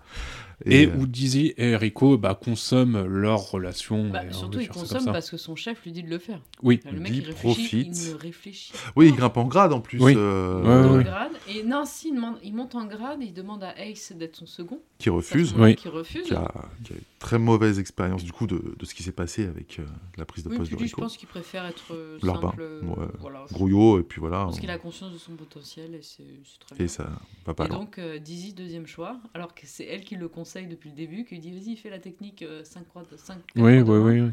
Et,
euh,
où Dizzy et Rico bah, consomment leur relation.
Bah,
et on
surtout,
va
il
dire ça comme
consomme
ça.
parce que son chef lui dit de le faire.
Oui.
Le mec,
Lui
il réfléchit, il
profite.
ne réfléchit
Oui,
pas.
il grimpe en grade en plus.
Oui.
euh,
Ouais,
monte en
ouais.
grade. Et Nancy, il, demande- il monte en grade, il demande à Ace d'être son second.
Qui refuse.
Oui.
Qui refuse.
Qui a, qui a une très mauvaise expérience du coup de, de ce qui s'est passé avec euh, la prise de
Oui,
poste
puis
de
lui, je
Rico.
pense qu'il préfère être euh,
Larbin,
simple. euh,
ouais.
voilà.
Grouillot, et puis voilà.
Parce
on-
qu'il a conscience de son potentiel et c'est c'est très bien.
Et ça va pas
et
loin.
donc, euh, Dizzy, deuxième choix, alors que c'est elle qui le conseille depuis le début, qui lui dit vas-y, fais la technique 5 croix, 5
Oui, oui,
(laughs)
oui. oui.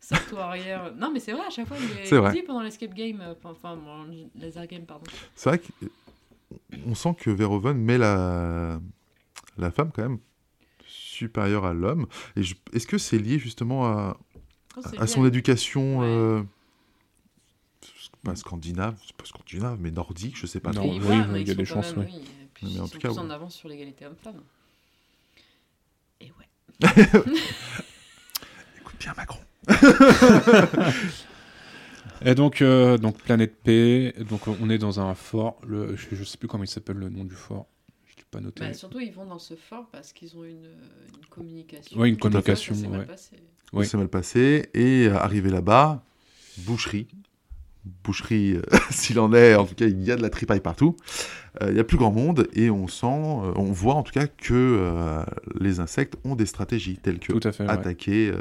Salto arrière. Non, mais c'est vrai, à chaque fois, il est-
C'est vrai.
il dit pendant l'escape game, euh, enfin, enfin, bon, laser game, pardon.
C'est vrai qu'on sent que Verhoeven met la, la femme quand même supérieure à l'homme. Et je- Est-ce que c'est lié justement à,
Ah,
Oh, c'est
à
lui,
son
elle-
éducation
Ouais.
euh, pas scandinave, c'est pas scandinave, mais nordique, je sais pas
Non,
elle
trop.
oui,
y va,
oui,
mais
il y a
ils
des
sont quand
chances,
même- oui, et puis
Mais
ils
en
sont
tout cas,
plus
ouais.
en avance sur l'égalité homme-femme. Et ouais.
Écoute bien Macron.
Et donc, euh, donc Planète P, donc euh, on est dans un fort, le, je, je sais plus comment il s'appelle le nom du fort, je l'ai pas noté.
Bah, surtout, ils vont dans ce fort parce qu'ils ont une, euh, une communication.
Ouais, une
Tout à fait, ça
communication,
s'est mal
ouais.
passé.
Oui.
C'est mal passé. Et euh, arrivé là-bas, boucherie. Boucherie, euh, (laughs) s'il en est, en tout cas, il y a de la tripaille partout. Euh, Il y a plus grand monde et on sent, euh, on voit en tout cas que euh, les insectes ont des stratégies telles que
Tout à fait, ouais.
attaquer euh,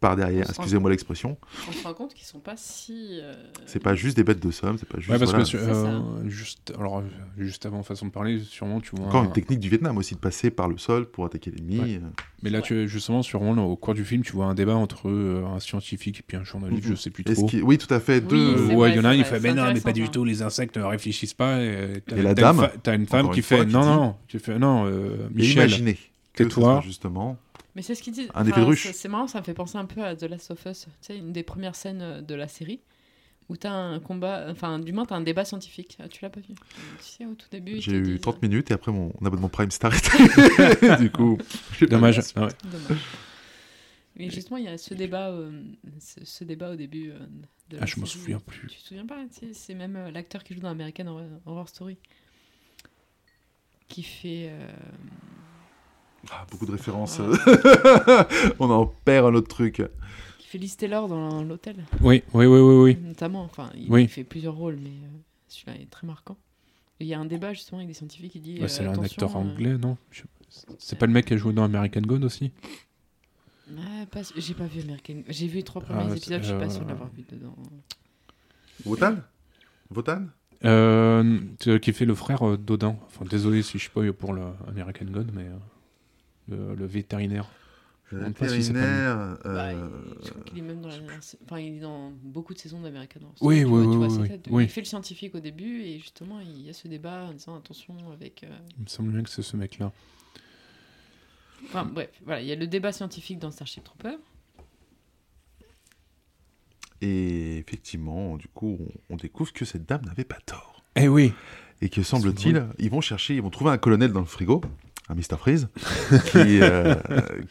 par derrière.
On se rend
Excusez-moi l'expression.
On se rend compte qu'ils sont pas si. euh,
C'est pas juste des bêtes de somme, c'est pas juste.
Ouais, parce
voilà.
que
C'est
euh, juste, alors, euh, juste avant façon de parler, sûrement tu vois.
Encore
un-
une technique du Vietnam aussi de passer par le sol pour attaquer l'ennemi. euh,
Ouais. Mais là, tu, justement, sûrement au cours du film, tu vois un débat entre euh, un scientifique et puis un journaliste,
Mhm.
je sais plus
Est-ce
trop.
qu'il- Oui, tout à fait.
Oui,
deux-
c'est
Euh,
vrai,
ouais, il y en a un, il
vrai,
fait,
c'est
mais non, mais
intéressant,
pas du
ça.
tout, les insectes ne réfléchissent pas. Et, euh, t'as-
Et la
t'as une
dame,
fa- T'as une femme
encore
qui
une fois,
fait,
qui
non,
dit-
non, tu fais, non, euh,
Et
Michel.
imaginez que ce
tais-toi.
soit justement
Mais c'est ce qu'ils disent.
Un effet de ruche.
c'est- C'est marrant, ça me fait penser un peu à The Last of Us, tu sais, une des premières scènes euh, de la série où t'as un combat, enfin, du moins t'as un débat scientifique. Ah, Tu l'as pas vu Tu sais, au tout début. ils
J'ai
te euh,
eu
disent-
30 minutes et après mon abonnement Prime s'est
(laughs)
arrêté. du coup, j'ai pas
(laughs)
(laughs)
Dommage.
eu la
Ah ouais.
Dommage. Mais justement, il y a ce débat, euh, ce, ce débat au début. euh, de la
Ah, je m'en
série.
souviens plus.
Tu te souviens pas tu sais, C'est même euh, l'acteur qui joue dans American Horror, Horror Story qui fait. euh,
suite. Ah, beaucoup de références.
Ouais.
(laughs) On en perd un autre truc.
qui fait Liz Taylor dans l'hôtel,
Oui, oui, oui, oui, oui.
notamment. Enfin, il
Oui.
il fait plusieurs rôles, mais euh, celui-là est très marquant. Et Il y a un débat justement avec des scientifiques qui dit.
Bah,
euh,
c'est un
attention,
acteur
euh,
anglais, non Je- C'est pas le mec qui a joué dans American God aussi
ah, pas- J'ai pas vu American. J'ai vu les trois
Ah,
premiers
c'est-
épisodes, je suis
euh,
pas sûr de l'avoir vu dedans.
Euh, Votan Votan
euh, t- Qui fait le frère euh, d'Odin. Enfin, désolé si je spoil pour le American God, mais euh, le, le vétérinaire. Je me demande pas s'il s'appelle-
Vétérinaire.
Bah,
euh,
il- je crois qu'il est même dans la dernière sa- enfin, il est dans beaucoup de saisons d'American Horror
Oui,
Story,
oui,
tu vois- tu
oui,
vois,
oui,
c'est
oui.
ça, de-
Oui.
Il fait le scientifique au début et justement il y a ce débat en disant attention avec. euh,
Il me semble bien que c'est ce mec-là.
Enfin bref, voilà, il y a le débat scientifique dans Starship Trooper.
Et effectivement, du coup, on, on découvre que cette dame n'avait pas tort.
Eh oui
Et que semble-t-il, ils vont chercher, ils vont trouver un colonel dans le frigo, un Mr.
(laughs)
Freeze, qui, euh,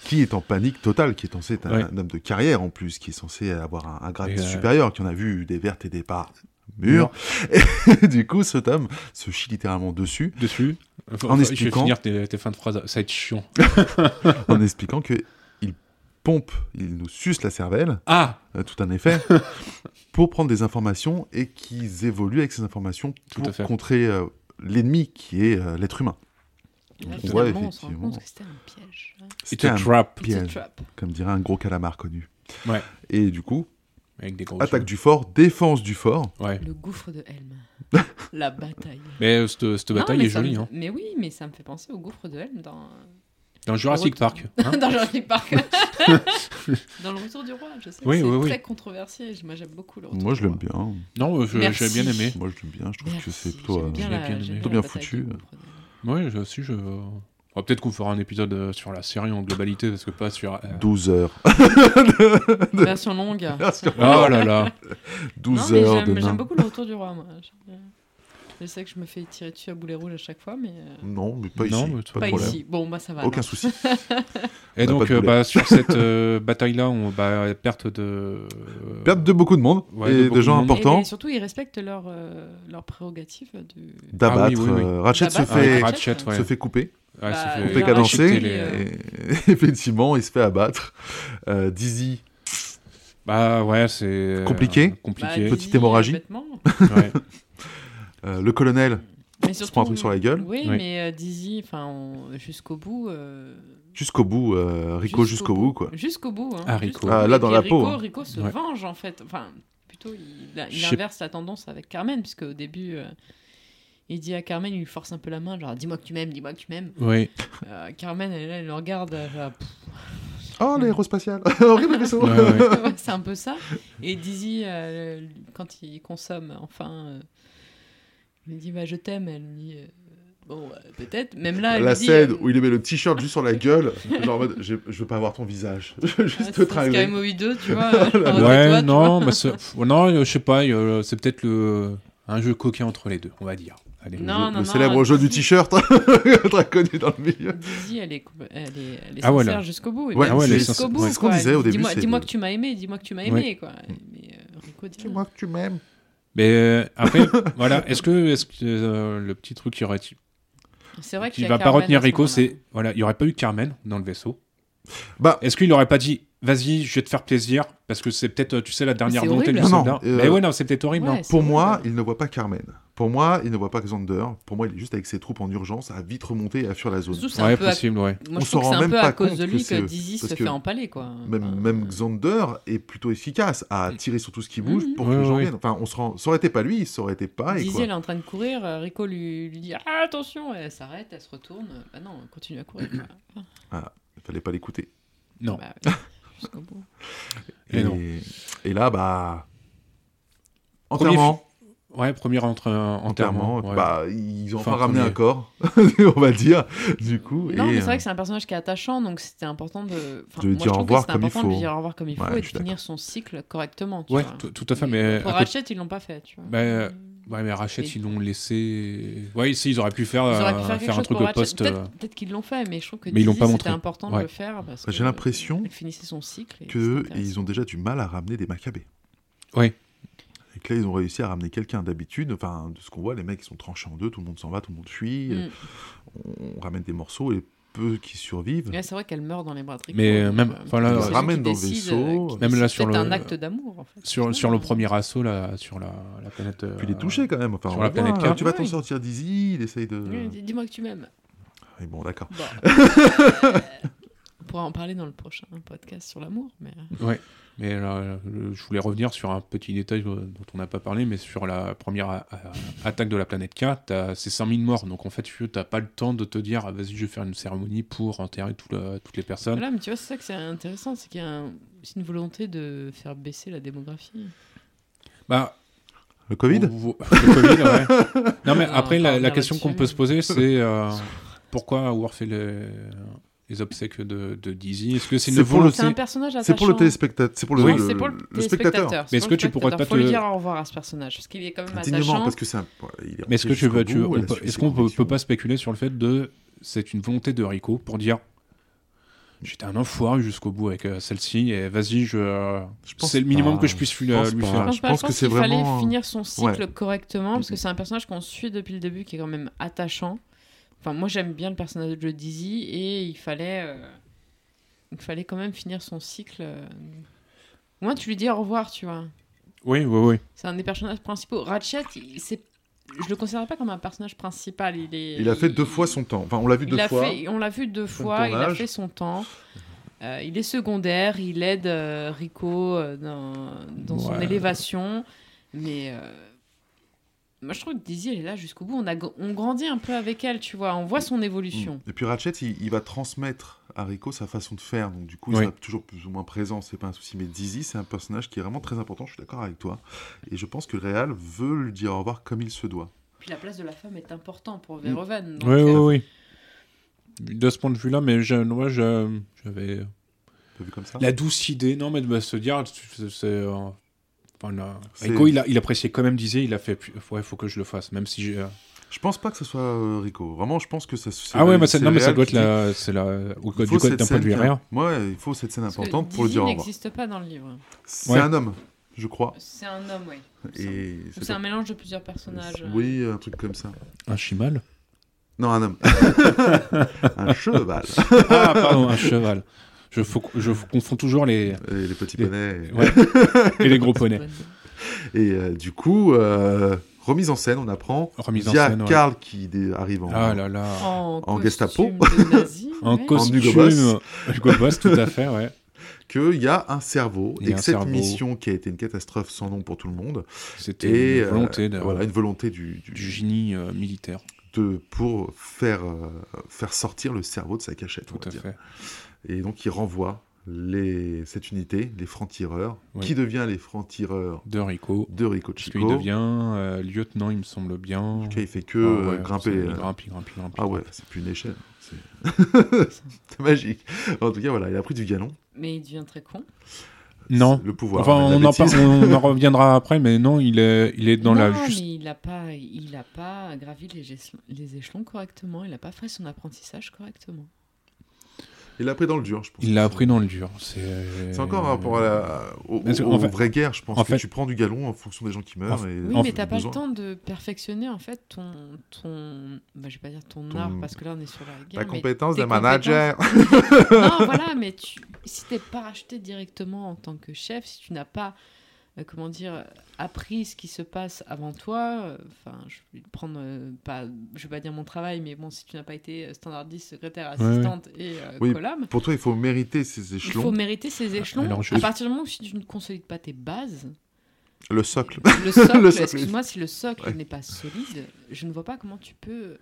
qui est en panique totale, qui est censé être un,
Ouais.
un homme de carrière en plus, qui est censé avoir un, un grade
Et, euh,
supérieur, qui en a vu des vertes et des pas mûres. (laughs) du coup, ce homme se chie littéralement dessus
Dessus. Enfin,
En
enfin, Je vais
expliquant-
finir tes, tes fins de phrase. Ça va être chiant. (laughs)
en expliquant que il pompe, il nous suce la cervelle,
Ah
euh, tout un
(laughs)
effet, pour prendre des informations et qu'ils évoluent avec ces informations
Tout à
pour
fait.
contrer euh, l'ennemi qui est euh, l'être humain.
Et là,
Ouais,
finalement, on se rend
effectivement.
compte que c'était un piège. hein.
It's
C'était
a
un
trap.
It's a
piège,
trap.
comme dirait un gros calamar connu.
Ouais.
Et du coup,
Avec des gros
attaque
yeux.
du fort, défense du fort.
Ouais.
Le gouffre de
(laughs)
Helm. La bataille.
Mais euh, cette, cette
Non,
bataille
mais
est
ça
jolie.
me-
Hein.
Mais oui, mais ça me fait penser au gouffre de Helm dans,
Dans Jurassic
Retour-
Park. hein.
(laughs) dans Jurassic
(laughs)
Park. dans le retour du roi, je sais. que
Oui,
c'est
oui, oui.
très controversé. Moi j'aime beaucoup Oh, le retour
Moi,
du
je l'aime
Roi.
bien.
non, euh, je-
Merci.
j'ai bien aimé.
Moi, je l'aime bien. Je trouve que c'est
Merci,
plutôt.
j'aime
euh,
bien
j'ai
la-
bien aimé.
j'aime
Plutôt
la
bien
bataille
foutu.
que vous
(laughs)
prenez.
Ouais, je, si, je. Enfin, Peut-être qu'on fera un épisode euh, sur la série en globalité, parce que pas sur. euh,
12 heures.
Version longue.
(laughs) Version-
Oh là là
12
Non, mais
heures
j'aime-
de
J'aime
nain.
beaucoup le retour du roi, moi. J'aime bien. Je sais que je me fais tirer dessus à boulet rouge à chaque fois, mais euh,
Non, mais pas
Non,
ici.
mais
pas
pas
de problème.
ici. Bon, bah ça va.
Aucun
alors.
souci.
Et
On a
donc,
pas de
euh,
poulet.
bah,
(laughs)
sur cette euh, bataille-là, on bah, perte de.
Perte de beaucoup de monde
Ouais, de
et de,
beaucoup de
gens
monde.
Et,
importants.
mais surtout, ils respectent leurs euh, leurs prérogatives de.
D'abattre.
Ah oui, oui, oui.
euh, Ratchet se
D'abattre,
fait,
Ah,
euh,
Ratchet, ouais. Euh,
se fait couper,
Ouais, ça
Bah,
fait-
se
on fait
fait
leur
cadencer.
racheter
les-
les-
et (laughs) effectivement, il se fait abattre. Euh, Dizzy,
Bah ouais, c'est. euh,
Compliqué.
Bah,
Compliqué.
Petite
Dizzy, euh,
hémorragie.
bêtement. (laughs)
Ouais.
euh, le colonel,
Mais
se
surtout,
prend un truc sur la gueule.
Oui,
Oui.
mais euh, Dizzy, enfin, on- jusqu'au bout. euh,
jusqu'au bout, euh, Rico jusqu'au bout, quoi.
Jusqu'au bout. hein,
Ah, Rico.
jusqu'au
Ah,
bout.
là,
Et
dans
puis
la peau,
Rico,
hein.
Rico se
Ouais.
venge, en fait. Enfin, plutôt, il, il
Je sais-
inverse la tendance avec Carmen, puisque au début, euh, il dit à Carmen, il lui force un peu la main, genre, dis-moi que tu m'aimes, dis-moi que tu m'aimes.
Oui.
Euh, Carmen, elle, est là, elle le regarde, euh, genre, Pff,
Oh, l'aérospatiale (laughs) Horrible vaisseau
Ouais, ouais.
(laughs) ouais, c'est un peu ça. Et Dizzy, euh, quand il consomme, enfin, euh, il lui dit, bah, je t'aime. Elle lui dit, euh, bon, euh, peut-être. Même là, elle
La
lui dit,
scène
euh,
où il met le t-shirt juste sur la gueule, (laughs) genre en mode, je, je veux pas voir ton visage, (laughs) Je veux
ah,
juste
c'est
te
Sky
traîner.
Movie 2,
(laughs)
tu vois. euh,
Ah
entre
Ouais,
toi, tu
non,
vois.
bah, c'est- pff, non, euh, je sais pas, euh, c'est peut-être le un jeu coquin entre les deux, on va dire. Allez.
Non,
le
non,
célèbre
non.
jeu du t-shirt, hein, (laughs) très connu dans le milieu.
Dizzy, elle est, compl- elle est, elle est
Ah ouais,
sincère
là.
jusqu'au bout. et
Ouais,
bien,
ah ouais, elle est
jusqu'au
sincère.
bout.
Ouais, c'est ce qu'on
quoi.
disait au
Elle dit,
début,
Dis-moi
c'est
dis-moi
de-
que tu m'as aimé, dis-moi que tu m'as aimé. Quoi. Mais euh, Rico dit non.
que tu m'aimes.
Mais euh, après, (laughs) voilà, est-ce que, est-ce que euh, le petit truc qui aurait, qui
C'est vrai qu'il y a
va pas
Carmen à
retenir
ce
Rico,
moment-là.
c'est voilà, il y aurait pas eu Carmen dans le vaisseau.
Bah.
est-ce qu'il aurait pas dit, vas-y, je vais te faire plaisir, parce que c'est peut-être, tu sais, la dernière
c'est
volonté
horrible.
du
Non, non,
soldat.
euh,
Mais ouais, non, c'est peut-être horrible.
Ouais,
hein.
c'est
Pour
vrai,
moi,
quoi.
il ne voit pas Carmen. Pour moi, il ne voit pas Xander. Pour moi, il est juste avec ses troupes en urgence à vite remonter et à fuir la zone.
Surtout, c'est
Ouais,
un peu à-
possible, ouais.
On
Moi, je trouve
s'en
que
rend
c'est un
même
peu
pas
à cause
compte
de
que
lui
c'est
que
eux.
Dizzy
Parce
se
que
fait empaler, quoi.
Même,
Enfin,
même Xander est plutôt efficace à tirer sur tout ce qui bouge
Mhm.
pour que
Ouais,
les gens
ouais.
viennent. Enfin, on se rend... ça aurait été pas lui, ça aurait été pas.
Dizzy,
quoi.
elle est en train de courir, euh, Rico lui, lui dit ah, attention, elle s'arrête, elle se retourne. Bah non, elle continue à courir. quoi.
Il fallait pas l'écouter.
Non.
Bah, oui, jusqu'au bout.
Et non.
et là, bah.
Premier
Enterrement.
Ouais, premier entre, enterrement.
Enterrement.
ouais.
Bah, ils ont
Enfin,
enfin ramené
premier.
un corps, (laughs) on va dire, du coup.
Non,
et,
mais c'est vrai
euh,
que c'est un personnage qui est attachant, donc c'était important de. Enfin,
De lui
moi,
dire
je
au
trouve
revoir
que c'était
comme il
important de lui
faut.
dire au revoir comme il faut
Ouais,
et
je
de
suis
finir son cycle correctement. tu
Ouais,
vois.
tout tout à fait, mais.
Pour
à côté-
Ratchet, ils l'ont pas fait, tu vois.
Bah, euh, Ouais, mais Ratchet,
Mais-
ils l'ont laissé. Ouais, si, ils auraient pu faire,
Ils
euh,
auraient pu faire, quelque
un
chose
truc
pour
de
Ratchet.
poste. euh,
Peut-être peut-être qu'ils l'ont fait, mais je trouve que
Mais ils l'ont
Dizzy,
pas montré.
c'était important
Ouais.
de le faire. parce
J'ai
que
l'impression
Elle finissait son cycle. et
que
c'était
ils ont déjà du mal à ramener des Maccabées.
Ouais.
Et que là, ils ont réussi à ramener quelqu'un d'habitude. Enfin, de ce qu'on voit, les mecs, ils sont tranchés en deux, tout le monde s'en va, tout le monde fuit. Euh,
Mm.
On, on ramène des morceaux et peu qui survivent.
Ouais, c'est vrai qu'elle meurt dans les bras de Rico.
Mais, euh,
donc,
même-
euh,
enfin, là,
c'est
euh,
lui qui
ramène dans le
décide,
vaisseau,
euh, qui-
même là,
c'est
sur
peut-être
le-
un acte d'amour, en fait.
Sur,
Non,
sur le
euh,
premier assaut, là, sur la, la planète. euh,
Puis les toucher quand même. Enfin,
Sur
on
la
le voit,
planète
hein.
Carte.
tu vas
Oui,
t'en
oui.
sortir d'Izzy, il essaye de.
Oui, dis- Dis-moi que tu m'aimes.
Oui, bon, d'accord.
Bon. On pourra en parler dans le prochain podcast sur l'amour, mais
Ouais. Mais là, le- je voulais revenir sur un petit détail euh, dont on n'a pas parlé, mais sur la première a- a- attaque de la planète K, t'as- c'est 5000 morts. Donc en fait, tu n'as pas le temps de te dire, ah, vas-y, je vais faire une cérémonie pour enterrer tout le- toutes les personnes.
voilà, mais tu vois, c'est ça que c'est intéressant, c'est qu'il y a un- c'est une volonté de faire baisser la démographie.
Bah,
Le Covid
on vous- le Covid,
(laughs)
ouais. Non, mais
Non,
après,
on
la,
va
la
revenir
question qu'on
là-dessus.
peut se poser, c'est
(laughs)
euh, pourquoi avoir fait les, les obsèques de, de Dizzy Est-ce que c'est une
C'est pour le-
C'est un
volonté
personnage attachant.
C'est pour le téléspectateur. C'est pour le,
Oui,
le-
c'est pour
le
le, téléspectateur. c'est
Mais
pour
est-ce
le
que tu pourrais
spectateur.
pas
Faut lui
te-
dire au revoir à ce personnage, parce qu'il est quand même
Dignement,
attachant.
parce que c'est un. ouais, il est
Mais est-ce que
resté
tu veux,
jusqu'au
tu,
bout,
on
elle a
peut-
suivi
est-ce
ses
qu'on peut,
convictions.
peut pas spéculer sur le fait de c'est une volonté de Rico pour dire j'étais un enfoiré jusqu'au bout avec euh, celle-ci et vas-y je, euh,
Je pense
c'est le minimum
pas.
que je puisse lui, euh,
Je pense
lui
pas.
faire.
je pense que c'est
qu'il fallait
vraiment-
finir son cycle
Ouais. Mm.
correctement parce que c'est un personnage qu'on suit depuis le début qui est quand même attachant. Enfin, moi j'aime bien le personnage de Dizzy et il fallait, euh, il fallait quand même finir son cycle. euh. Au moins tu lui dis au revoir, tu vois.
Oui oui oui.
C'est un des personnages principaux. Ratchet, il- c'est, je le considère pas comme un personnage principal. Il est.
Il a fait deux fois son temps. Enfin, on l'a vu
il
deux
l'a
fois.
fait- on l'a vu deux
Fin de
fois, il a
tournage.
fait son temps. Euh, il est secondaire, il aide euh, Rico euh, dans, dans son
Ouais.
élévation. Mais euh, moi, je trouve que Daisy, elle est là jusqu'au bout. On, a, gr- on grandit un peu avec elle, tu vois. On voit son évolution.
Et puis Ratchet, il, il va transmettre à Rico sa façon de faire. Donc, du coup, il
Oui.
sera toujours plus ou moins présent. C'est pas un souci. Mais Dizzy, c'est un personnage qui est vraiment très important. Je suis d'accord avec toi. Et je pense que le Real veut lui dire au revoir comme il se doit.
Puis la place de la femme est importante
Mm.
pour Verhoeven. donc,
Oui
euh,
oui oui. De ce point de vue-là, mais je- moi je- j'avais euh,
T'as vu comme ça
la douce idée, non mais de se dire, c'est- c'est, euh, Enfin, là,
C'est-
Rico, il, a- il appréciait quand même, disait, il a fait, pu- ouais, faut que je le fasse, même si euh, j'ai.
Je pense pas que ce soit euh, Rico. Vraiment, je pense que ça. c'est
Ah ouais,
la-
mais ça,
c'est
non, mais ça
Real
doit être
qui dit,
la, c'est la, au
il
code
faut
du code
cette
d'un point de
scène
vue
qui-
RR.
Ouais, il faut cette scène
Parce que
importante pour le dire
Dizzy
au revoir.
n'existe pas dans le livre.
C'est
Ouais.
un homme, je crois.
C'est un homme, oui. Donc
Et
C'est un euh, mélange de plusieurs personnages.
Oui, un truc comme ça.
Un chimal
Non, un
(laughs)
homme. un cheval.
Ah, pardon, un cheval. Je, faut- je confonds toujours les,
Et les petits
Les-
poneys.
ouais. et les gros poneys.
Et euh, du coup, euh, remise en scène, on apprend.
Remise en
via
scène, ouais.
Karl qui dé- arrive en.
Ah là là.
En,
En
costume
Gestapo.
de nazi,
(laughs) En
ouais.
costume.
Hugo Boss.
Hugo Boss, tout à fait, ouais.
Qu'il y a un cerveau
Il y
et
a
que
un
cette
cerveau.
mission qui a été une catastrophe sans nom pour tout le monde.
C'était une
euh,
volonté de-
voilà, une volonté du, du-
du génie euh, militaire.
de- pour faire, euh, faire sortir le cerveau de sa cachette. on
Tout
va
à
dire.
fait.
Et donc il renvoie les, cette unité, les francs-tireurs,
Ouais.
qui devient les francs-tireurs
De Rico.
de Rico
Parce
Chico.
qu'il devient euh, lieutenant, il me semble bien.
qui fait que
Ah ouais,
euh, grimper.
Il
euh,
grimpe, il grimpe, il grimpe.
Ah ouais, c'est plus une échelle. C'est c'est (laughs) magique. En tout cas, voilà, il a pris du galon.
Mais il devient très con.
Non.
Ah, C'est Le pouvoir.
Enfin,
la
on en,
bêtise.
par- on en reviendra après, mais non, il est, il est dans
non,
la
mais
juste.
il n'a pas, il a pas gravi les, gestes- les échelons correctement. Il n'a pas fait son apprentissage correctement.
Il l'a pris dans le dur, je pense.
Il l'a appris dans le dur. C'est
C'est encore un rapport à la, au,
Parce que,
au-
en
aux
fait-
vraies guerres, je pense.
en
que
fait-
tu prends du galon en fonction des gens qui meurent. et
Oui,
en
mais
fonction
t'as
des
pas
besoins.
le temps de perfectionner en fait ton, ton, bah, je vais pas dire ton,
Ton-
art parce que là on est sur la guerre.
La
mais
compétence
tes
d'un manager.
compétences-
(laughs)
non, voilà, mais tu, si t'es pas racheté directement en tant que chef, si tu n'as pas, euh, comment dire, appris ce qui se passe avant toi, euh, enfin, je vais prendre, euh, pas, je vais pas dire mon travail, mais bon, si tu n'as pas été euh, standardiste, secrétaire,
ouais.
assistante et euh,
Oui, Ah,
collab,
Pour toi, il faut mériter ces
il faut
échelons,
mériter ces échelons.
alors, je-
À partir du moment où si tu ne consolides pas tes bases,
le socle. (laughs)
le socle,
Le socle.
excuse-moi, si le socle
Ouais.
n'est pas solide, je ne vois pas comment tu peux.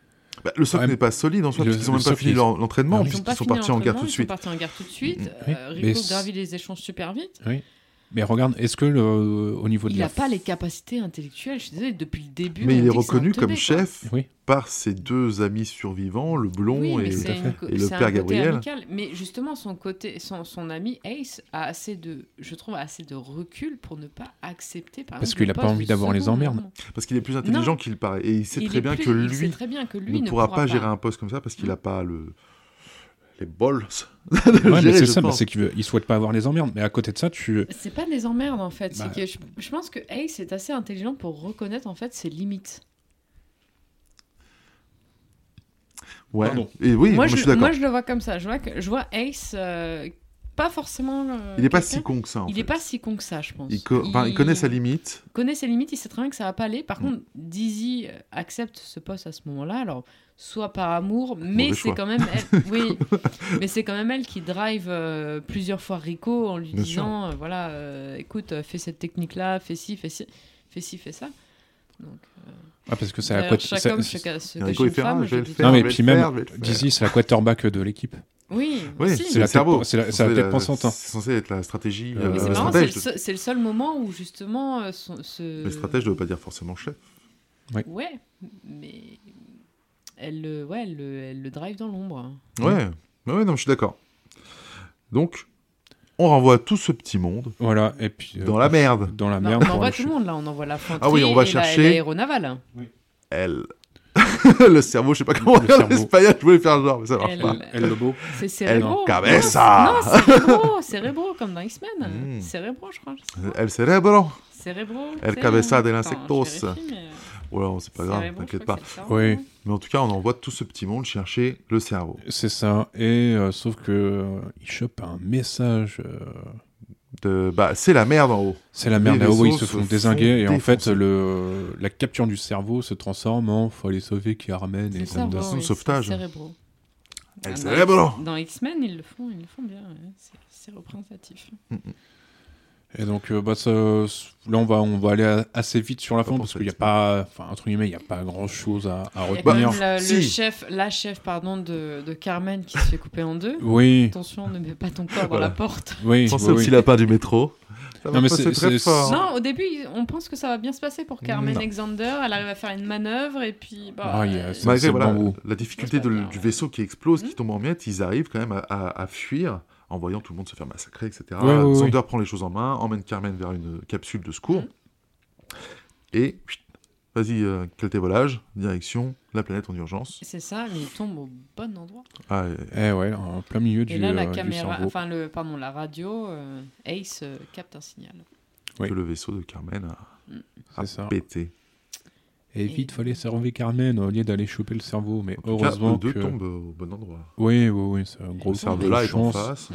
Bah, le socle
Ouais,
n'est pas solide en soi,
le-
parce qu'ils
le
n'ont même pas
socle,
fini
ils-
leur- l'entraînement,
Ils
puisqu'ils
pas
sont
finis
partis en guerre
l'entraînement,
tout de
Ils sont
suite.
partis en guerre tout de suite.
Mm.
Oui,
euh,
mais
Rico
c-
gravit les échanges super vite.
Mais regarde, est-ce que le- au niveau de
Il
la.
n'a pas les capacités intellectuelles. Je suis désolée, depuis le début.
Mais
on
il
dit
est
que c'est un
reconnu
teubé,
comme
quoi.
chef
Oui.
par ses deux amis survivants, le blond
Oui, mais
et.
c'est une co-
et le
c'est
père
un côté
Gabriel.
amical. Mais justement, son côté, son, son ami Ace a assez de, je trouve, a assez de recul pour ne pas accepter. Par
Parce
exemple,
qu'il
le
a pas
poste
envie
de
d'avoir les
second
emmerdes.
lieutenant.
Parce qu'il est plus intelligent qu'il paraît. Et il sait
Il
très
est
bien
plus-
que
il sait
lui
très bien que lui
ne pourra pas gérer un poste comme ça parce qu'il
Mm.
n'a pas le... les balls. (laughs)
Ouais, mais c'est
je
ça, mais
pense.
c'est qu'il veut- il souhaite pas avoir les emmerdes. Mais à côté de ça, tu.
C'est pas des emmerdes en fait.
Bah.
C'est que je, je pense que Ace est assez intelligent pour reconnaître en fait ses limites.
Ouais.
Pardon.
Et oui, moi,
moi,
je,
je,
suis d'accord.
moi, je le vois comme ça. Je vois, que, je vois Ace euh, pas forcément. euh,
Il n'est pas
quelqu'un-
si con que ça. En
Il
fait.
est pas si con que ça, je pense.
Il, co- enfin, il connaît sa limite.
connaît ses limites, il sait très bien que ça va pas aller. Par
Mm.
contre, Dizzy euh, accepte ce poste à ce moment-là. Alors, soit par amour, mais
Mauvais
c'est
choix.
quand même
(laughs)
elle. oui, mais c'est quand même elle qui drive euh, plusieurs fois Rico en lui
Bien
disant, euh, voilà, euh, écoute, euh, fais cette technique-là, fais ci, fais ci, fais ci, fais ça. Donc,
Ah, parce que c'est à
d'ailleurs,
côté.
chaque homme,
c'est-
chaque se cache
Rico, il
une
fait
femme.
ah, je vais le
dis-
faire.
Non, mais
je vais
puis
le
même,
faire, je vais le faire.
Dizzy, c'est la quarterback de l'équipe.
Oui,
Oui,
C'est
si.
la
le
tête-
cerveau.
c'est la- c'est la
censé
tête pensante, hein.
C'est censé être la stratégie.
Mais
Mais
euh,
c'est marrant, c'est le,
stratège.
seul- c'est le seul moment où justement euh, son- ce.
Mais stratège ne veut pas dire forcément chef.
Ouais, mais elle, le- ouais, elle, le- elle le drive dans l'ombre.
Ouais. Ouais, ouais, non, je suis d'accord. Donc, on renvoie tout ce petit monde
Voilà, et puis. euh,
dans la merde.
Dans la
Bah,
merde.
on
pour
envoie
aller
tout le monde là, on envoie la
Ah oui, on va
et la-
chercher-
l'aéronavale.
Elle. (laughs) le cerveau, je sais pas comment
Le
dire en
cerveau.
espagnol, je voulais faire genre, mais ça marche
Elle-
pas.
chez- El Lobo.
C'est cérébro.
cabeza.
Non, c'est- non, cérébro, cérébro, comme dans X-Men.
Mm.
Cérébro, je crois. je sais pas.
Euh, El cerebro.
Cérébro.
El
c'est-
cabeza del
Attends,
insectos.
je vérifie, mais, euh,
Oh là, c'est pas grave,
cérébro, je
t'inquiète
crois
pas.
que c'est ça. hein.
Oui.
Mais en tout cas, on envoie tout ce petit monde chercher le cerveau
C'est ça. Et euh, sauf que euh, il chope un message. euh,
de bah c'est la merde en haut.
C'est la merde
Les
là-haut, ils
vaisseaux
se font
se
désinguer.
font
Et en fait,
défoncer.
le, la capture du cerveau se transforme en faut aller sauver qui ramène.
C'est
Et
le cerveau,
compte
son
oui, c'est
sauvetage.
Cérébro.
El
Ah, dans-
cerebro.
Dans X-Men, ils le font, ils le font bien. ouais. C'est- C'est représentatif.
Et donc, euh, bah, ça- là, on va, on va aller a- assez vite sur la
Pas
fin
pour
parce
cette
qu'il n'y a
semaine.
pas, enfin, entre guillemets, il n'y a pas grand chose à, à
Il y a quand
retenir.
même la, le
si.
chef, la chef pardon, de, de Carmen qui se fait couper en deux.
Oui,
Attention, ne mets pas ton corps dans
Voilà.
la porte.
oui,
Pensez
oui,
au
oui.
petit lapin du métro. Ça
Non,
va
mais
passer
c'est- c'est-
très fort.
Non, au début, il- on pense que ça va bien se passer pour Carmen
Non.
Alexander. Elle arrive à faire une manœuvre et puis. Bah,
Ah, il y a-
euh,
c'est-
Malgré
le
voilà,
bambou.
la difficulté de-
Ouais, c'est pas bien,
du
ouais.
vaisseau qui explose,
Mhm.
qui tombe en miettes, ils arrivent quand même à, à- à fuir en voyant tout le monde se faire massacrer, etc.
Ouais, ouais,
Sander prend les choses en main, emmène Carmen vers une capsule de secours.
Mhm.
Et chut, vas-y, euh, quel volage, direction la planète en urgence.
C'est ça, mais il tombe au bon endroit.
Ah, et-
Eh ouais, en plein milieu du,
Et là, la
euh, du
caméra,
cerveau.
enfin, le, pardon, la radio, euh, Ace euh, capte un signal.
Oui. Ah.
que le vaisseau de Carmen
Mm.
a, a
C'est ça.
pété.
Et vite, fallait sauver Carmen au lieu d'aller choper le cerveau. Mais
En tout cas,
heureusement
eux deux
que.
tombent au bon endroit.
Oui, oui, oui, c'est un gros
Le cerveau là est en
chance.
face.
Mm.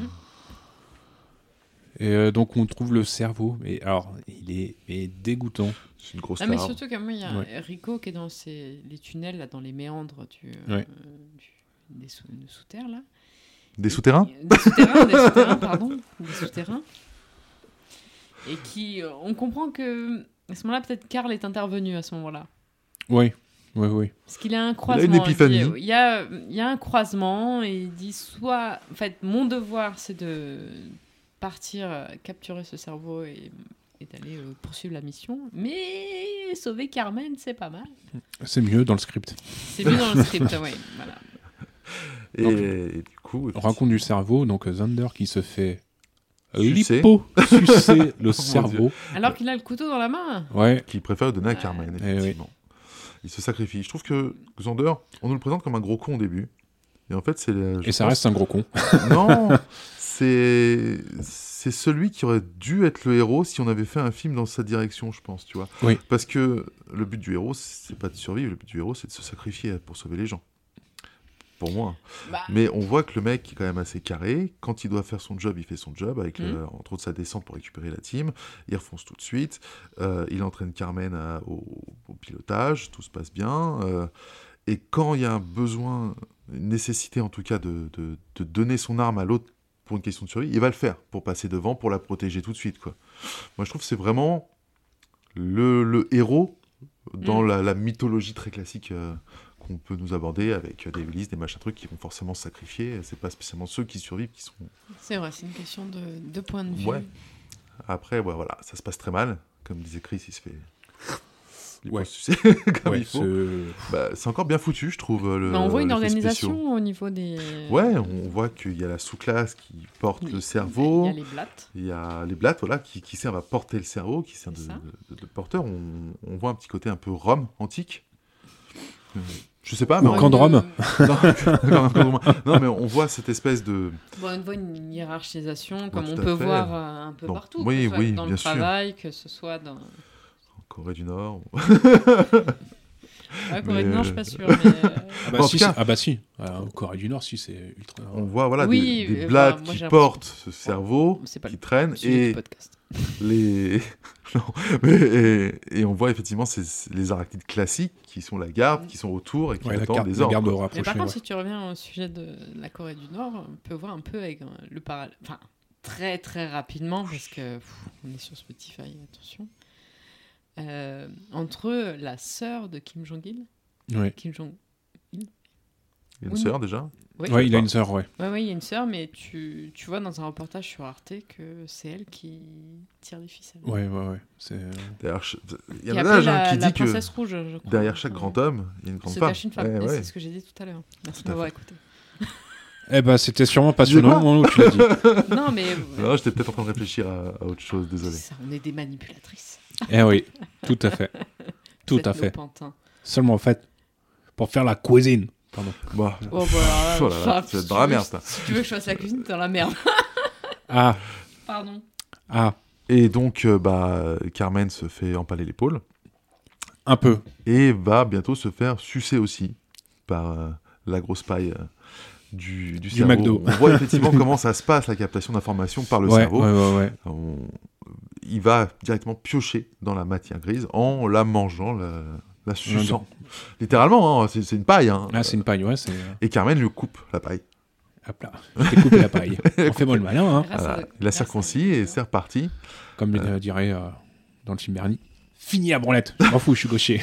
Et euh, donc on trouve le cerveau, mais alors il est, mais dégoûtant.
C'est une grosse
Ah, mais
star.
surtout qu'à moi, il y a
Ouais.
Rico qui est dans ces- les tunnels, là, dans les méandres du, euh,
Ouais.
du- des sous, des sous-terres, là.
Des souterrains
Des souterrains, des souterrains, pardon. (laughs) Des souterrains. Et qui, euh, on comprend que, à ce moment-là, peut-être Karl est intervenu à ce moment-là.
Oui, oui, oui.
Parce qu'il a un croisement.
épiphanie.
il dit- Il y a, il y a un croisement et il dit soit. En fait, mon devoir, c'est de partir euh, capturer ce cerveau et, et d'aller euh, poursuivre la mission. Mais sauver Carmen, c'est pas mal.
C'est mieux dans le script.
C'est mis dans le script, oui. Voilà.
et,
Donc,
et du coup,
On raconte du cerveau, donc euh, Zander qui se fait
Sucer.
lipo
(laughs)
sucer le
Dieu.
cerveau.
Alors qu'il a le couteau dans la main.
Ouais,
qu'il préfère donner à
Ouais.
Carmen,
Eh oui.
effectivement. Il se sacrifie. Je trouve que Xander, on nous le présente comme un gros con au début. Et en fait, c'est. la- je
et ça
pense-
reste un gros con.
Non
(laughs)
C'est c'est celui qui aurait dû être le héros si on avait fait un film dans sa direction, je pense, tu vois.
Oui.
Parce que le but du héros, c'est pas de survivre, le but du héros, c'est de se sacrifier pour sauver les gens. Pour moi.
Bah,
Mais on voit que le mec est quand même assez carré. Quand il doit faire son job, il fait son job, avec le- entre autres sa descente pour récupérer la team. Il refonce tout de suite. Euh, il entraîne Carmen à- au, au pilotage. Tout se passe bien. Euh, et quand il y a un besoin, une nécessité en tout cas de, de- de donner son arme à l'autre pour une question de survie, il va le faire pour passer devant, pour la protéger tout de suite. Quoi. Moi, je trouve que c'est vraiment le, le héros
Mm.
dans la, la mythologie très classique. euh, qu'on peut nous aborder avec euh, des villistes, des machins trucs qui vont forcément se sacrifier. C'est pas spécialement ceux qui survivent qui sont.
c'est vrai, c'est une question de, de point de vue.
Ouais. Après, ouais, voilà, ça se passe très mal. Comme disait Chris, il se fait. il
Ouais.
faut se sucer (laughs) comme
Ouais,
il faut.
ce-
Bah, c'est encore bien foutu, je trouve. euh, Le,
Mais on voit une
l'effet
organisation
spéciaux.
au niveau des.
Ouais, on voit qu'il y a la sous-classe qui porte le cerveau.
Il y a les blattes.
Il y a les blattes voilà, qui, qui servent à porter le cerveau, qui servent de,
C'est ça.
de- de porteur. On, on voit un petit côté un peu Rome antique. Euh, Je sais pas,
Ou
mais on-
Camp de Rome.
(laughs) Non, non, non, non, non, mais on voit cette espèce de.
Bon, on voit une hiérarchisation comme
tout
on
à
peut
fait.
voir euh, un peu
Bon,
partout,
oui,
que ce soit
oui,
dans
bien
le
sûr.
travail, que ce soit dans...
Corée du Nord.
Ouais, Corée du
Mais, euh,
Nord, Ah, je suis pas
(laughs)
sûre, mais...
Ah, bah,
En tout
si,
cas-
c'est- ah bah si, Euh, en Corée du Nord, si c'est ultra.
On voit voilà, des-
Oui,
des,
euh,
blattes
voilà, moi, j'ai
qui
l'impression-
portent ce cerveau,
Oh, C'est pas
qui
le
traînent,
sujet
et
du podcast.
les. (laughs) Non, mais- et, et on voit effectivement ces- ces- les arachnides classiques qui sont la
Mm.
garde, qui sont autour et qui
Ouais, la
attendent
garde,
des
la
ordres.
garde
quoi.
Mais
rapprochée.
par contre,
ouais.
si tu reviens au sujet de la Corée du Nord, on peut voir un peu avec euh, le parallèle... Enfin, très très rapidement, parce que pff, on est sur Spotify, attention. Euh, entre eux, la sœur de Kim Jong-il,
Ouais.
Kim Jong...
Il y a une
Oui.
sœur déjà.
Oui,
Ouais, il a une sœur, ouais.
Ouais, ouais, il y a une sœur, mais tu, tu vois dans un reportage sur Arte que c'est elle qui tire les ficelles.
Ouais, ouais, ouais. C'est. euh,
D'ailleurs, je- il y
Qui
a un
appelle
adage hein,
la-
qui
la
dit que
princesse rouge, je crois.
derrière chaque grand
Ouais.
homme, il y a une grande
se
femme.
cache une femme.
Ouais,
et
Eh ouais.
C'est ce que j'ai dit tout à l'heure. Merci
Tout
de
à
m'avoir écouté. (laughs)
Eh bah, c'était sûrement passionnant
quoi
au moment où tu l'as dit. (laughs)
non, mais euh,
(laughs) Non, j'étais peut-être en train de réfléchir à, à autre chose, désolé.
ça, on est des manipulatrices.
Eh oui, tout à (laughs) fait.
Vous
Tout
êtes
à
nos
fait.
pantins.
Seulement en fait, pour faire la cuisine. Pardon.
Bah,
Oh, bah, alors là,
(laughs) Oh là là,
enfin,
tu vas être
si
dans la
tu veux-
merde, ça.
Si tu veux que je fasse la cuisine, t'es dans la merde.
Ah,
Pardon.
ah,
Et donc, euh, bah, Carmen se fait empaler l'épaule.
un peu.
et va bientôt se faire sucer aussi par euh, la grosse paille euh, du, du, cerveau.
McDo.
On
(laughs)
voit effectivement comment ça se passe, la captation d'informations par le
ouais,
cerveau.
ouais, ouais, ouais.
On- Il va directement piocher dans la matière grise en la mangeant, la, la suçant. Littéralement, hein, c'est c'est une paille. hein.
Là, c'est une paille, ouais, c'est. euh,
Et Carmen lui coupe la paille.
Hop là, je t'ai coupé la paille. On fait bon le malin, hein.
Grâce
Voilà.
à-
Il la
grâce à-
circoncis et c'est reparti.
Comme euh, dirait euh, dans le film Bernie. Fini la branlette. Je m'en fous, je suis gaucher.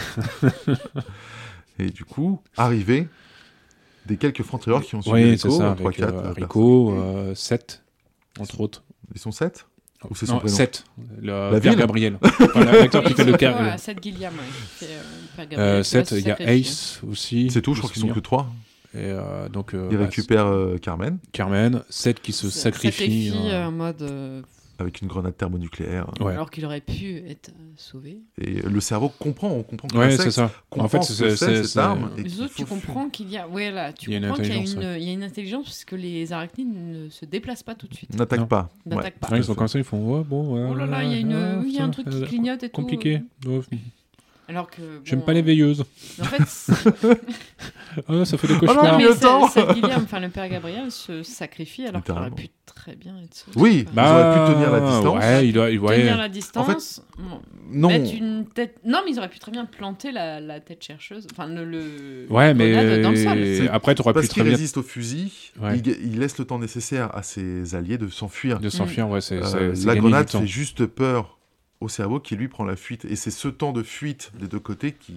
Et du coup, arrivé des quelques francs tireurs qui ont suivi
Oui,
Rico,
c'est ça,
3,
avec
4,
euh,
euh,
Rico, 7, entre autres.
Ils sont 7 Ou c'est son
Non,
prénom
7. Le
La
Père
ville (laughs)
Gabriel. Enfin, L'acteur qui fait le
cas.
cas.
7 Gilliam, ouais, qui fait, euh, Père Gabriel,
Euh,
qui va
7,
se
il y a
sacrifier.
Ace aussi.
C'est tout, je
de
crois qu'ils sont que
souvenir.
3.
Et euh, donc, euh,
Il
bah,
récupère euh, Carmen
c'est Carmen, Seth qui se
Ça-
sacrifie.
sacrifie,
hein.
en mode. euh,
avec une grenade thermonucléaire.
Ouais.
Alors qu'il aurait pu être euh, sauvé.
Et le cerveau comprend, on comprend que
euh,
Ouais,
l'insecte
c'est ça.
comprend
En fait,
ce que
c'est-
c'est
c'est-
cette
c'est-
arme. et
Les
qu'il
autres, tu
faut fuir.
comprends qu'il y a. Ouais, là, tu
Il y a une
comprends qu'il y a
intelligence,
une, il y a une intelligence parce que les arachnides ne se déplacent pas tout de suite.
N'attaque
Non.
pas.
N'attaque
Ouais.
pas.
Ouais, ils sont comme ça, ils font. ouais, bon, ouais,
Oh là là, il y a,
ouais,
une, oui, il y a un
putain,
truc qui
euh,
clignote et tout.
Compliqué. Ouais.
Alors que. bon,
J'aime pas les veilleuses. (laughs)
En fait, c'est-
Ah, ça fait des
là,
cauchemars.
Oh, mais
le
Seth-
temps.
Seth Gilliam, enfin le père Gabriel, se sacrifie alors qu'il aurait
Littéralement.
pu très bien être sauvé.
Oui,
Enfin,
Bah, Ils auraient pu tenir la distance.
Ouais, il doit, il- ouais.
Tenir la distance. bon,
Non.
Mettre une tête. Non, mais ils auraient pu très bien planter la, la tête chercheuse. Enfin, le. le
Ouais,
la grenade Dans le sol.
mais
C'est
après, Ah, tu aurais pu
Parce
très
qu'il
bien
résiste au fusil,
Ouais.
il, il laisse le temps nécessaire à ses alliés de s'enfuir.
de s'enfuir. Ouais, c'est
Euh,
c'est- c'est
la
gagner
grenade
du temps.
fait juste peur au cerveau qui lui prend la fuite. Et c'est ce temps de fuite des deux côtés qui.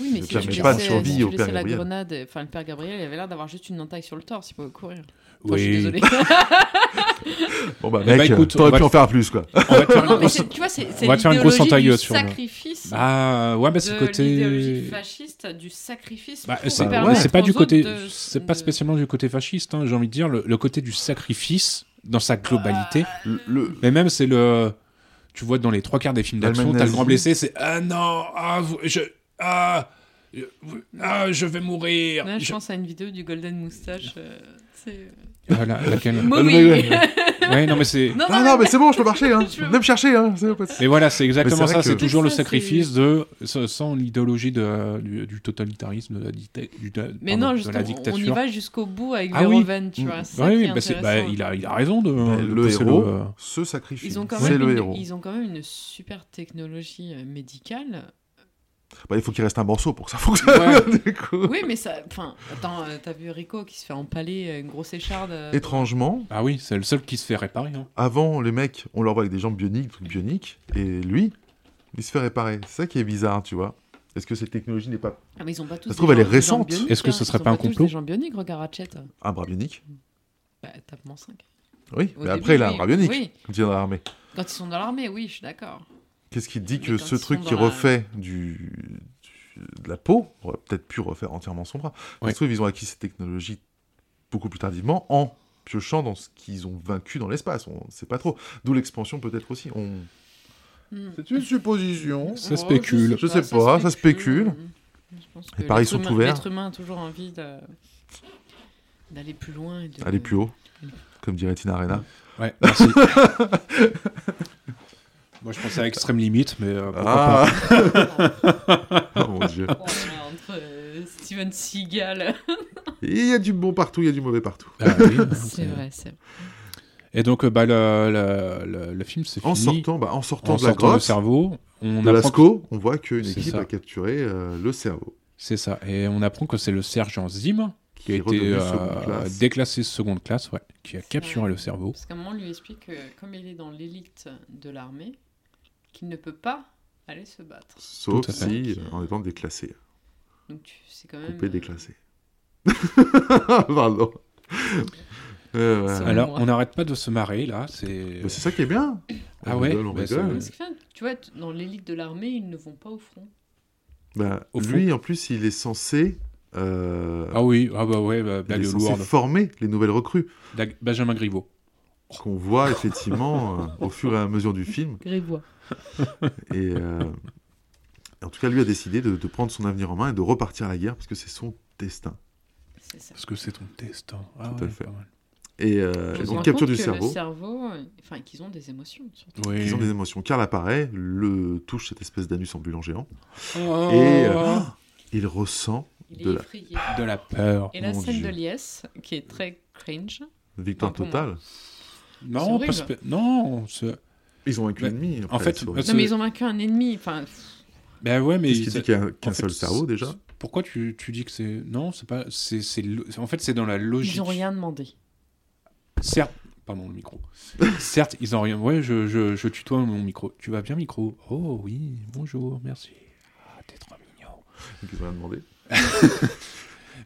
Oui, mais
ne
si tu
permet
laissais,
pas de survie
si tu
au père
laissais la
Gabriel.
grenade, euh, enfin le père Gabriel, il avait l'air d'avoir juste une entaille sur le torse, il pouvait courir. Enfin,
Oui.
Je suis
(laughs)
désolée.
Bon bah,
Eh bah,
mec, euh,
écoute, on
t'aurais
va
pu en
te-
faire plus quoi.
On va te faire
(laughs)
une
non, mais
grosse-
c'est- tu vois, c'est c'est
va te faire une grosse
l'idéologie
entaille
du
euh, sur le-
sacrifice.
Ah, ouais, bah, c'est
de
le
l'idéologie
côté.
fasciste, du sacrifice.
Bah,
pour
c'est
permettre
ouais, c'est pas
aux
du
autres
côté,
de-
c'est pas
de-
spécialement du côté fasciste. hein, J'ai envie de dire le, le côté du sacrifice dans sa globalité.
(laughs)
Ah.
Le- le-
Mais même c'est le, tu vois dans les trois quarts des films
L'Allemagne
d'action, t'as le
nazie.
grand blessé, c'est ah non, ah vous- je, ah, je, vous- ah, je vais mourir.
Ouais, je
Je-
pense à une vidéo du Golden Moustache. euh, c'est-
Voilà, ah, laquelle
Moi,
le-
oui.
le-
(laughs)
Ouais, non mais c'est,
Non,
Ah non, mais
(laughs)
c'est bon, je peux marcher. Hein.
Je-
Venez me chercher. Hein. c'est pas de-
mais voilà, c'est
vrai
exactement ça.
que-
C'est toujours
Mais
le
ça,
sacrifice de, sans- sans l'idéologie de du, du totalitarisme, de la, dicta- du- de-
Mais
pardon,
non,
de
justement,
la
on
dictature.
y va jusqu'au bout avec
Ah oui.
Verhoeven, tu vois. c'est ça
Ouais,
qui
oui,
est
bah, c'est- bah,
intéressant.
il, a, il a raison de. de
Bah, Le
pousser
héros
euh,
se sacrifie.
Ils ont quand
C'est
même
le
une-
héros.
ils ont quand même une super technologie euh, médicale.
Bah, il faut qu'il reste un morceau pour que ça (laughs) fonctionne. du coup.
Oui, mais ça. Enfin, attends, euh, t'as vu Rico qui se fait empaler euh, une grosse écharde. euh,
Étrangement,
Ah oui, c'est le seul qui se fait réparer. hein.
avant, les mecs, on leur voit avec des jambes bioniques, des trucs bioniques, et lui, il se fait réparer. C'est ça qui est bizarre, tu vois. Est-ce que cette technologie n'est pas
Ah, mais ils ont pas
Ça se
tous. des
trouve, elle est
gens- des gens
récente.
bioniques,
Est-ce que
hein,
ce
ils
serait
ont
pas un
tous
complot
des gens bioniques, regarde Ratchet.
un bras bionique
Bah, tape moins 5.
Oui, mais après, il a un bras bionique,
Oui,
quand il est dans l'armée.
quand ils sont dans l'armée, oui, je suis d'accord.
Qu'est-ce qui te dit
Mais
que
quand
ce
ils
truc
sont
qui
dans la-
refait du... du- de la peau aurait peut-être pu refaire entièrement son bras Ça
Ouais.
se trouve, ils ont acquis cette technologie beaucoup plus tardivement en piochant dans ce qu'ils ont vaincu dans l'espace. On ne sait pas trop. D'où l'expansion peut-être aussi. On...
Hmm. Oh,
C'est une supposition.
Ça spécule.
Je sais pas, ça spécule.
Hmm. Je pense
Les
que
paris
l'être
sont
humain-
ouverts.
L'être humain a toujours envie de- d'aller plus loin. Et de...
Aller plus haut, comme dirait Tina Arena.
Ouais, merci. (laughs) Moi, je pensais à Extrême Limite, mais euh, pourquoi
Ah,
(laughs) Oh,
(laughs) oh mon dieu.
entre euh,
(laughs)
Steven Seagal.
Il y a du bon partout, il y a du mauvais partout.
pas. Ah
(laughs)
oui,
C'est vrai, c'est vrai.
Et donc, euh, bah, le, le- le- le film, c'est fini.
En sortant, bah, en sortant
En
de la
sortant du
grotte,
cerveau, on
de
apprend
l'ASCO, on voit qu'une
C'est
équipe
ça.
a capturé euh, le cerveau.
que- C'est ça. Et on apprend que c'est le sergent Zim qui a
est
été
redevenu
euh,
seconde classe.
déclassé seconde classe, ouais, qui a
C'est
capturé
vrai.
le cerveau.
Parce qu'à un moment, on lui explique que comme il est dans l'élite de l'armée, qu'il ne peut pas aller se battre.
Sauf
Tout à fait.
si, euh, en étant déclassé,
Donc tu- c'est quand même.
coupé
euh,
déclassé. (laughs)
(laughs)
Pardon. Euh, ouais.
Ça-
Alors,
moi.
on n'arrête pas de se marrer, là. C'est...
Bah, c'est ça qui est bien. On
Ah ouais,
rigole, on
bah,
rigole.
euh, Parce que, enfin, tu vois, t- dans l'élite de l'armée, ils ne vont pas au front.
Bah,
Au fond.
lui, en plus, il est censé. euh,
Ah oui, ah bah ouais, bah,
il
blague
est censé
lourde.
former les nouvelles recrues
Dag- Benjamin Griveaux.
qu'on voit effectivement euh, au fur et à mesure du film.
Grévois.
Et euh, en tout cas, lui a décidé de, de prendre son avenir en main et de repartir à la guerre parce que c'est son destin.
C'est ça.
Parce que c'est ton test. hein. Ah
Tout à
ouais,
fait.
pas mal.
Et euh,
Je me
donc,
rends
capture
compte
du
que
cerveau,
Le cerveau, euh, enfin, qu'ils ont des émotions. surtout.
Oui.
ils ont des émotions. Karl apparaît, le touche cette espèce d'anus ambulant géant
Oh.
et euh, (gasps) il ressent
Il est
De la-
effrayé.
de la peur.
Et la
Mon
scène
Dieu.
de liesse, qui est très cringe.
victoire
Enfin, pour
totale.
Non,
C'est
parce que... Non, c'est-
Ils ont vaincu
Bah,
l'ennemi.
en fait,
Non, mais ils ont vaincu un ennemi. Enfin,
Ben ouais, mais...
Qu'est-ce qui
ça-
dit qu'il y a qu'un
en fait,
seul cerveau
c'est-
déjà
Pourquoi tu, tu dis que c'est... Non, c'est pas... c'est c'est lo- En fait, c'est dans la logique.
ils n'ont rien demandé.
Certes... Pardon,
(laughs)
le micro. Certes, ils ont rien... Ouais, je, je, je tutoie mon micro. Tu vas bien, micro Oh oui, bonjour, merci. Ah, t'es trop mignon.
Ils ont rien demandé. (laughs)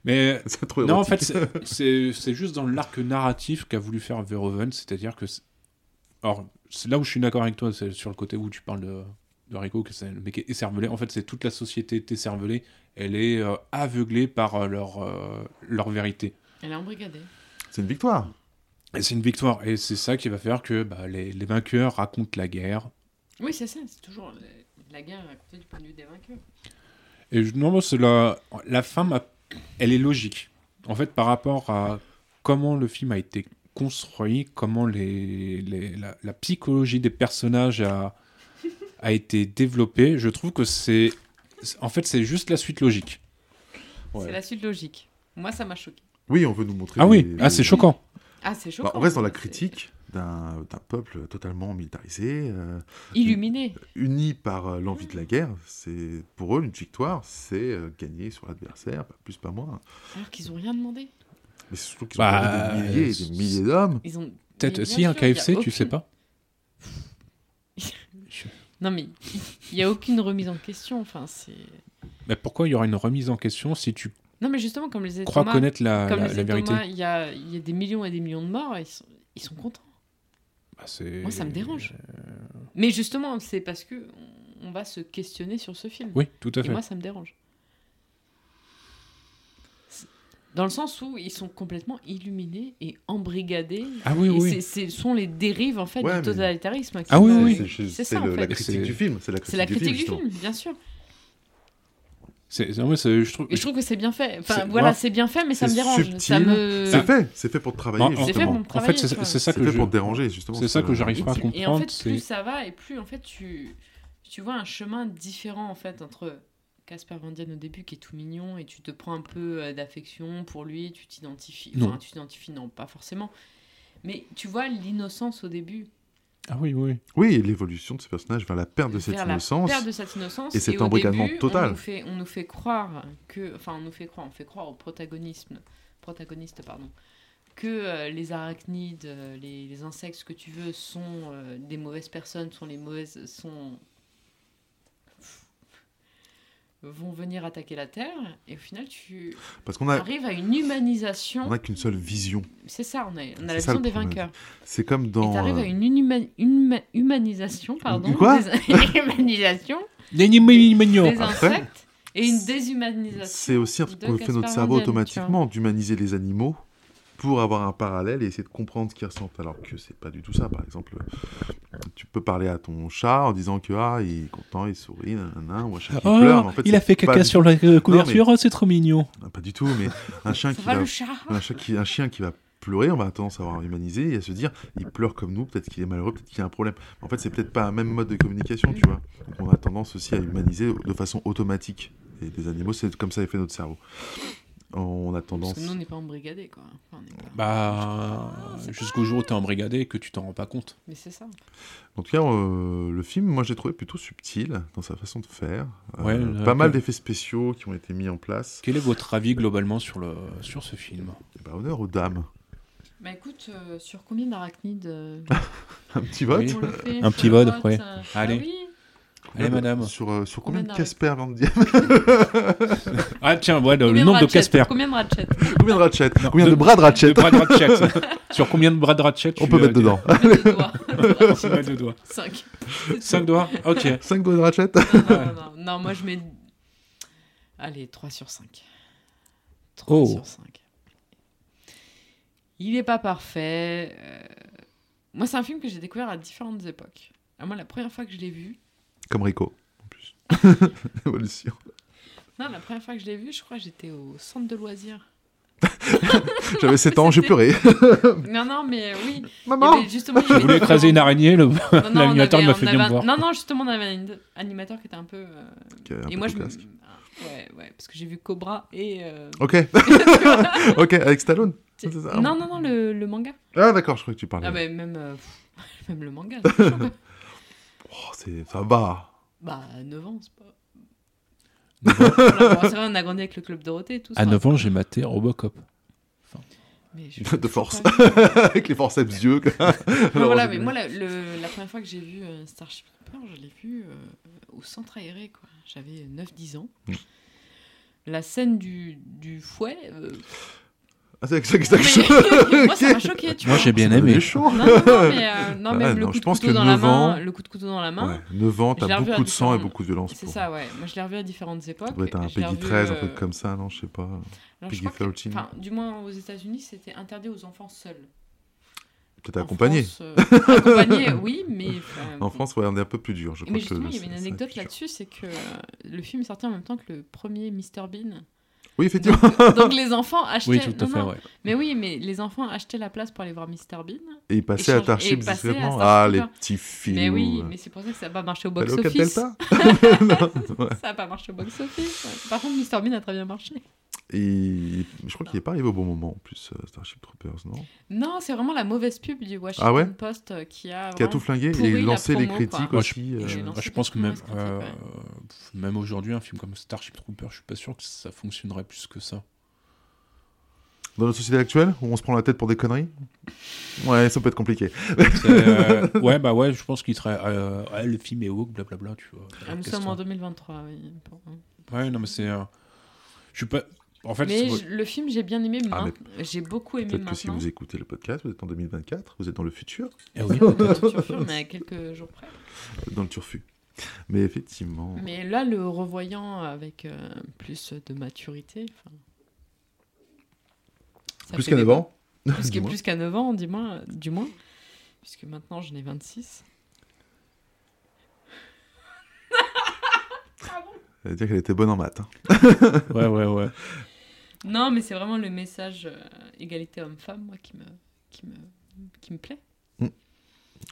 Mais...
C'est trop
Non, en
érotique.
fait, c'est- c'est c'est juste dans l'arc narratif qu'a voulu faire Verhoeven, c'est-à-dire que... c'est- Alors, c'est là où je suis d'accord avec toi, c'est sur le côté où tu parles de, de Rico, que c'est le mec est cervelé. En fait, c'est toute la société était cervelée. Elle est euh, aveuglée par euh, leur, euh, leur vérité.
Elle est embrigadée.
C'est une victoire.
Et c'est une victoire. Et c'est ça qui va faire que bah, les, les vainqueurs racontent la guerre.
Oui, c'est ça, c'est toujours la, la guerre à côté du point de vue des vaincus.
Et je- non, moi, c'est la, la fin, m'a- elle est logique. En fait, par rapport à comment le film a été construit, comment les, les- la, la psychologie des personnages a, a été développée, je trouve que c'est. En fait, c'est juste la suite logique.
Ouais.
C'est la suite logique. Moi, ça m'a choqué.
Oui, on veut nous montrer.
Ah oui,
les-
ah, c'est
les-
choquant.
Ah, c'est
Bah,
choquant. Euh,
on reste dans la
C'est
critique d'un d'un peuple totalement militarisé, euh,
Illuminé.
uni par euh, l'envie de la guerre. C'est pour eux une victoire, c'est euh, gagner sur l'adversaire, pas plus pas moins.
Alors qu'ils ont rien demandé.
Mais c'est surtout qu'ils ont
Bah,
perdu des milliers, et
c'est-
des milliers d'hommes.
Ils ont.
Peut-être,
Mais
si,
bien
un
sûr, il y a
KFC, tu sais
aucune-
pas.
Non, mais il n'y a aucune remise en question. Enfin, c'est.
Mais pourquoi il y aura une remise en question si tu
Non, mais justement, comme les
crois
Thomas,
connaître la,
comme
la-
les
la vérité
Thomas, il y a, il y a des millions et des millions de morts. Ils sont, ils sont contents.
Bah, c'est-
Moi, ça me dérange.
euh,
Mais justement, c'est parce que on- on va se questionner sur ce film.
Oui, tout à
Et
fait.
moi, ça me dérange. C'est- Dans le sens où ils sont complètement illuminés et embrigadés.
Ah oui,
et
oui.
c'est- c'est- ce sont les dérives en fait
Ouais,
du
mais-
totalitarisme. qui
Ah oui,
sont-
oui.
C'est- c'est-
C'est
C'est
ça, en
le- la
fait.
critique
C'est-
du film. C'est la
C'est la
critique,
critique du
justement.
film, bien sûr.
C'est- c'est- ouais, c'est- je trouve,
Et je trouve que c'est bien fait. Enfin,
C'est-
voilà,
moi,
c'est bien fait, mais ça me
c'est
dérange. Ça
subtil.
me...
C'est fait, c'est fait pour travailler
Non, Bah, en-
C'est fait
justement.
pour me
En fait,
travailler.
c'est
tu vois.
c'est ça
C'est
que
fait
je...
pour te déranger justement.
C'est ça que j'arrive pas à
Et en
comprendre.
fait, plus
c'est-
ça va, et plus en fait tu, tu vois un chemin différent en fait entre Casper Van Dien au début qui est tout mignon et tu te prends un peu euh, d'affection pour lui, tu t'identifies.
Non.
Enfin, tu t'identifies, non, pas forcément. Mais tu vois l'innocence au début,
Ah oui, oui.
Oui, et l'évolution de ce personnage vers la perte de cette
vers
innocence.
la perte de cette innocence.
et cet
au
embrigadement
début,
total.
On nous, fait, on nous fait croire que, enfin, on nous fait croire, on fait croire au protagonisme, protagoniste, pardon, que euh, les arachnides, euh, les, les insectes, ce que tu veux, sont euh, des mauvaises personnes, sont les mauvaises, sont vont venir attaquer la Terre. Et au final, tu
Parce qu'on a,
arrives à une humanisation.
on a qu'une seule vision.
C'est ça, on a, on a la
C'est ça,
vision
le
des
problème.
vainqueurs.
C'est comme
et
dans.
tu arrives
euh,
à une inhuma- inhuma- humanisation, pardon,
quoi
(laughs) des- humanisation des
Après,
insectes et une déshumanisation.
C'est aussi un truc
de
qu'on fait notre
Gaspard
cerveau
Mondial, tu
automatiquement, d'humaniser les animaux pour avoir un parallèle et essayer de comprendre ce qu'ils ressentent. Alors que c'est pas du tout ça. Par exemple, euh, tu peux parler à ton chat en disant que ah, il est content, il sourit, nanana, ou un chat qui
Oh,
pleure. mais en fait, c'est pas du-
la euh,
couverture,
c'est trop mignon.
Ah, Pas du tout, mais un
(laughs)
chien
Ça
qui
va
va
le chat
un, chat qui- un chien qui va pleurer, on va tendance à avoir humanisé et à se dire, il pleure comme nous, peut-être qu'il est malheureux, peut-être qu'il y a un problème. En fait, c'est peut-être pas un même mode de communication, tu vois. Donc, on a tendance aussi à humaniser de façon automatique. Et des animaux, c'est comme ça est fait notre cerveau. On a
Parce
tendance.
que nous, on n'est pas embrigadés, quoi. Enfin, on n'est pas-
Bah,
c'est
jusqu'au jour où t'es embrigadé et que tu t'en rends pas compte.
Mais c'est ça.
En tout cas, euh, le film, moi, j'ai trouvé plutôt subtil dans sa façon de faire. Euh,
Ouais, le-
pas mal
que-
d'effets spéciaux qui ont été mis en place.
Quel est votre avis globalement sur, le, sur ce film
Et bah, honneur aux dames. (laughs)
Bah écoute, euh, sur combien d'arachnides (laughs) euh,
Un petit vote.
Oui.
on le fait
Un
sur
petit
le
vote, ouais.
euh,
Allez.
ah oui
Allez, madame.
Sur, euh, sur combien de
Combien
Casper Van Dien
Ah tiens, ouais, le,
Combien
nombre de
Ratchet
Casper.
Combien de Ratchet
(laughs) Combien de Ratchet Combien de,
de-
bras de Ratchet
De bras
(laughs)
de Ratchet. sur combien de bras de Ratchet
On
tu,
peut
euh,
mettre
tu-
dedans.
Deux doigts.
Tu mets
(laughs)
deux doigts.
Cinq.
Cinq doigts Ok.
5 doigts de Ratchet
Non, non, non, non, moi, je mets... Allez, 3 sur 5. 3
Oh.
sur 5. Il n'est pas parfait. euh, Moi, c'est un film que j'ai découvert à différentes époques. Alors, moi, la première fois que je l'ai vu,
Comme Rico, en
(laughs)
plus. Évolution.
Non, la première fois que je l'ai vu, je crois que j'étais au centre de loisirs.
(laughs) J'avais 7 ans, j'ai
(laughs)
C'était-
pleuré.
Non, non, mais oui.
Maman
Et ben, justement,
Je voulais écraser une araignée, le-
Non, non, on
l'animateur
avait-
m'a
on
fait
avait
bien
un-
me voir.
Non, non, justement, on avait un animateur qui était un peu. euh,
Ok, un
Et
peu
moi, je me.
cocasque.
Ah, Ouais, ouais, parce que j'ai vu Cobra et. euh,
Ok. (laughs) ok, avec Stallone
tu-
c'est ça.
Non, non, non, le, le manga.
Ah d'accord, je croyais que tu parlais.
Ah, bah, même, euh, pff, (laughs) même
(laughs)
le manga. c'est chaud, quoi.
Oh, c'est... Ça va. (laughs)
bah, à 9 ans, c'est pas. Voilà, bon, c'est vrai, on a grandi avec le club Dorothée et tout.
À
ça.
9 ans, j'ai maté Robocop.
Mais
(laughs)
je-
De force.
Ouais.
avec les forceps yeux. quoi.
Enfin, voilà,
Alors,
mais moi, la, le- la première fois que j'ai vu euh, Starship Trooper, je l'ai vu euh, au centre aéré, quoi. J'avais 9-10 ans.
Mm. (laughs)
La scène du, du fouet, euh,
Ah, c'est c'est- c'est-
Mais- (laughs) Moi, ça m'a
Ok.
choqué, tu
Moi,
vois.
j'ai bien
Ça donne
aimé.
des chaud.
Non, non, non, mais, euh, non,
Bah Ouais,
même
non,
le, coup
je
de
pense
couteau
que
dans la
neuf ans-
main, le coup de couteau dans la main,
Ouais, 9 ans,
Je l'ai
t'as
revu à
beaucoup de sang et
différentes-
beaucoup de violence.
c'est
pour-
ça, ouais. Moi, je l'ai revu à différentes époques.
Ça doit être un
Je l'ai
Peggy
revu,
13, un
euh,
truc comme ça, non, je sais pas.
alors, je
Peggy
crois que-
13.
enfin, du moins aux États-Unis, c'était interdit aux enfants seuls.
Peut-être
En
accompagné.
France, euh, accompagné, oui, mais.
(laughs)
enfin,
En France, ouais, on est un peu plus dur, je crois.
Mais
que
justement, il y
c'est-
avait une
c'est
anecdote
plus dur.
là-dessus, c'est que euh, le film est sorti en même temps que le premier Mr
(laughs)
Bean.
Oui, effectivement.
Donc les enfants achetaient.
Oui, tout à
non,
fait,
non,
ouais.
Mais oui, mais les enfants achetaient la place pour aller voir Mr Bean.
Et il passait à
échange- et
Tarchip
passer à
discrètement.
Starship
Ah, les
Trooper.
petits films.
mais oui, mais c'est pour ça que ça n'a pas marché au
Allô,
box-office.
Capelta (laughs)
(laughs) Ça n'a pas marché au box-office. Par contre, Mr Bean a très bien marché.
Et je crois qu'il n'est pas arrivé au bon moment, en plus, euh, Starship Troopers, non
Non, c'est vraiment la mauvaise pub du Washington
Ah ouais
Post euh, qui a.
Qui a
vraiment-
tout flingué
pourri
et
la
lancé les
promo,
critiques
quoi.
aussi.
Et
euh,
j'ai
Ah,
lancé
je pense que
beaucoup de
même,
mauvaises critiques,
euh,
ouais.
pff, même aujourd'hui, un film comme Starship Trooper, je suis pas sûr que ça fonctionnerait plus que ça.
Dans notre société actuelle, où on se prend la tête pour des conneries Ouais, ça peut être compliqué. (laughs)
C'est, euh, ouais, bah ouais, je pense qu'il serait. euh, ouais, le film est woke, blablabla, tu vois.
Ah, nous
Qu'est-ce
sommes en
que-
2023, oui. Bon.
Ouais, non, mais c'est. euh, je suis pas. En fait,
Mais
c'est-
je- le film, j'ai bien aimé.
Ah,
main- J'ai beaucoup aimé
Peut-être que
maintenant.
si vous écoutez le podcast, vous êtes en 2024, vous êtes dans le futur, euh, (laughs)
Eh oui.
Sur- sur film, mais à quelques jours près.
dans le turfu. Mais effectivement,
Mais là, le revoyant avec euh, plus de maturité. enfin, ça
plus
fait
qu'à 9
débat. (laughs)
ans.
Plus que-
dis-moi.
plus qu'à 9 ans, dis-moi, euh, du moins. Puisque maintenant, j'en ai 26.
Ça veut dire qu'elle était bonne en maths. hein.
ouais, ouais, ouais.
Non, mais c'est vraiment le message euh, égalité homme-femme, moi, qui me, qui, me, qui me plaît.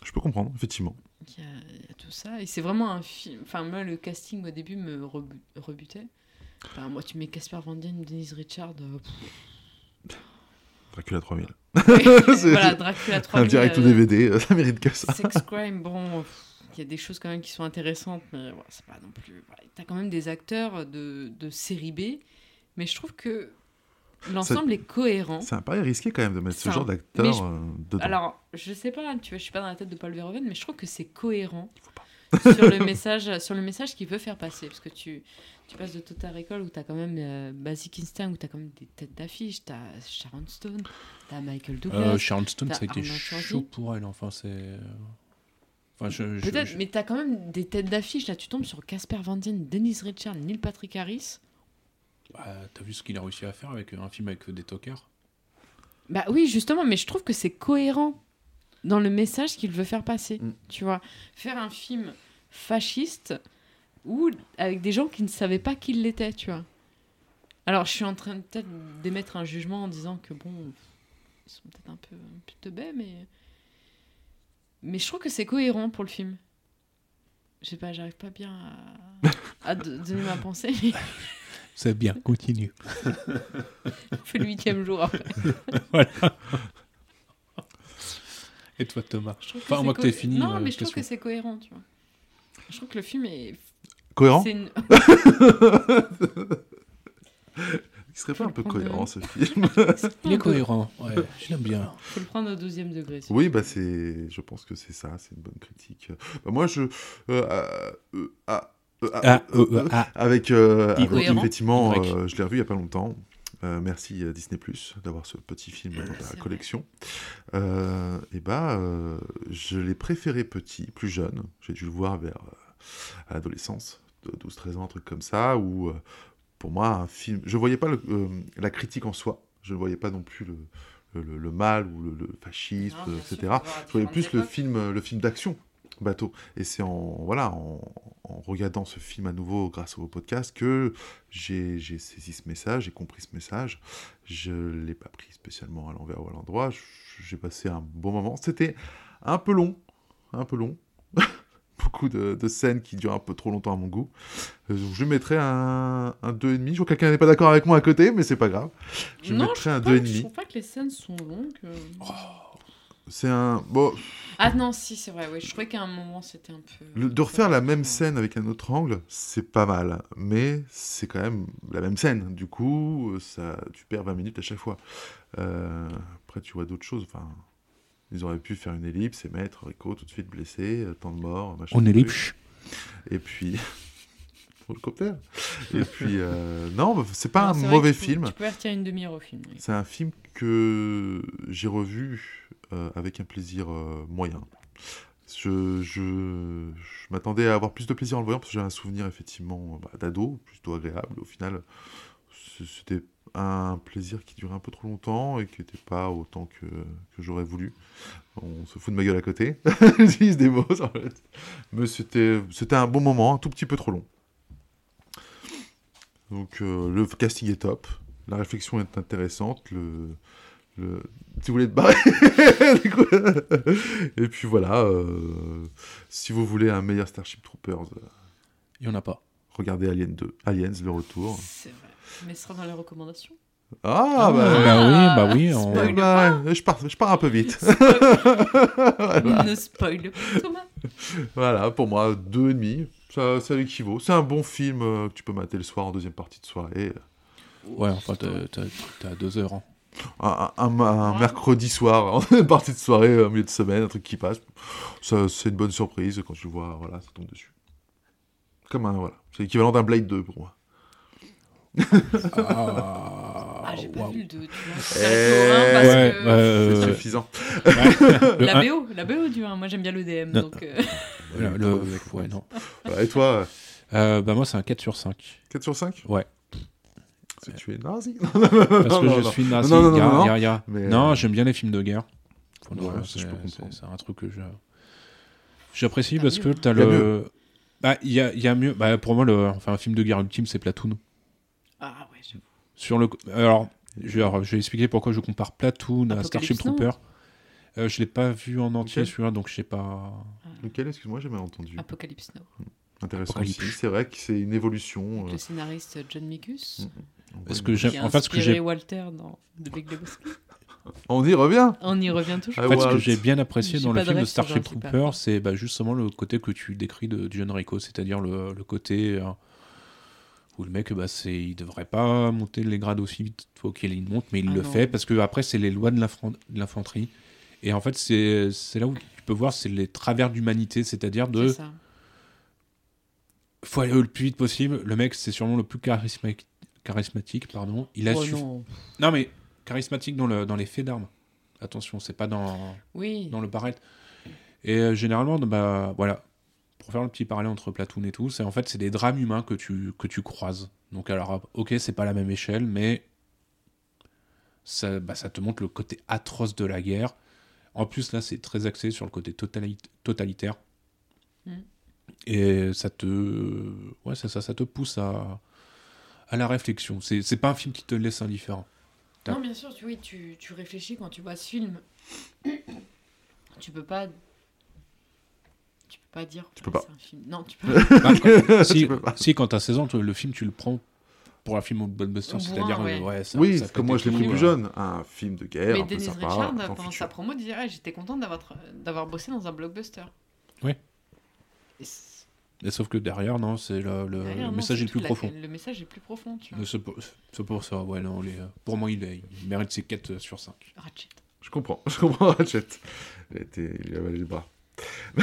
Je peux comprendre, effectivement.
Il y, a, il y a tout ça. Et c'est vraiment un film. Enfin, moi, le casting au début me rebu- rebutait. Enfin, moi, tu mets Casper Van Dien, Denise Richard. euh, pff,
Dracula 3000. (laughs) C'est-
voilà, Dracula 3.
Un direct au DVD, euh, (laughs) ça mérite que ça.
Sex Crime, bon, pff, il y a des choses quand même qui sont intéressantes, mais voilà, c'est pas non plus. voilà. T'as quand même des acteurs de, de série B, mais je trouve que l'ensemble est cohérent.
C'est un pari risqué quand même de mettre ce
Ça-
genre
mais
d'acteur
je-
euh, dedans.
Alors, je sais pas, tu vois, je suis pas dans la tête de Paul Verhoeven, mais je trouve que c'est cohérent sur le message, sur le message qu'il veut faire passer, parce que tu, tu passes de Total Recall où t'as quand même euh, Basic Instinct, où t'as quand même des têtes d'affiche, t'as Sharon Stone, t'as Michael Douglas.
Euh, Charleston,
T'as
ça a été
Arnold
chaud
Schwarzenegger.
pour elle. Enfin, c'est. euh, Enfin, je. je-
Peut-être,
je-
mais t'as quand même des têtes d'affiche. Là, tu tombes sur Casper Van Dien, Denise Richard, Neil Patrick Harris.
Bah, T'as vu ce qu'il a réussi à faire avec euh, un film avec euh, des tocards
Bah oui, justement, mais je trouve que c'est cohérent dans le message qu'il veut faire passer.
Mm.
Tu vois, faire un film fasciste ou avec des gens qui ne savaient pas qui l'étaient, tu vois. Alors, je suis en train de peut-être d'émettre un jugement en disant que bon, ils sont peut-être un peu, un peu teubés, mais mais je trouve que c'est cohérent pour le film. Je sais pas, j'arrive pas bien à, à do- donner ma pensée. mais
C'est bien, continue.
On fait le huitième jour. hein. après.
Et toi, Thomas
Je trouve que
Enfin,
c'est
moi que
co-
t'aies fini,
Non,
euh,
mais je trouve
question.
que c'est cohérent, tu vois. Je trouve que le film est.
Cohérent
c'est
(laughs)
une-
Il serait pas un peu
prendre,
cohérent
euh,
ce film
Il est cohérent. Ouais, je l'aime bien.
Faut le prendre au deuxième degré. c'est
Oui,
tout.
bah c'est, je pense que c'est ça, c'est une bonne critique. Euh, bah, moi, je, euh, euh, euh, ah, euh, ah,
Ah,
euh, euh,
euh, ah.
(laughs) avec, euh, avec-
Cohérent.
effectivement,
Y.
euh, je l'ai revu il y a pas longtemps. Euh, merci euh, Disney Plus d'avoir ce petit film dans
c'est
ta
vrai.
collection. Euh, et bah, euh, je l'ai préféré petit, plus jeune. J'ai dû le voir vers euh, à l'adolescence, 12-13 ans, un truc comme ça, où euh, pour moi, un film. Je voyais pas le- euh, la critique en soi. Je ne voyais pas non plus le, le- le- le mal ou le, le fascisme,
Non, bien sûr,
etc.
faut voir à
Je voyais
différentes
plus le
époques.
film, euh, le film d'action bateau. Et c'est en voilà en, en regardant ce film à nouveau grâce au podcast que j'ai j'ai saisi ce message, j'ai compris ce message. Je l'ai pas pris spécialement à l'envers ou à l'endroit. Je- J'ai passé un bon moment. C'était un peu long, un peu long. (laughs) Beaucoup de, de scènes qui durent un peu trop longtemps à mon goût. Euh, donc je lui mettrais un, un 2,5. Je vois que quelqu'un n'est pas d'accord avec moi à côté, mais c'est pas grave. Je
Non,
mettrais un
Je trouve pas- Je
2,5.
trouve pas que les scènes sont longues. euh.
Oh. C'est un. Bon,
Ah non, si, c'est vrai. ouais, Je trouvais qu'à un moment, c'était un peu.
Le- de refaire la même scène avec un autre angle, c'est pas mal, mais c'est quand même la même scène. Du coup, euh, ça, tu perds 20 minutes à chaque fois. Euh, après, tu vois d'autres choses. Enfin, ils auraient pu faire une ellipse et mettre Rico tout de suite blessé, euh, temps de mort, machin.
On est
truc.
libre.
Et puis, (laughs) pour le copter. Et puis, euh, non, bah, c'est pas
Alors, c'est
un
vrai
mauvais
que tu-
film.
Tu peux retirer une demi-heure au film. oui.
C'est un film que j'ai revu euh, avec un plaisir euh, moyen. Je, je- je m'attendais à avoir plus de plaisir en le voyant parce que j'ai un souvenir effectivement bah, d'ado, plutôt agréable. Au final, c- c'était un plaisir qui durait un peu trop longtemps et qui n'était pas autant que, que j'aurais voulu. On se fout de ma gueule à côté. (laughs) J'utilise des mots en fait. Mais c'était c'était un bon moment, un tout petit peu trop long. Donc euh, le casting est top. La réflexion est intéressante. Le, le... Si vous voulez te barrer. du coup. (laughs) Et puis voilà. euh, Si vous voulez un meilleur Starship Troopers, euh,
Il y en a pas.
regardez Alien 2. Aliens, le retour.
C'est vrai. Mais ce sera dans les recommandations.
(laughs) Ah, bah.
Ah,
bah oui, bah oui.
eh
on-
spoil
bah, je, pars, je pars un peu vite. (laughs)
Ne spoil pas, Thomas.
Voilà, pour moi, deux et demi. Ça, ça équivaut. C'est un bon film euh, que tu peux mater le soir en deuxième partie de soirée.
Ouais, enfin, t'as- t'as t'as deux heures. hein.
Un, un- un- un mercredi soir, (laughs) en deuxième partie de soirée, au milieu de semaine, un truc qui passe. Ça, C'est une bonne surprise quand tu vois, voilà, ça tombe dessus. Comme un, voilà. C'est l'équivalent d'un Blade 2 pour moi.
Ah,
Ah, j'ai pas
waouh.
vu le 2, tu vois.
Eh,
C'est un parce
Ouais,
que...
euh,
C'est suffisant.
le
La
un-
BO, la BO du 1, moi j'aime bien l'EDM,
Non.
donc euh,
le- le- ouais, non.
Voilà, et toi, euh,
Euh, bah moi c'est un 4 sur 5.
4 sur 5
Ouais.
C'est que tu es nazi (laughs)
Parce
Non,
que
non,
je
non.
suis nazi.
Non, non, non,
ya,
non, non.
ya, ya.
Mais,
Non,
euh,
j'aime bien les films de guerre. Faut le
Ouais,
dire,
ça, je
c'est-
peux comprendre.
C'est c'est un truc que je- j'apprécie
Ah,
parce que
mieux.
t'as
Y a
le. Bah, il y a, il y a mieux. Bah, pour moi, le... enfin, un film de guerre ultime, c'est Platoon.
ah ouais, j'avoue.
Sur le... Alors, je... alors, je vais expliquer pourquoi je compare Platoon à
Apocalypse
Starship
Now.
Trooper. Euh, je l'ai pas vu en entier
Ok.
celui-là, donc je sais pas.
Lequel, excuse-moi, j'ai mal entendu.
Apocalypse Now.
Intéressant
Apocalypse.
aussi. C'est vrai que c'est une évolution.
Le
euh,
scénariste John Micus,
Parce que
qui
Mm. j'aime.
a
En fait, ce que
inspiré
j'ai
Walter dans The Big Lebowski.
On y revient
On y revient toujours.
Ah
En fait, ce
ouais,
que j'ai bien apprécié
J'ai
dans le
pas de
film de
rêve sur
Starship
Jean-Pierre.
Trooper, c'est bah, justement le côté que tu décris de John Rico, c'est-à-dire le, le côté euh, où le mec, bah, c'est, il devrait pas monter les grades aussi vite faut qu'il monte, mais il
Ah
le
non.
fait parce que après c'est les lois de, l'infran- de l'infanterie. Et en fait, c'est, c'est là où tu peux voir c'est les travers d'humanité, c'est-à-dire
C'est
de
ça.
faut aller le plus vite possible. Le mec, c'est sûrement le plus charismatique, charismatique pardon. Il a
Oh
su- non.
non.
mais charismatique dans le dans les faits d'armes. Attention, c'est pas dans
Oui.
dans le barrette. Et euh, généralement, bah, voilà, pour faire le petit parallèle entre Platoon et tout, c'est en fait c'est des drames humains que tu, que tu croises. Donc alors, ok, c'est pas la même échelle, mais ça, bah, ça te montre le côté atroce de la guerre. En plus, là, c'est très axé sur le côté totali- totalitaire.
Mm.
Et ça te, ouais, c'est ça, ça te pousse à, à la réflexion. C'est c'est pas un film qui te laisse indifférent.
Non, bien sûr, tu, oui, tu, tu réfléchis quand tu vois ce film. (coughs) tu peux pas. Tu peux pas dire. Tu
peux pas.
C'est un film. Non,
(laughs)
tu peux pas.
Bah, quand-
(laughs) Tu
si,
peux pas.
si, quand t'as 16 ans, tu- le film, tu le prends pour un film au blockbuster,
Au
c'est-à-dire.
bourrin,
euh,
ouais.
ouais, ça-
Oui,
ça
c'est
fait
comme moi, je l'ai
des
pris
films,
plus
euh,
jeune. Un film de guerre,
Mais
un peu
Denise
sympa.
Richard,
en
pendant
futur.
sa promo, disait Ah, J'étais contente d'avoir, tra- d'avoir bossé dans un blockbuster.
Ouais.
Et c'est-
et sauf que derrière, non, c'est le, le-
derrière,
le
non,
message
c'est
est le plus
toute la-
profond. Euh,
Le message est plus profond, tu vois.
Mais C'est pour, c'est pour ça, ouais, non, les, euh, pour moi, il, est- il mérite ses 4 sur 5.
Ratchet.
Je comprends, je comprends (laughs) Ratchet. Il, a été- il lui a avalé le bras. (laughs)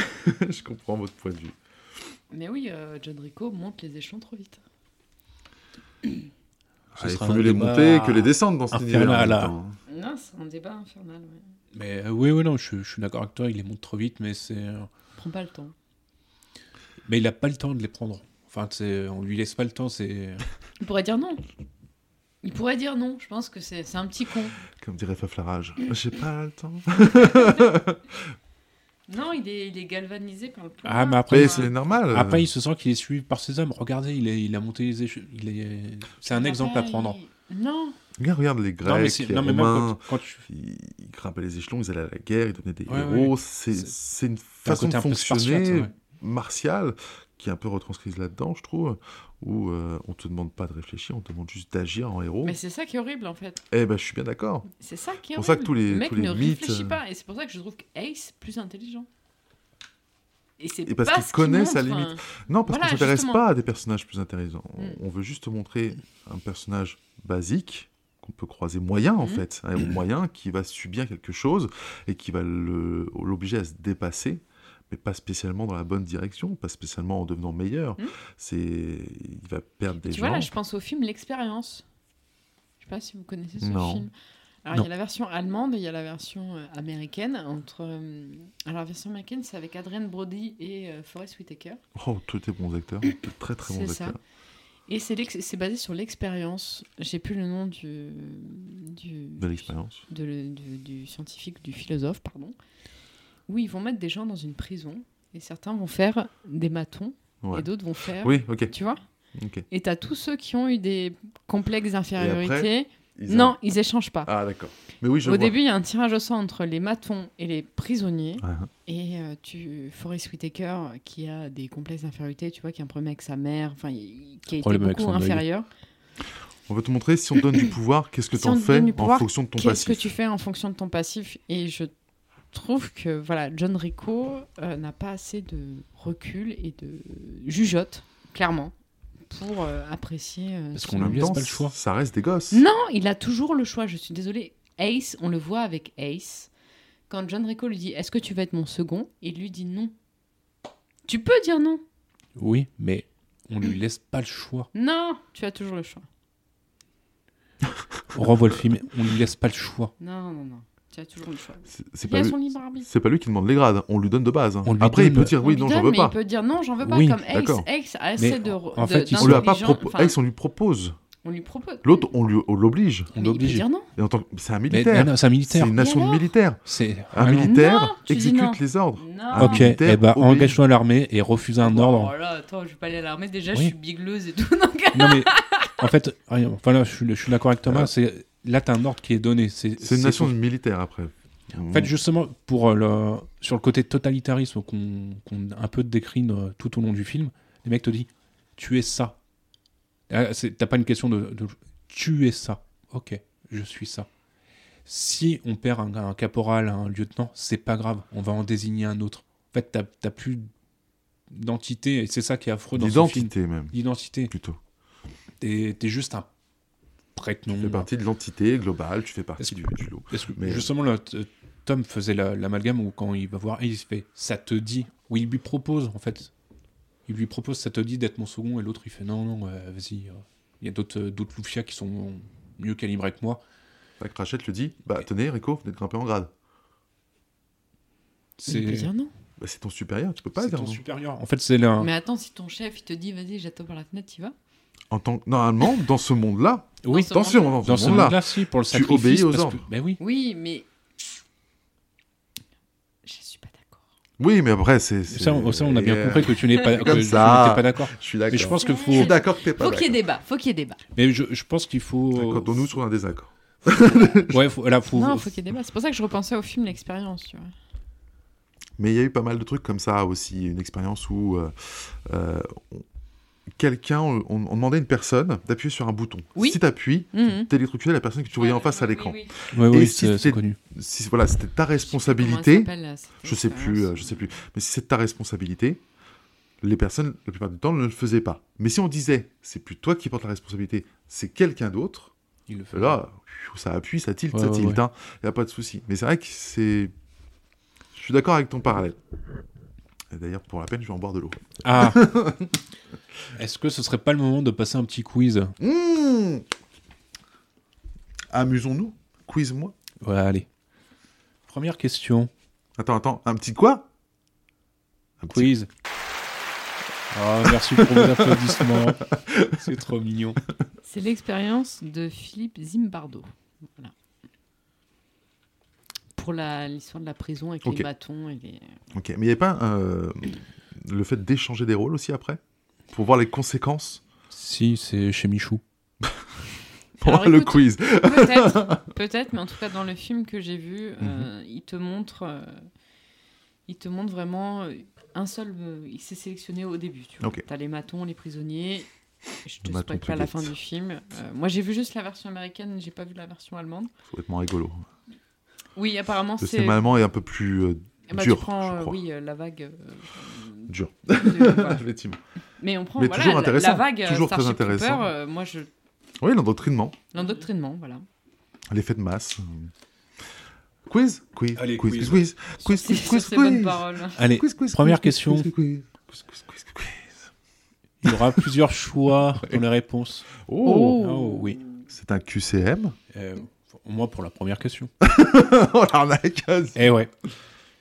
je comprends votre point de vue.
Mais oui, euh, John Rico monte les échelons trop vite.
Ce
Ah, il
sera
faut
un
mieux les
débat
monter que les descendre dans cet
infernal,
univers. en même
là.
temps. hein.
Non, c'est un débat infernal. Ouais.
Mais euh, oui, oui, non, je, je suis d'accord avec toi, il les monte trop vite, mais c'est. euh,
Prends pas le temps.
mais il a pas le temps de les prendre. Enfin, c'est- on lui laisse pas le temps,
(laughs)
c'est.
Il pourrait dire non. Il pourrait dire non. Je pense que c'est c'est un petit con.
Comme dirait Faflarage. J'ai pas le temps.
Ah,
Non, il est, il est galvanisé par le pouvoir.
Ah, mais après,
Mais
il-
c'est normal.
après, il se sent qu'il est suivi par ses hommes. Regardez, il, est- il a monté les éche- il est- C'est un
Ah,
exemple à prendre.
il- Non.
Regarde, regarde les Grecs,
Non, mais, c'est-
les
non, mais même
Romains.
quand, quand tu
Ils, ils grimpaient les échelons, ils allaient à la guerre, ils devenaient des
Ouais,
héros.
ouais.
C'est,
C'est-
c'est une
T'as un
façon de
côté un peu
fonctionner
spartiate, ouais.
martiale qui est un peu retranscrise là-dedans, je trouve, où euh, on te demande pas de réfléchir, on te demande juste d'agir en héros.
Mais c'est ça qui est horrible en fait.
Eh ben, je suis bien d'accord.
C'est ça qui est
Oh. C'est pour
horrible.
ça que tous les-
le mec
tous les
ne
mythes,
réfléchit
euh,
pas. Et c'est pour ça que je trouve Ace plus intelligent. Et, c'est
Et parce
pas
qu'il
ce
connaît sa
montre,
limite.
hein.
Non, parce
Voilà,
qu'on s'intéresse
justement.
pas à des personnages plus intéressants. On-
Mm.
On veut juste te montrer un personnage basique qu'on peut croiser moyen en
Mm.
fait, hein, un héros moyen qui va subir quelque chose et qui va le- l'obliger à se dépasser. mais pas spécialement dans la bonne direction, pas spécialement en devenant meilleur.
Mhm.
C'est, il va perdre des
Tu
gens.
vois, là, je pense au film L'Expérience. Je sais pas si vous connaissez ce
Non.
film. Alors,
Non.
il y a la version allemande et il y a la version euh, américaine. Entre, euh, alors, la version américaine, c'est avec Adrien Brody et euh, Forest Whitaker.
(laughs) Oh, tous tes bons
(coughs)
acteurs, de très très
C'est
bons
ça.
acteurs.
Et c'est l'ex- c'est basé sur l'expérience. J'ai plus le nom du. du
De l'expérience.
de le- du, du scientifique, du philosophe, pardon, où ils vont mettre des gens dans une prison et certains vont faire des matons
Ouais.
et d'autres vont faire.
Oui, ok.
Tu vois
ok.
Et t'as tous ceux qui ont eu des complexes
Et
d'infériorité.
Ils
Non,
arrivent.
ils échangent pas.
Ah d'accord. Mais oui, je
Au
vois.
début, il y a un tirage au sort entre les matons et les prisonniers.
Ouais, hein.
Et euh, tu, Forrest Whitaker, qui a des complexes d'infériorité, tu vois, qui a un problème avec sa mère, enfin, il- qui a été
Problème avec
beaucoup
son deuil.
inférieur.
On va te montrer si on te donne du pouvoir, qu'est-ce que
Si on
t'en
te
fais
donne du
en
pouvoir,
fonction de ton
Qu'est-ce
passif.
que tu fais en fonction de ton passif Et je trouve que voilà, John Rico euh, n'a pas assez de recul et de jugeote, clairement, pour euh, apprécier. euh,
Parce
ce-
qu'on
En
lui
même
laisse
temps,
pas le choix.
ça reste des gosses.
Non, il a toujours le choix. Je suis désolée. Ace, on le voit avec Ace. Quand John Rico lui dit Est-ce que tu vas être mon second Il lui dit non. Tu peux dire non.
Oui, mais on lui laisse pas le choix.
Non, tu as toujours le choix.
On renvoie le film, on lui laisse pas le choix.
Non, non, non. Tu as toujours le choix.
C'est- C'est
Il
pas
a
lui.
son libre arbitre.
C'est pas lui qui demande les grades. On lui donne de base. hein.
On lui
Après, il
donne-
peut dire oui,
On lui
non, j'en
donne,
veux
mais
pas.
Il peut dire non, j'en veux pas.
Oui,
comme Ace,
d'accord.
Ace a assez
Mais
de.
en
de-
fait, ils
On lui a pas
d'intelligence-
propo-
enfin,
Aix, on lui propose.
On lui propose.
L'autre, on lui, on l'oblige.
On
Mais il peut
l'oblige.
dire non.
Et en tant que, c'est un
Mais
militaire.
non, non, c'est
c'est
un militaire.
une nation de
alors
militaires.
C'est
Un
Ah non.
militaire
Non, tu dis non.
exécute les ordres.
Non.
Ah,
Ok, eh
militaire,
ben,
obéit.
engage-toi à l'armée et refuse un ordre.
Oh là, attends, je vais pas aller à l'armée. Déjà,
Oui.
je suis bigleuse et tout. (laughs) Donc...
Non mais en fait, rien. enfin là, je suis, je suis d'accord avec Thomas. C'est là t'as un ordre qui est donné. C'est
C'est une
c'est
nation
pour-
de militaires après.
En fait, justement, pour euh, le sur le côté totalitarisme qu'on qu'on un peu décrit euh, tout au long du film, les mecs te disent tu es ça. Ah, c'est- T'as pas une question de, de- tu es ça. Ok, je suis ça. Si on perd un, un caporal, un lieutenant, c'est pas grave. On va en désigner un autre. En fait, t'as t'as plus d'entité et c'est ça qui est affreux dans ce film.
L'identité même,
L'identité.
plutôt.
T'es t'es juste un prête-nom.
Tu fais partie de l'entité globale, tu fais
Est-ce
partie du, du lot.
Parce que
Mais-
justement, là, t- Tom faisait la- l'amalgame où quand il va voir Ace, il se fait ça te dit, ou il lui propose en fait. Il lui propose ça te dit d'être mon second, et l'autre il fait non, non, euh, vas-y, euh, il y a d'autres euh, d'autres loufias qui sont mieux calibrés que moi.
La crachette le dit Bah tenez, Rico, vous êtes grimpé en grade.
Il peut
C'est
dire non.
Bah, c'est ton supérieur, tu peux pas
c'est
dire
ton
non.
supérieur. En fait, c'est là.
Mais attends, si ton chef il te dit vas-y, j'attends par la fenêtre, tu y vas
En tant que... Normalement, dans ce monde-là,
Oui,
Dans ce
attention, dans ce
dans ce
monde-là,
monde-là, si, pour le
tu
sacrifice.
obéis aux
parce que-
ordres.
Ben oui.
Oui, mais. Je suis pas d'accord.
Oui, mais après, c'est. c'est-
Ça, on- ça, on a bien
euh,
compris que tu n'es
(laughs)
pas, que
Comme
tu
ça.
n'étais pas d'accord.
Je suis d'accord.
Mais je pense que
Je
faut.
suis d'accord que t'es pas
Faut qu'il y ait
d'accord.
débat. Faut qu'il y ait débat.
Mais je, je pense qu'il faut.
Quand on nous trouve un désaccord.
Ouais, faut, là, faut.
Non, faut qu'il y ait débat. C'est pour ça que je repensais au film L'expérience. Tu vois.
Mais il y a eu pas mal de trucs comme ça aussi, une expérience où euh, euh, on- quelqu'un, on, on demandait à une personne d'appuyer sur un bouton.
Oui.
Si t'appuies,
Mhm.
t'électrocutais la personne que tu voyais en face à l'écran.
Oui, oui.
Ouais, ouais,
Et si
c'est
c'est-
c'est connu.
Si voilà, c'était ta
Comment elle
responsabilité,
s'appelle, là, cette
je sais plus,
expérience
euh, je sais plus. Mais si c'est ta responsabilité, les personnes la plupart du temps ne le faisaient pas. Mais si on disait, c'est plus toi qui portes la responsabilité, c'est quelqu'un d'autre.
Il le fait.
Là, pfiou, ça appuie, ça tilte,
Ouais,
ça
ouais,
tilte.
ouais.
Il n'y a pas de souci. Mais c'est vrai que c'est. Je suis d'accord avec ton parallèle. Et D'ailleurs, pour la peine, je vais en boire de l'eau.
Ah (laughs) Est-ce que ce serait pas le moment de passer un petit quiz
Mmh Amusons-nous. Quiz-moi.
Voilà, allez. Première question.
Attends, attends. Un petit quoi Un petit-
Quiz. Ah, merci pour vos applaudissements. C'est trop mignon.
C'est l'expérience de Philippe Zimbardo. Voilà. Pour la- l'histoire de la prison avec
Ok.
les bâtons et les...
Ok, mais il n'y avait pas euh, le fait d'échanger des rôles aussi après Pour voir les conséquences
Si, c'est chez Michou.
Pour
(laughs) Alors,
le
écoute,
quiz. (laughs)
Peut-être, peut-être, mais en tout cas dans le film que j'ai vu, euh,
Mhm.
il te montre, euh, il te montre vraiment euh, un seul. euh, il s'est sélectionné au début. Tu vois.
Ok.
T'as les matons, les prisonniers. Je te
Le maton
spoil pas la fin
Puget.
du film. Euh, moi, j'ai vu juste la version américaine, j'ai pas vu la version allemande.
Complètement rigolo.
Oui, apparemment
Le
c'est.
cinéma allemand est un peu plus euh,
Eh ben, tu
dur,
prends,
je
euh,
crois.
oui, euh, la
(laughs)
vague. euh,
dur. Ah,
de- voilà.
Effectivement.
Mais on prend
Mais
voilà,
toujours
la-
intéressant,
la vague. euh,
toujours très
Starship Trooper,
intéressant.
euh, moi, je
Oui, l'endoctrinement,
l'endoctrinement, voilà.
l'effet de masse. euh, Quiz Quiz
Allez,
quiz,
quiz.
quiz, quiz, quiz,
C'est
quiz,
sur
quiz,
ces bonnes
quiz,
paroles.
Allez,
Quiz, quiz,
première
quiz,
question.
quiz, quiz, quiz, quiz, quiz, quiz.
il y aura plusieurs choix dans les réponses.
Oh,
Oh, oui.
C'est un QCM
Euh, au moins pour la première question.
(laughs) Oh l'arnaque
Eh ouais.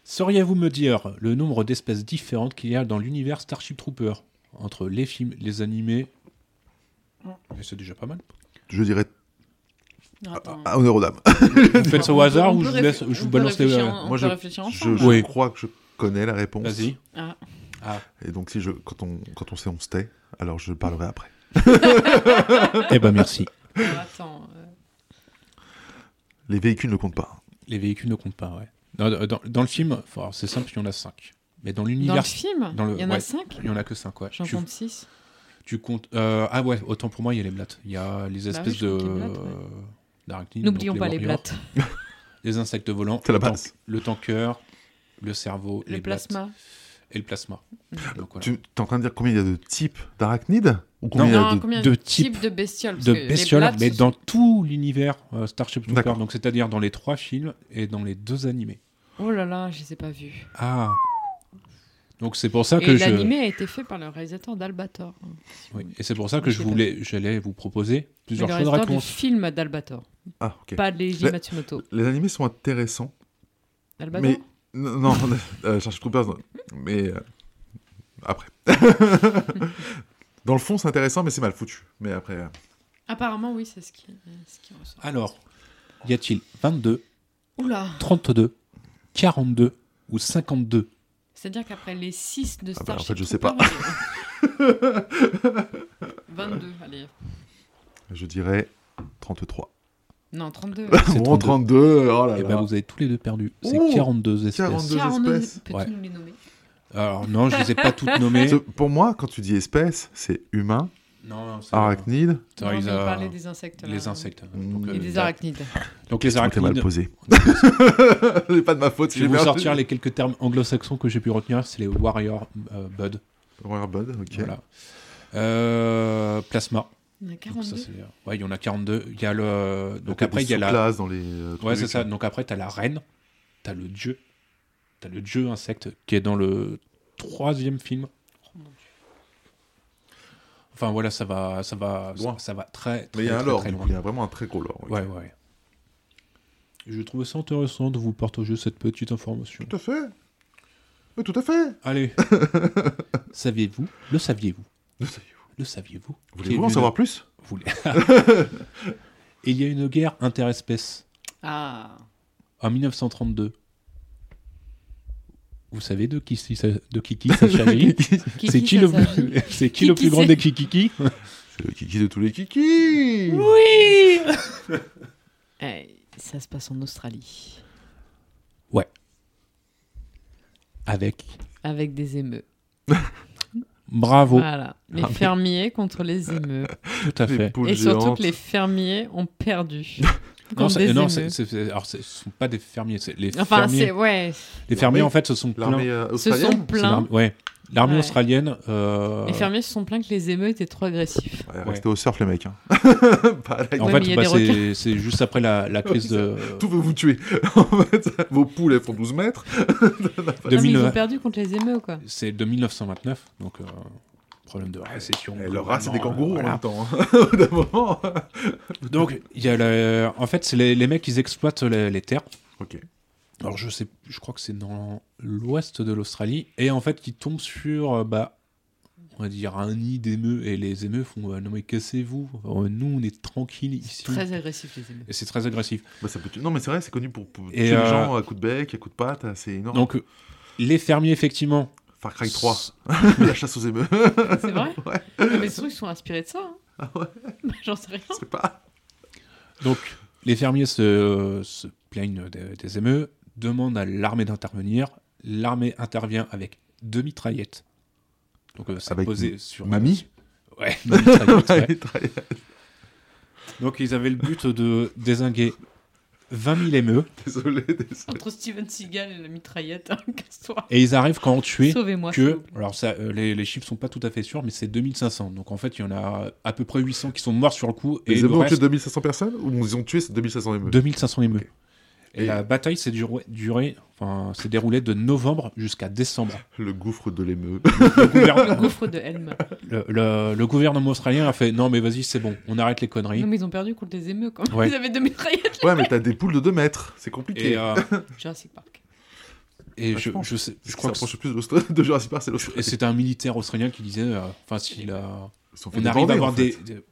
Sauriez-vous me dire le nombre d'espèces différentes qu'il y a dans l'univers Starship Trooper Entre les films, les animés. Et c'est déjà pas mal.
Je dirais Ah,
Attends.
à honneur aux dames.
Vous faites ça au
On peut-
hasard
on
ou
peut
je vous,
réfl-
laisse, je
on
vous
peut
balance les. euh,
réfléchir en- on
Moi,
peut réfléchir
Je,
ensemble.
je
Oui.
crois que je connais la réponse.
Vas-y.
Ah.
Et donc si je, quand on, quand on sait on se tait, alors je parlerai après.
Eh ben merci.
Alors, attends. euh,
Les véhicules ne comptent pas.
Les véhicules ne comptent pas, ouais. Dans, euh, dans- dans le film, enfin, alors, c'est simple, il y en a 5. Mais dans
Dans le
l'univers,
film,
dans le-
il y en
ouais.
a 5
il y en a que 5, ouais.
J'en
Tu,
compte 6.
tu comptes. euh, ah ouais, autant pour moi, il y a les blattes. Il y a les
Bah oui,
espèces
je
de.
crois qu'il y a les blattes, ouais.
euh, d'arachnides,
N'oublions
donc
pas les
warriors,
blattes.
Les insectes volants.
C'est la
le tank-
base.
Le tanker, le cerveau,
Le
les blattes
plasma. Mm.
et le plasma. Donc, voilà.
Tu es en train de dire combien il y a de types d'arachnides Ou combien il y a
Non,
de-
combien
de
de
types
types de bestioles parce
de
que les
bestioles,
blattes,
mais
ce
dans tout l'univers euh, Starship Trooper,
D'accord.
donc c'est-à-dire dans les trois films et dans les deux animés.
Oh là là, je les ai pas vus.
Ah. Donc c'est pour ça que
Et
je.
l'animé a été fait par le réalisateur d'Albator.
Oui, Et c'est pour ça que
Je
je
sais pas.
voulais, j'allais vous proposer
Mais
plusieurs
le
choix de
réalisateur du
réponse.
film d'Albator,
Ah, ok.
pas de Leiji
Le-
Matsumoto.
Les animés sont intéressants.
Albator
mais non, non (laughs) euh, Starship Troopers, non. mais euh,
(laughs)
après. Dans le fond, c'est intéressant, mais c'est mal foutu. Mais après, euh,
Apparemment, oui, c'est ce qui, ce qui ressort.
Alors, y a-t-il 22,
Oula
32, 42
(laughs)
ou 52
C'est-à-dire qu'après les 6 de
Ah bah,
Starship
en fait, je sais
Troopers, (laughs) on est- 22, allez.
je dirais 33.
(laughs)
Non, 32.
C'est
Bon,
32.
32, oh là
Eh
là.
ben, vous avez tous les deux perdu. C'est
Oh
42 espèces.
42. Deux
Tiens, on
espèces.
Peux-tu
Ouais.
nous les nommer
Alors non, je les ai pas toutes
(laughs)
nommées.
Parce que Pour moi, quand tu dis espèce, c'est humain,
Non, non, c'est-
arachnide,
Non,
Non, mais
ils
il
a-
parlait des insectes. là.
Les insectes.
Mm.
Donc,
Et
euh,
des arachnides.
Donc les
Ça m'était mal
arachnides.
posé. (laughs) c'est pas de ma faute.
Je vais
j'ai
vous
perdu.
sortir les quelques termes anglo-saxons que j'ai pu retenir, c'est les Warrior euh, Bud.
Warrior Bud, ok.
Voilà. Euh, plasma.
Il y en a
Donc ça,
42.
c'est- ouais, il y en a 42. Il y a le. Donc
des
après, il y a la.
sous-classes dans les. euh,
Ouais, c'est
trucs.
ça. Donc après, t'as la reine, t'as le dieu, t'as le dieu insecte qui est dans le troisième film.
Oh mon Dieu.
Enfin voilà, ça va, ça va,
Loin.
ça, ça va très, très,
Mais il y a un
très,
lore,
très
du
loin.
coup, il y a vraiment un très gros lore. ok.
Ouais, ouais. Je trouve ça intéressant de vous partager cette petite information.
Tout à fait. Mais tout à fait.
Allez. (laughs) Saviez-vous Le saviez-vous
Le saviez-vous.
Le saviez-vous Qu'il y
Voulez-vous
a
en
une-
savoir plus
Vous voulez- (laughs) Il y a une guerre interespèce
Ah,
en 1932. Vous savez de qui, si ça- de qui,
(laughs)
qui ça s'agit
qui
C'est
qui
qui,
ça
le,
s'agit
(laughs) c'est qui
Qui
le
qui
plus grand
c'est
des kikiki
C'est le kiki de tous les kikis.
Oui
(laughs)
Eh, Ça se passe en Australie,
Avec.
avec des émeux.
Bravo,
Voilà,
Ah,
les fermiers contre les
Euh,
émeux.
tout à
Les
fait.
poules
Et surtout
géantes.
que les fermiers ont perdu.
oh, (laughs) Non,
contre des
c'est- non,
émeux.
c'est- c'est- c'est- alors c'est- ce sont pas des fermiers. c'est Les
Enfin, c'est
fermiers,
ouais.
les fermiers
L'armée-
en fait, ce sont plein.
L'armée euh,
Se sont
australienne.
c'est
plaints.
l'armée- ouais. L'armée
Ouais.
australienne. euh,
Les fermiers se sont plaints que les émeux étaient trop agressifs.
Ouais, Restez au surf, les mecs. hein. (laughs) Pas à la
En
Ouais, mais il
fait,
y a
bah, c'est
des
c'est juste après la,
(laughs)
la crise de,
Tout veut vous tuer. (laughs) en fait, vos poules, elles font 12 mètres.
de
Ah, mais ils
19
ont perdu contre les émeux, quoi.
c'est de 1929, donc euh, problème de récession.
Et leur race, c'est des
globalement,
kangourous
euh,
en
voilà.
même temps. hein. (laughs) Au bout d'un moment. hein.
Donc, il y a le- en fait, c'est les, les mecs ils exploitent les, les terres.
Ok.
Alors, je sais, je crois que c'est dans l'ouest de l'Australie, et en fait, ils tombent sur, euh, bah, on va dire un nid d'émeux, et les émeux font, euh, non mais cassez-vous, euh, nous on est tranquille ici.
Très agressifs, les émeux.
Et c'est très agressif.
Bah, ça peut tuer- Non, mais c'est vrai, c'est connu pour, pour
Et,
tuer
euh,
les gens à coups de bec, à coups de patte. C'est énorme.
Donc, euh, les fermiers effectivement.
Far Cry 3,
s-
(laughs) la chasse aux émeux.
C'est vrai
(laughs) Ouais. Ah
Ah, Mais surtout, ils sont inspirés de ça. hein. Bah, (laughs) J'en sais rien.
C'est pas.
Donc, les fermiers se, se plaignent des, des émeux, demandent à l'armée d'intervenir. L'armée intervient avec deux mitraillettes. Donc, euh, ça
Avec
posait sur.
mamie
Ouais, (laughs) une mitraillette, ouais.
(laughs) Il tra-
Donc, ils avaient le but de désinguer 20 000 émeux.
Désolé, désolé.
Entre Steven Seagal et la mitraillette, hein, (laughs) casse-toi.
Et ils arrivent quand on tuer
Sauvez-moi. s'il vous
que.
plaît.
Alors, ça, euh, les, les chiffres sont pas tout à fait sûrs, mais c'est 2500. Donc, en fait, il y en a à peu près 800 qui sont morts sur le coup. Et
Les
le
émeux ont tué
reste,
2500 personnes ou ils ont tué ces 2500 émeux
2500 émeux. E. Et, la bataille s'est durée- durée- enfin, s'est déroulée de novembre jusqu'à décembre.
Le gouffre de l'émeu.
Le, gouvern-
Le gouffre
(laughs)
de Helm.
le- le- le gouvernement australien a fait non mais vas-y c'est bon, on arrête les conneries.
Non, mais ils ont perdu contre les émeux quand même.
Ouais.
Ils avaient deux mitraillettes.
(laughs) ouais, mais t'as des poules de 2 mètres. C'est compliqué.
Et, euh,
Jurassic Park.
et
Ouais,
je,
Ah, je pense.
je sais- je
je
crois
crois
que c'est-
plus de, l'Austra- (laughs) de Jurassic Park, c'est l'Australie.
et c'était un militaire australien qui disait euh, enfin s'il a-
Ils se sont fait
on arrive
déborder,
à avoir
en fait.
des, des-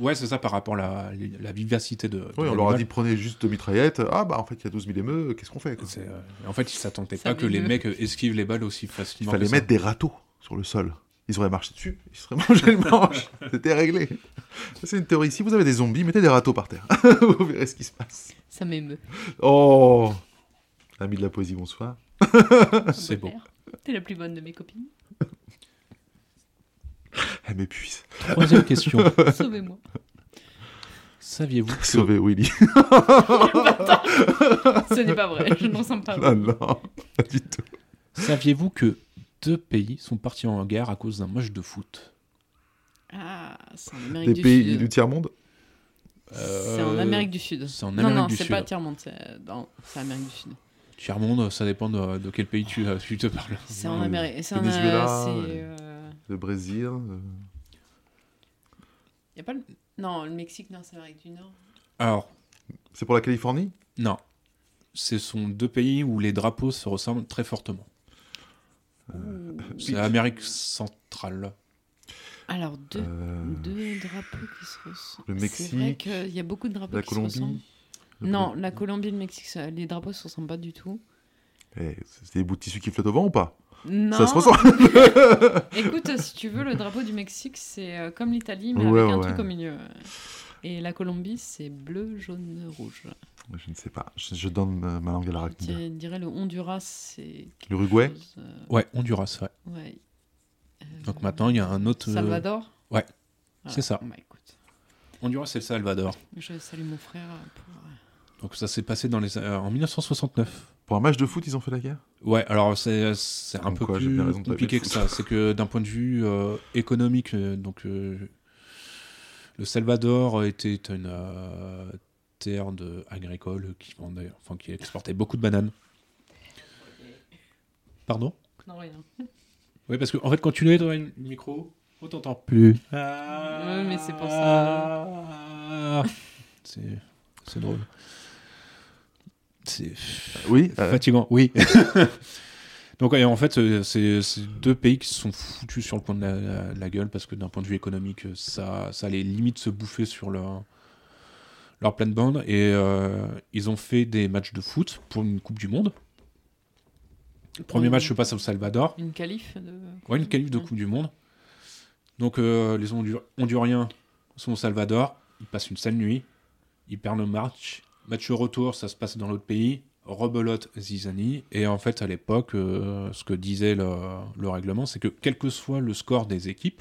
ouais c'est ça par rapport à la, la vivacité de, de
Oui, on leur a
l'animal.
dit prenez juste deux mitraillettes. Ah bah en fait il y a 12 000 émeux, qu'est-ce qu'on fait quoi
C'est, euh, en fait, ils s'attendaient
Ça
pas que
avait
les
lieu.
mecs esquivent les balles aussi
Il
facilement.
fallait
que ça.
mettre des râteaux sur le sol. Ils auraient marché dessus, ils seraient (laughs) mangés le manche. C'était réglé. Ça, C'est une théorie. Si vous avez des zombies, mettez des râteaux par terre. (laughs) vous verrez ce qui se passe.
Ça m'émeut.
Oh Ami de la poésie, bonsoir. (laughs)
C'est beau.
T'es la plus bonne de mes copines.
Elle
(laughs)
m'épuise.
Troisième question.
Sauvez-moi.
Saviez-vous que
Sauvez Willy.
Ce n'est pas vrai. Je n'en sens pas.
(laughs) non, non, pas du tout.
saviez-vous que deux pays sont partis en guerre à cause d'un match de foot
Ah, c'est en
Des
Amérique du
pays
Sud.
du tiers-monde
C'est en Amérique du Sud.
C'est Euh, en
non, non,
Amérique du
c'est pas
Sud.
tiers-monde. C'est euh, dans- c'est Amérique du Sud.
Tiers monde, ça dépend de, de quel pays tu, euh, tu te parles.
C'est en Amérique. C'est en
Venezuela, ouais.
C'est. euh,
Le Brésil euh,
y a pas le... Non, le Mexique, non, c'est Amérique du Nord.
Alors,
C'est pour la Californie
non. Ce sont deux pays où les drapeaux se ressemblent très fortement. Euh, C'est Amérique centrale.
Alors, deux,
Euh,
deux drapeaux qui se ressemblent.
le
C'est vrai
Mexique,
qu'il y a beaucoup de drapeaux
La
qui se ressemblent.
Colombie le
Non, la Colombie et le Mexique, ça- les drapeaux se ressemblent pas du tout.
Eh, c'est des bouts de tissu qui flottent au vent ou pas
Non.
Ça se ressemble
Écoute, si tu veux, le drapeau du Mexique, c'est euh, comme l'Italie, mais
Ouais,
avec un
ouais.
truc au milieu. Et la Colombie, c'est bleu, jaune, rouge.
(laughs) Je ne sais pas. Je, je donne ma ma langue à la
Je
raclette.
dirais- dirais le Honduras, c'est. quelque
Ah, L'Uruguay
chose, euh,
Ouais, Honduras, ouais.
ouais. Euh,
Donc maintenant, il y a un autre. euh,
Salvador
ouais,
Voilà.
c'est ça.
Bah, écoute,
euh, Honduras et le Salvador.
je salue mon frère pour. euh,
Donc ça s'est passé dans les, euh, en 1969.
Pour un match de foot, ils ont fait la guerre
Ouais, alors c'est c'est un
Comme
peu
quoi, j'ai
plus
bien raison de pas
compliqué
aimer
que
le
ça. C'est que d'un point de vue euh, économique, euh, donc euh, le Salvador était une euh, terre de agricole qui vendait, enfin qui exportait beaucoup de bananes. Pardon
Non, rien.
Oui, parce que en fait, quand tu es devant le micro, on t'entend plus. Ah.
Ouais, mais c'est pour ça.
C'est c'est drôle. C'est
Oui. euh,
Fatigant, oui. (laughs) Donc ouais, en fait, euh, c'est c'est deux pays qui se sont foutus sur le coin de la, la- la gueule parce que d'un point de vue économique, euh, ça, ça allait limite se bouffer sur leur, leur plate-bande. Et euh, ils ont fait des matchs de foot pour une Coupe du Monde. Le premier
Mmh.
match se passe au Salvador.
Une calife de.
Ouais, une qualif de Coupe du Monde. Donc euh, les Hondur- Honduriens sont au Salvador, ils passent une sale nuit, ils perdent le match. Match au retour, ça se passe dans l'autre pays, rebelote Zizani. Et en fait, à l'époque, euh, ce que disait le, le règlement, c'est que quel que soit le score des équipes,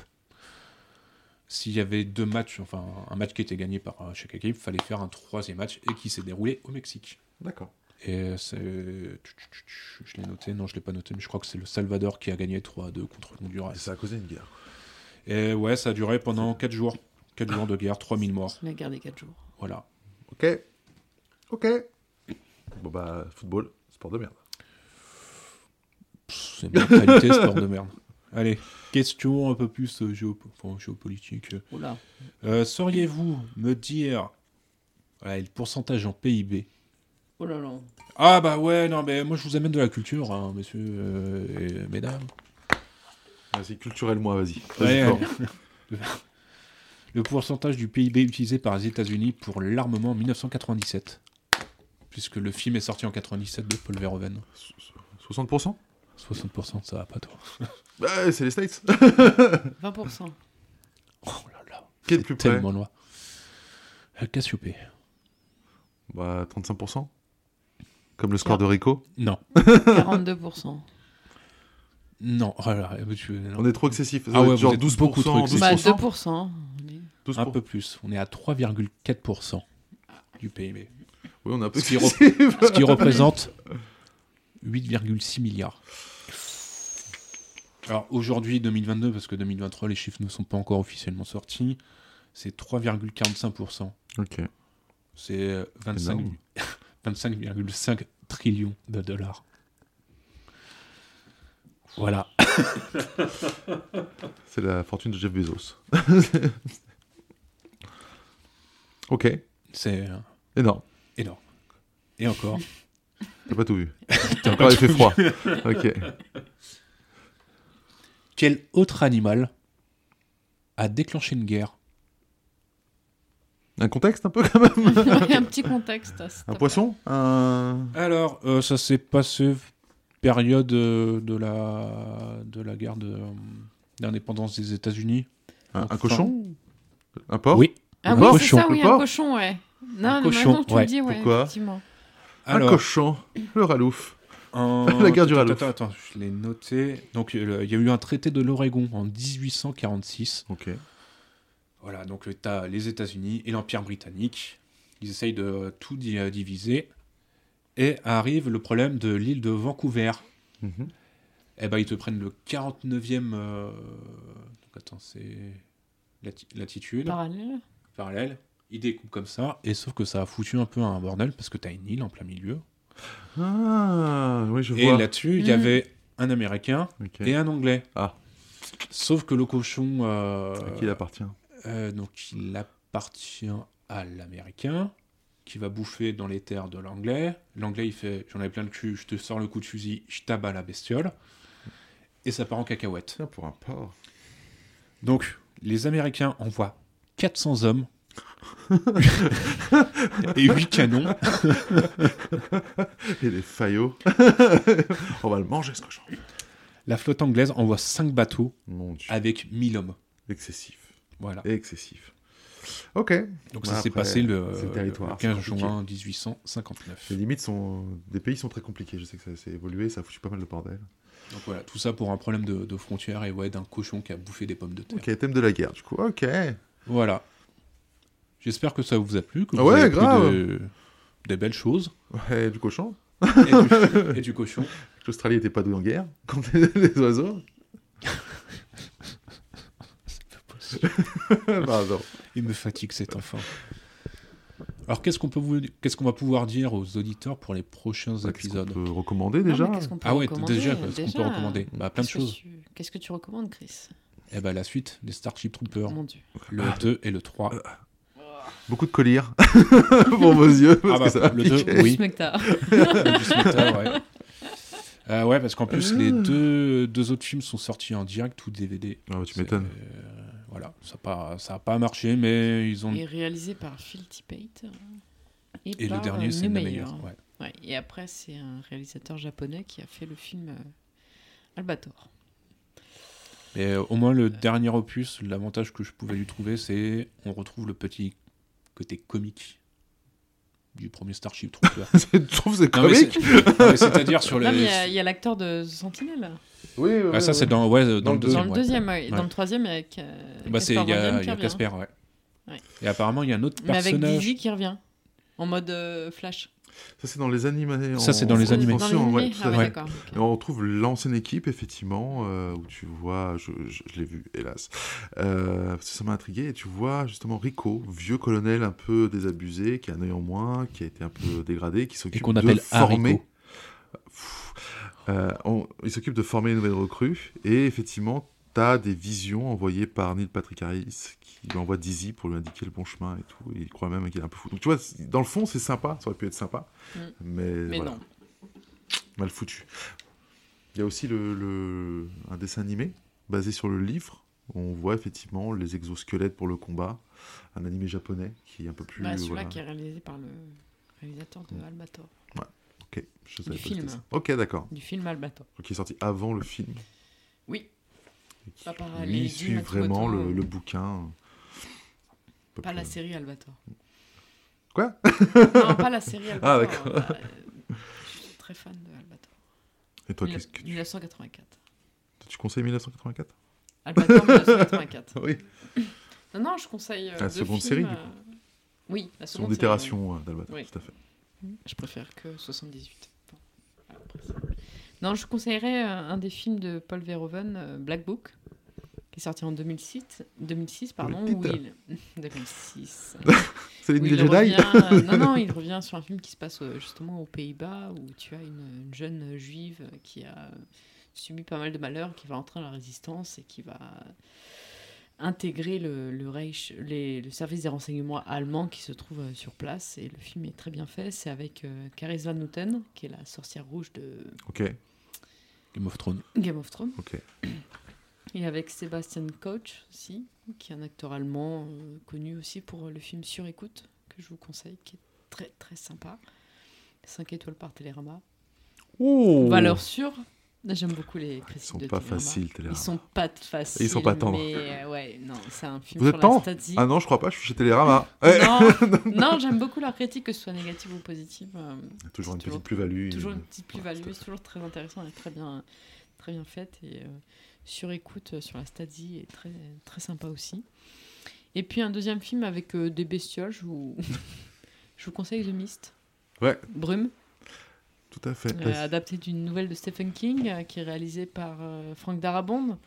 s'il y avait deux matchs, enfin un match qui était gagné par euh, chaque équipe, fallait faire un troisième match et qui s'est déroulé au Mexique.
D'accord.
Et euh, c'est. Je l'ai noté, non, je l'ai pas noté, mais je crois que c'est le Salvador qui a gagné 3-2 contre
Et
Honduras.
ça a causé une guerre.
Et ouais, ça a duré pendant 4 jours. 4 jours de guerre, 3000 morts.
La guerre des 4 jours.
Voilà.
Ok. Ok. Bon bah, football, sport de merde.
Pff, C'est mentalité, sport de merde. (laughs) Allez, question un peu plus euh, géo- enfin, géopolitique.
Oula.
Euh, Sauriez-vous me dire. Ouais, le pourcentage en PIB
Oh là là.
Ah bah ouais, non, mais moi je vous amène de la culture, hein, messieurs euh, et mesdames.
Vas-y, culturelle-moi, vas-y.
Ouais,
Vas-y, fort.
ouais. Le pourcentage du PIB utilisé par les États-Unis pour l'armement en 1997. Puisque le film est sorti en 97 de Paul Verhoeven.
60%
60%, ça va pas toi.
bah, C'est les States.
20%.
Oh là là,
Qui est le plus près
tellement loin. Euh, Cassiopée.
Bah, 35%. Comme le
Ah.
score de Rico.
Non,
42%.
non, oh là là, tu- non.
On est trop excessif. Ça
Ah
doit être
ouais, vous
genre
êtes
12%,
beaucoup trop Bah, excessif.
12%.
Bah, 2%. on (laughs) dit.
12%.
un peu plus. On est à 3,4% du PIB.
Oui, on est un peu
Ce qui
excessif. (laughs)
Ce qui représente 8,6 milliards. Alors aujourd'hui, 2022, parce que 2023, les chiffres ne sont pas encore officiellement sortis, c'est 3,45%.
Ok.
C'est euh, 25, (laughs)
Énorme.
25,5 trillions de dollars. Voilà.
C'est la fortune de Jeff (laughs) Bezos. ok,
C'est euh,
énorme.
énorme. Et encore.
T'as pas tout vu. T'as encore l'effet froid. Ok.
Quel autre animal a déclenché une guerre
Un contexte un peu quand même
Ouais, un petit contexte. à cette
Un poisson Un.
Alors, euh, ça s'est passé période euh, de la, de la guerre de, euh, d'indépendance des États-Unis.
Un, un
Enfin.
cochon Un porc
Oui.
Ah
Un
oui, c'est
cochon,
ça, oui,
le
un
porc.
cochon, ouais. Non,
Un
mais
cochon,
maintenant que tu
ouais.
le dis, ouais,
Pourquoi
effectivement.
Un cochon. Le ralouf.
un-
(laughs) La guerre du
attends,
Ralouf.
attends, attends, je l'ai noté. Donc, euh, il y a eu un traité de l'Oregon en 1846.
Ok.
Voilà, donc tu as les États-Unis et l'Empire britannique. Ils essayent de euh, tout di- euh, diviser. Et arrive le problème de l'île de Vancouver.
Mhm.
Eh ben, ils te prennent le 49e. euh, donc, attends, c'est. lati- Latitude,
Parallèle.
parallèle. Ils découpent comme ça. Et sauf que ça a foutu un peu un bordel parce que tu as une île en plein milieu.
Ah, oui, je
Et
vois.
là-dessus, il y
Mhm.
avait un Américain
Ok.
et un Anglais.
Ah.
Sauf que le cochon. euh,
À qui il appartient
Euh, donc il appartient à l'américain qui va bouffer dans les terres de l'anglais. L'anglais il fait j'en ai plein le cul, je te sors le coup de fusil, je t'abats la bestiole. Et ça part en cacahuète.
Tiens, pour un porc.
Donc les américains envoient 400 hommes
(laughs)
(laughs) et 8 canons.
Et les faillots. (laughs) On va le manger, ce cochon.
La flotte anglaise envoie 5 bateaux
Mon dieu.
avec 1000 hommes.
Excessif.
Voilà.
Excessif. Ok.
Donc
Bah,
ça s'est
après,
passé le,
c'est le territoire,
le
c'est
15
compliqué.
juin 1859.
Les limites sont. Des pays sont très compliqués. Je sais que ça s'est évolué, ça a foutu pas mal de bordel.
Donc voilà, tout ça pour un problème de, de frontières et ouais, d'un cochon qui a bouffé des pommes de terre.
Ok, thème de la guerre, du coup. Ok.
Voilà. J'espère que ça vous a plu, que
Ah
vous
ouais,
avez appris
grave.
de- des belles choses (laughs)
Ouais, du cochon.
et du, et du cochon.
L'Australie n'était pas douée en guerre (laughs) contre les oiseaux. (laughs) Pardon.
Il me fatigue cet enfant. Alors qu'est-ce qu'on peut vous... qu'est-ce qu'on va pouvoir dire aux auditeurs pour les prochains épisodes
On peut recommander
Non, mais
déjà.
qu'est-ce qu'on peut
Ah ouais,
recommander,
déjà, qu'est-ce qu'on peut recommander Bah, plein de
Qu'est-ce que
choses.
tu- Qu'est-ce que tu recommandes, Chris
Eh ben la suite des Starship Troopers,
Mon Dieu.
le
Ah,
2 et le 3.
euh, Beaucoup de colliers (laughs) pour vos yeux. Parce
Ah bah,
que ça va
le deux,
piquer.
Oui.
(laughs) Ce mec t'as-
Du Smecta, ouais. Euh, ouais, parce qu'en plus, les deux, deux autres films sont sortis en direct ou DVD.
Ah bah, tu
C'est- (laughs)
m'étonnes. (laughs)
euh, voilà, ça n'a pas, ça a pas marché, mais ils ont.
Et réalisé par Phil Tippett.
Et le
par,
dernier,
euh,
c'est le
Neumeyer.
meilleur. ouais.
Ouais, et après, c'est un réalisateur japonais qui a fait le film euh, Albator.
Mais euh, au moins le dernier opus, l'avantage que je pouvais lui trouver, c'est on retrouve le petit côté comique du premier Starship
(laughs)
Trooper.
Tu trouves que c'est
Non, mais c'est-
comique
non, mais C'est-à-dire sur
Non, mais il
les...
y a- il y a, l'acteur de Sentinelle.
Oui, oui.
Ah, ça c'est dans, ouais, dans, le
le
deuxième.
dans le
ouais.
deuxième, ouais, et
Ouais.
dans le troisième avec. euh,
Bah, c'est-
Gaspard
il y
Van Damme
a,
qui
il y a
revient.
Casper, ouais.
Ouais.
Et apparemment il y a un autre
Mais avec
personnage.
Dizzy qui revient en mode euh, Flash.
Ça c'est dans les animés.
Ça,
en-
c'est dans les
en
animés.
Dans
mention,
les
ouais,
animés
tout
Ah
à
ouais,
fait.
d'accord. ok.
Et on retrouve l'ancienne équipe, effectivement, euh, où tu vois, je, je- je l'ai vu, hélas, euh, parce que ça m'a intrigué, et tu vois justement Rico, vieux colonel un peu désabusé, qui a un œil en moins, qui a été un peu dégradé, qui
et
s'occupe
qu'on
de
appelle
former.
Hariko.
Pfff. Euh, on- il s'occupe de former les nouvelles recrues, et effectivement, tu as des visions envoyées par Neil Patrick Harris, qui lui envoie Dizzy pour lui indiquer le bon chemin et tout, et il croit même qu'il est un peu fou. Donc tu vois, c'est- dans le fond, c'est sympa, ça aurait pu être sympa,
Mm.
mais,
Mais
voilà
non.
mal foutu. Il y a aussi le, le- un dessin animé basé sur le livre. On voit effectivement les exosquelettes pour le combat. Un animé japonais qui est un peu plus.
Bah, Celui-là
voilà.
qui est réalisé par le réalisateur de Albator.
Ok, je savais
du
pas que
film.
c'était ça. Ok, d'accord.
Du film Albator.
Qui est sorti avant le film.
Oui.
Et qui,
Pas par
lui,
les
suit
Jim
vraiment le,
Matsumoto, euh,
le bouquin. Peu
Pas
plus.
la série Albator.
Quoi
(laughs) Non, pas la série
Ah,
Albator.
d'accord.
bah, euh, je suis très fan de Albator.
Et toi,
Mille-
qu'est-ce que tu,
1984.
tu conseilles 1984 (laughs)
Albator 1984.
Oui.
Non, non, je conseille. euh,
La
deux
seconde
films,
série, du
euh, Oui, la
Son
seconde série,
itération euh, d'Albatros,
Oui.
tout à fait.
oui. Je préfère que 78. Bon, voilà, après ça. Non, je conseillerais euh, un des films de Paul Verhoeven, euh, Black Book, qui qui est sorti en 2006, 2006 pardon, où il... (laughs)
(laughs)
2006.
C'est
Où
les
il
Jedi
revient, euh, non,
(laughs)
non, il revient sur un film qui se passe euh, justement aux Pays-Bas où tu as une, une jeune juive qui a euh, subi pas mal de malheurs, qui va entrer dans la résistance et qui va intégrer le, le Reich, les- le service des renseignements allemand qui se trouve euh, sur place. Et le film est très bien fait. C'est avec euh, Karis Van Houten, qui est la sorcière rouge de
Ok.
Game of Thrones.
Game of Thrones.
Ok.
Et avec Sébastien Koch aussi, qui est un acteur allemand euh, connu aussi pour le film Sur écoute, que je vous conseille, qui est très très sympa. 5 étoiles par Télérama. Valeur sûre. Ah, J'aime beaucoup les
Ah, Ils
critiques
sont
de
pas
Télérama.
faciles, Télérama.
Ils sont pas faciles.
Ils sont pas tendres.
Mais euh, ouais, non, c'est un film
Vous
sur
êtes
la
tendres
Stasi.
Ah non, je crois pas, je suis chez
(laughs)
Télérama. Eh (laughs)
non, non, j'aime beaucoup leur critique, que ce soit négative ou positive. euh,
Toujours une
c'est toujours-
petite plus-value.
toujours une
euh,
petite
voilà,
plus-value, c'est toujours très intéressant, elle est très bien, très bien faite et euh, sur écoute euh, sur la Stasi est très très sympa aussi. Et puis un deuxième film avec euh, des bestioles, je vous, (laughs) je vous conseille The Mist.
Ouais.
Brume,
Tout à fait.
euh, adapté d'une nouvelle de Stephen King euh, qui est réalisée par euh, Frank Darabont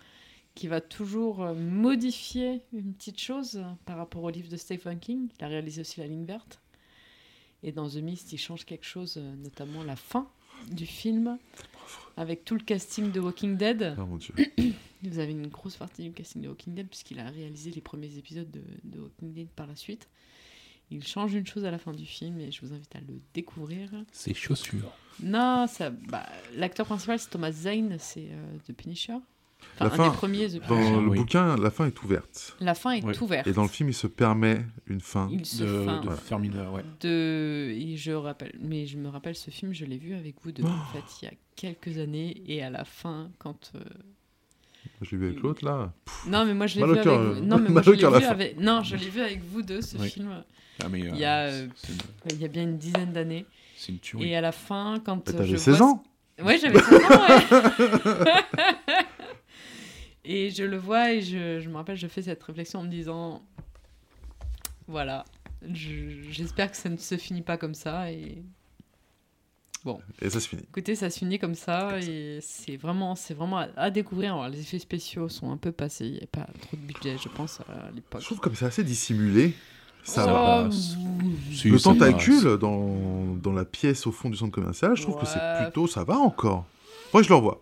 qui va toujours euh, modifier une petite chose euh, par rapport au livre de Stephen King. Il a réalisé aussi La ligne verte. Et dans The Mist, il change quelque chose, euh, notamment la fin du film, avec tout le casting de Walking Dead.
Ah mon
(laughs)
dieu.
Vous avez une grosse partie du casting de Walking Dead, puisqu'il a réalisé les premiers épisodes de, de Walking Dead par la suite. Il change une chose à la fin du film, et je vous invite à le découvrir.
Ses chaussures.
Non, ça, bah, l'acteur principal, c'est Thomas Zane, c'est euh, The Punisher. Enfin,
La
un
fin,
des premiers The
Dans
Punisher.
le
oui.
bouquin, la fin est ouverte.
La fin est
Ouais.
ouverte.
Et dans le film, il se permet une fin.
Il se
De,
fin-
de Fermina, ouais.
de- et je rappelle, mais je me rappelle ce film, je l'ai vu avec vous deux,
Oh.
en fait, il y a quelques années, et à la fin, quand. euh,
Je l'ai vu avec l'autre là.
Non, mais moi je l'ai
Mal au
vu
cœur,
avec
euh,
vous.
(laughs)
Non, mais moi
mal
je
au
l'ai
cœur, la
vu
fin.
avec. Non, je l'ai vu avec vous deux ce
Oui.
film.
Ah, mais, euh,
Il y a, euh,
C'est une,
Il y a bien une dizaine d'années.
c'est une tuerie.
Et à la fin, quand
Bah,
euh,
T'avais
je
16
vois
ans
Ouais, j'avais 16 ans, ouais. (laughs) et je le vois et je, je me rappelle, je fais cette réflexion en me disant voilà, je- j'espère que ça ne se finit pas comme ça. Et
Et ça, c'est fini.
écoutez, ça se finit comme ça et c'est vraiment, c'est vraiment à, à découvrir. Alors, les effets spéciaux sont un peu passés, il n'y a pas trop de budget, je pense, à l'époque.
Je trouve comme c'est assez dissimulé. Ça
Ça
va.
va.
Oh,
Si,
Le
ça passe.
tentacule dans, dans la pièce au fond du centre commercial, je trouve que c'est
Ouais.
plutôt. Ça va encore. Moi, je le revois.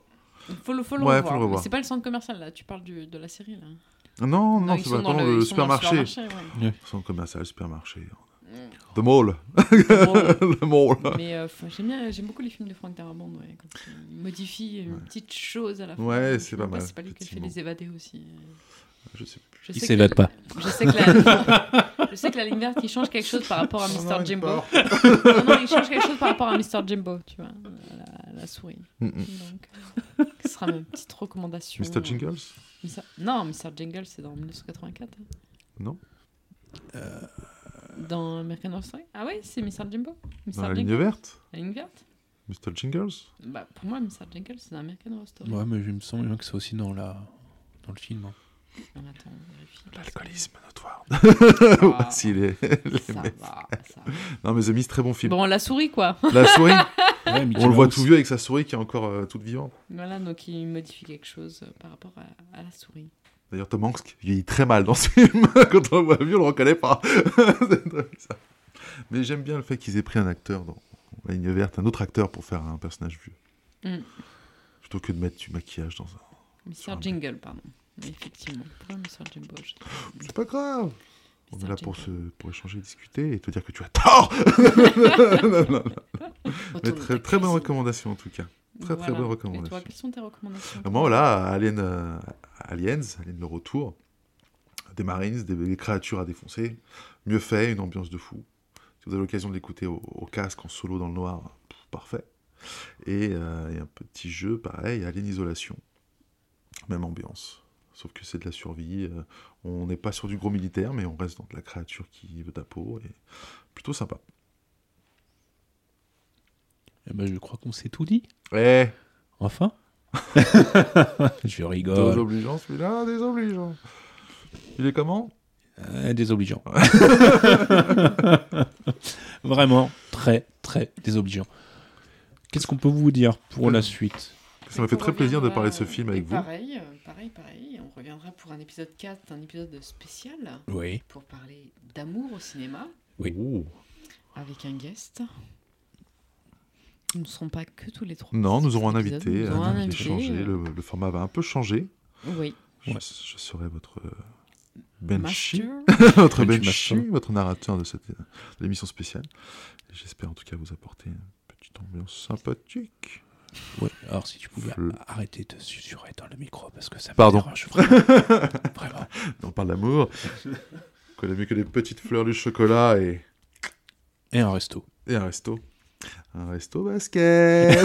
Faut le, faut le
Ouais, faut
revoir.
le revoir.
Mais C'est pas le centre commercial là, tu parles du- de la série là.
Non, non,
ils
c'est
sont
pas
dans
dans
ils
le
sont dans
supermarché.
supermarché, ouais.
Centre commercial, supermarché.
Mm.
The mall. (laughs)
C'est drôle.
le (laughs) mall.
Mais euh, enfin, j'aime bien, j'aime beaucoup les films de Frank Darabont, ouais, quand il modifie une
Ouais.
petite chose à la fin.
Ouais, c'est
Je sais
pas mal,
C'est pas lui qui a fait
effectivement.
les évadés aussi.
Je sais plus.
Je
Il
sais que-
s'évade pas.
Je sais
(laughs)
que la, je sais que la ligne verte, il change quelque chose par rapport à
Non, non,
Mr.
une
Jimbo.
porte.
Non, non, il change quelque chose par rapport à Mr. Jimbo, tu vois, à la, à la souris.
Mm, mm.
Donc, ce sera ma petite recommandation.
Mr. Jingles
Mr. Non, Mr. Jingle, c'est dans 1984. hein.
Non.
Dans American Horror Story Ah oui, c'est Mr. Jimbo. Mr.
Dans la
Jingle.
ligne verte
La ligne verte
Mr. Jingles
Bah, pour moi, Mr. Jekyll, c'est un American Horror Story.
Ouais, mais je me sens bien que c'est aussi dans, la... dans
(laughs)
le film. hein.
On attend, on vérifie.
L'alcoolisme (laughs) notoire. (laughs)
Ah,
Voici les-
ça va, ça va.
Non, mais The Mist, très bon film.
Bon, la souris, quoi. (laughs)
La souris,
Ouais, Mickey
on le voit
Mouse.
tout vieux avec sa souris qui est encore euh, toute vivante.
Voilà, donc il modifie quelque chose euh, par rapport à, à la souris.
D'ailleurs, Tom Hanks vieillit très mal dans ce (laughs) film. Quand on le voit vieux, on le reconnaît pas. (laughs) C'est très bizarre. mais j'aime bien le fait qu'ils aient pris un acteur dans La ligne verte, un autre acteur pour faire un personnage vieux.
Mm.
Plutôt que de mettre du maquillage dans un.
Mr.
Sur un-
Jingle, pardon. Mais effectivement. Pourquoi Mr. Jimbo je-
C'est pas grave. On
Mr.
est là pour, se,
Jingle.
pour échanger, discuter et te dire que tu as tort. Non, non, non. Mais
Retourne dans
très, très
ta
bonne
cuisine.
recommandation en tout cas. très, très
Voilà.
bonne
Et
recommandation.
toi, quelles sont tes recommandations
Euh, Moi, voilà, Alien, euh, Aliens, Alien le retour, des Marines, des, des créatures à défoncer, mieux fait, une ambiance de fou. Si vous avez l'occasion de l'écouter au, au casque, en solo, dans le noir, pff, parfait. Et, euh, et un petit jeu, pareil, Alien Isolation, même ambiance. Sauf que c'est de la survie, euh, on n'est pas sur du gros militaire, mais on reste dans de la créature qui veut ta peau, et plutôt sympa.
Eh ben, je crois qu'on s'est tout dit.
Eh, (laughs)
Enfin. je rigole.
désobligeant celui-là, désobligeant. Il est comment
Euh,
(laughs)
désobligeant.
Euh,
Vraiment très très désobligeant. Qu'est-ce qu'on peut vous dire pour la suite
Ça m'a fait
On
très plaisir de
reviendra,
parler de ce
euh,
film
et
avec vous.
Pareil, euh, pareil, pareil. On reviendra pour un épisode 4, un épisode spécial,
Oui.
pour parler d'amour au cinéma,
Oui.
avec un guest. Nous ne serons pas que tous les trois.
Non, nous
pour
aurons un
cet épisode.
invité, euh,
Nous
un
aurons euh,
invité changé. Le, le format va un peu changer.
Oui.
Je,
Ouais.
je serai votre euh,
(laughs)
Benchi,
Master.
(laughs) votre
Benchi
Benchi,
Master.
votre narrateur de cette euh, de l'émission spéciale. Et J'espère en tout cas vous apporter une petite ambiance sympathique.
Ouais. Alors, si tu pouvais
Je-
arrêter de susurrer dans le micro, parce que ça me
Pardon.
dérange
(laughs)
vraiment. Vraiment.
On parle (laughs) d'amour. On connaît mieux que les petites fleurs du chocolat et,
Et un resto.
et un resto. Un resto (laughs) basket.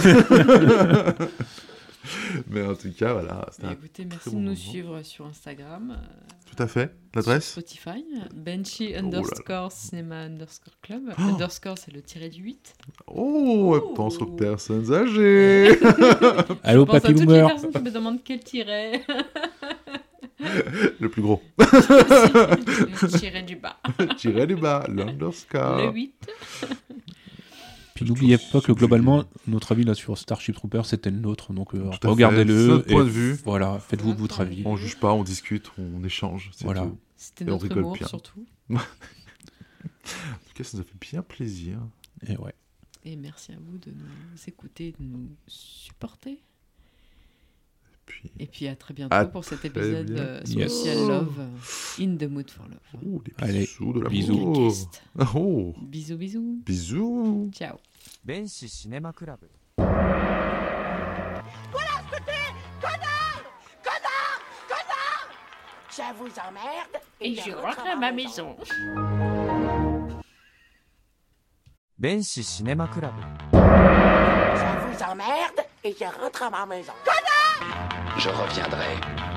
Mais en tout cas, voilà. c'était
Mais
un-
écoutez, merci
Ah, bon
de nous
moment.
suivre sur Instagram, euh,
Tout à fait.
sur
L'adresse Oh
Spotify, Benchy
là.
underscore cinéma underscore club. Underscore, c'est le tiré du 8.
Oh, elle
Oh.
pense aux personnes (laughs) âgées.
Allô,
Je pense à
Papy
toutes les
Boomer
personnes qui me demandent quel tiret. (laughs)
Le plus gros.
le tiret du bas.
Tirez du bas,
Le
l'underscore.
8.
Puis n'oubliez pas que
Tout-
globalement, notre avis là sur Starship Trooper, c'était le nôtre. Donc euh,
Tout à fait, c'est
regardez-le.
notre
et
point de vue.
Voilà, faites-vous votre avis.
On juge pas, on discute, on échange. C'est
Voilà.
tout. En
C'était
Et on
notre
rigole
amour
bien.
surtout.
tout cas, ça nous a fait bien plaisir.
Et ouais.
Et merci à vous de nous écouter, de nous supporter.
Et puis,
Et puis à très bientôt
À
pour cet
très
épisode
bien.
euh,
Yes.
spécial Love euh, in the mood for love.
oh, des bisous
Allez,
de la
bisous.
Podcast.
Oh,
Bisous bisous.
bisous.
Ciao.
弁士シネマクラブ弁士シネマクラブ
Ça vous emmerde et je rentre à ma maison.
Je reviendrai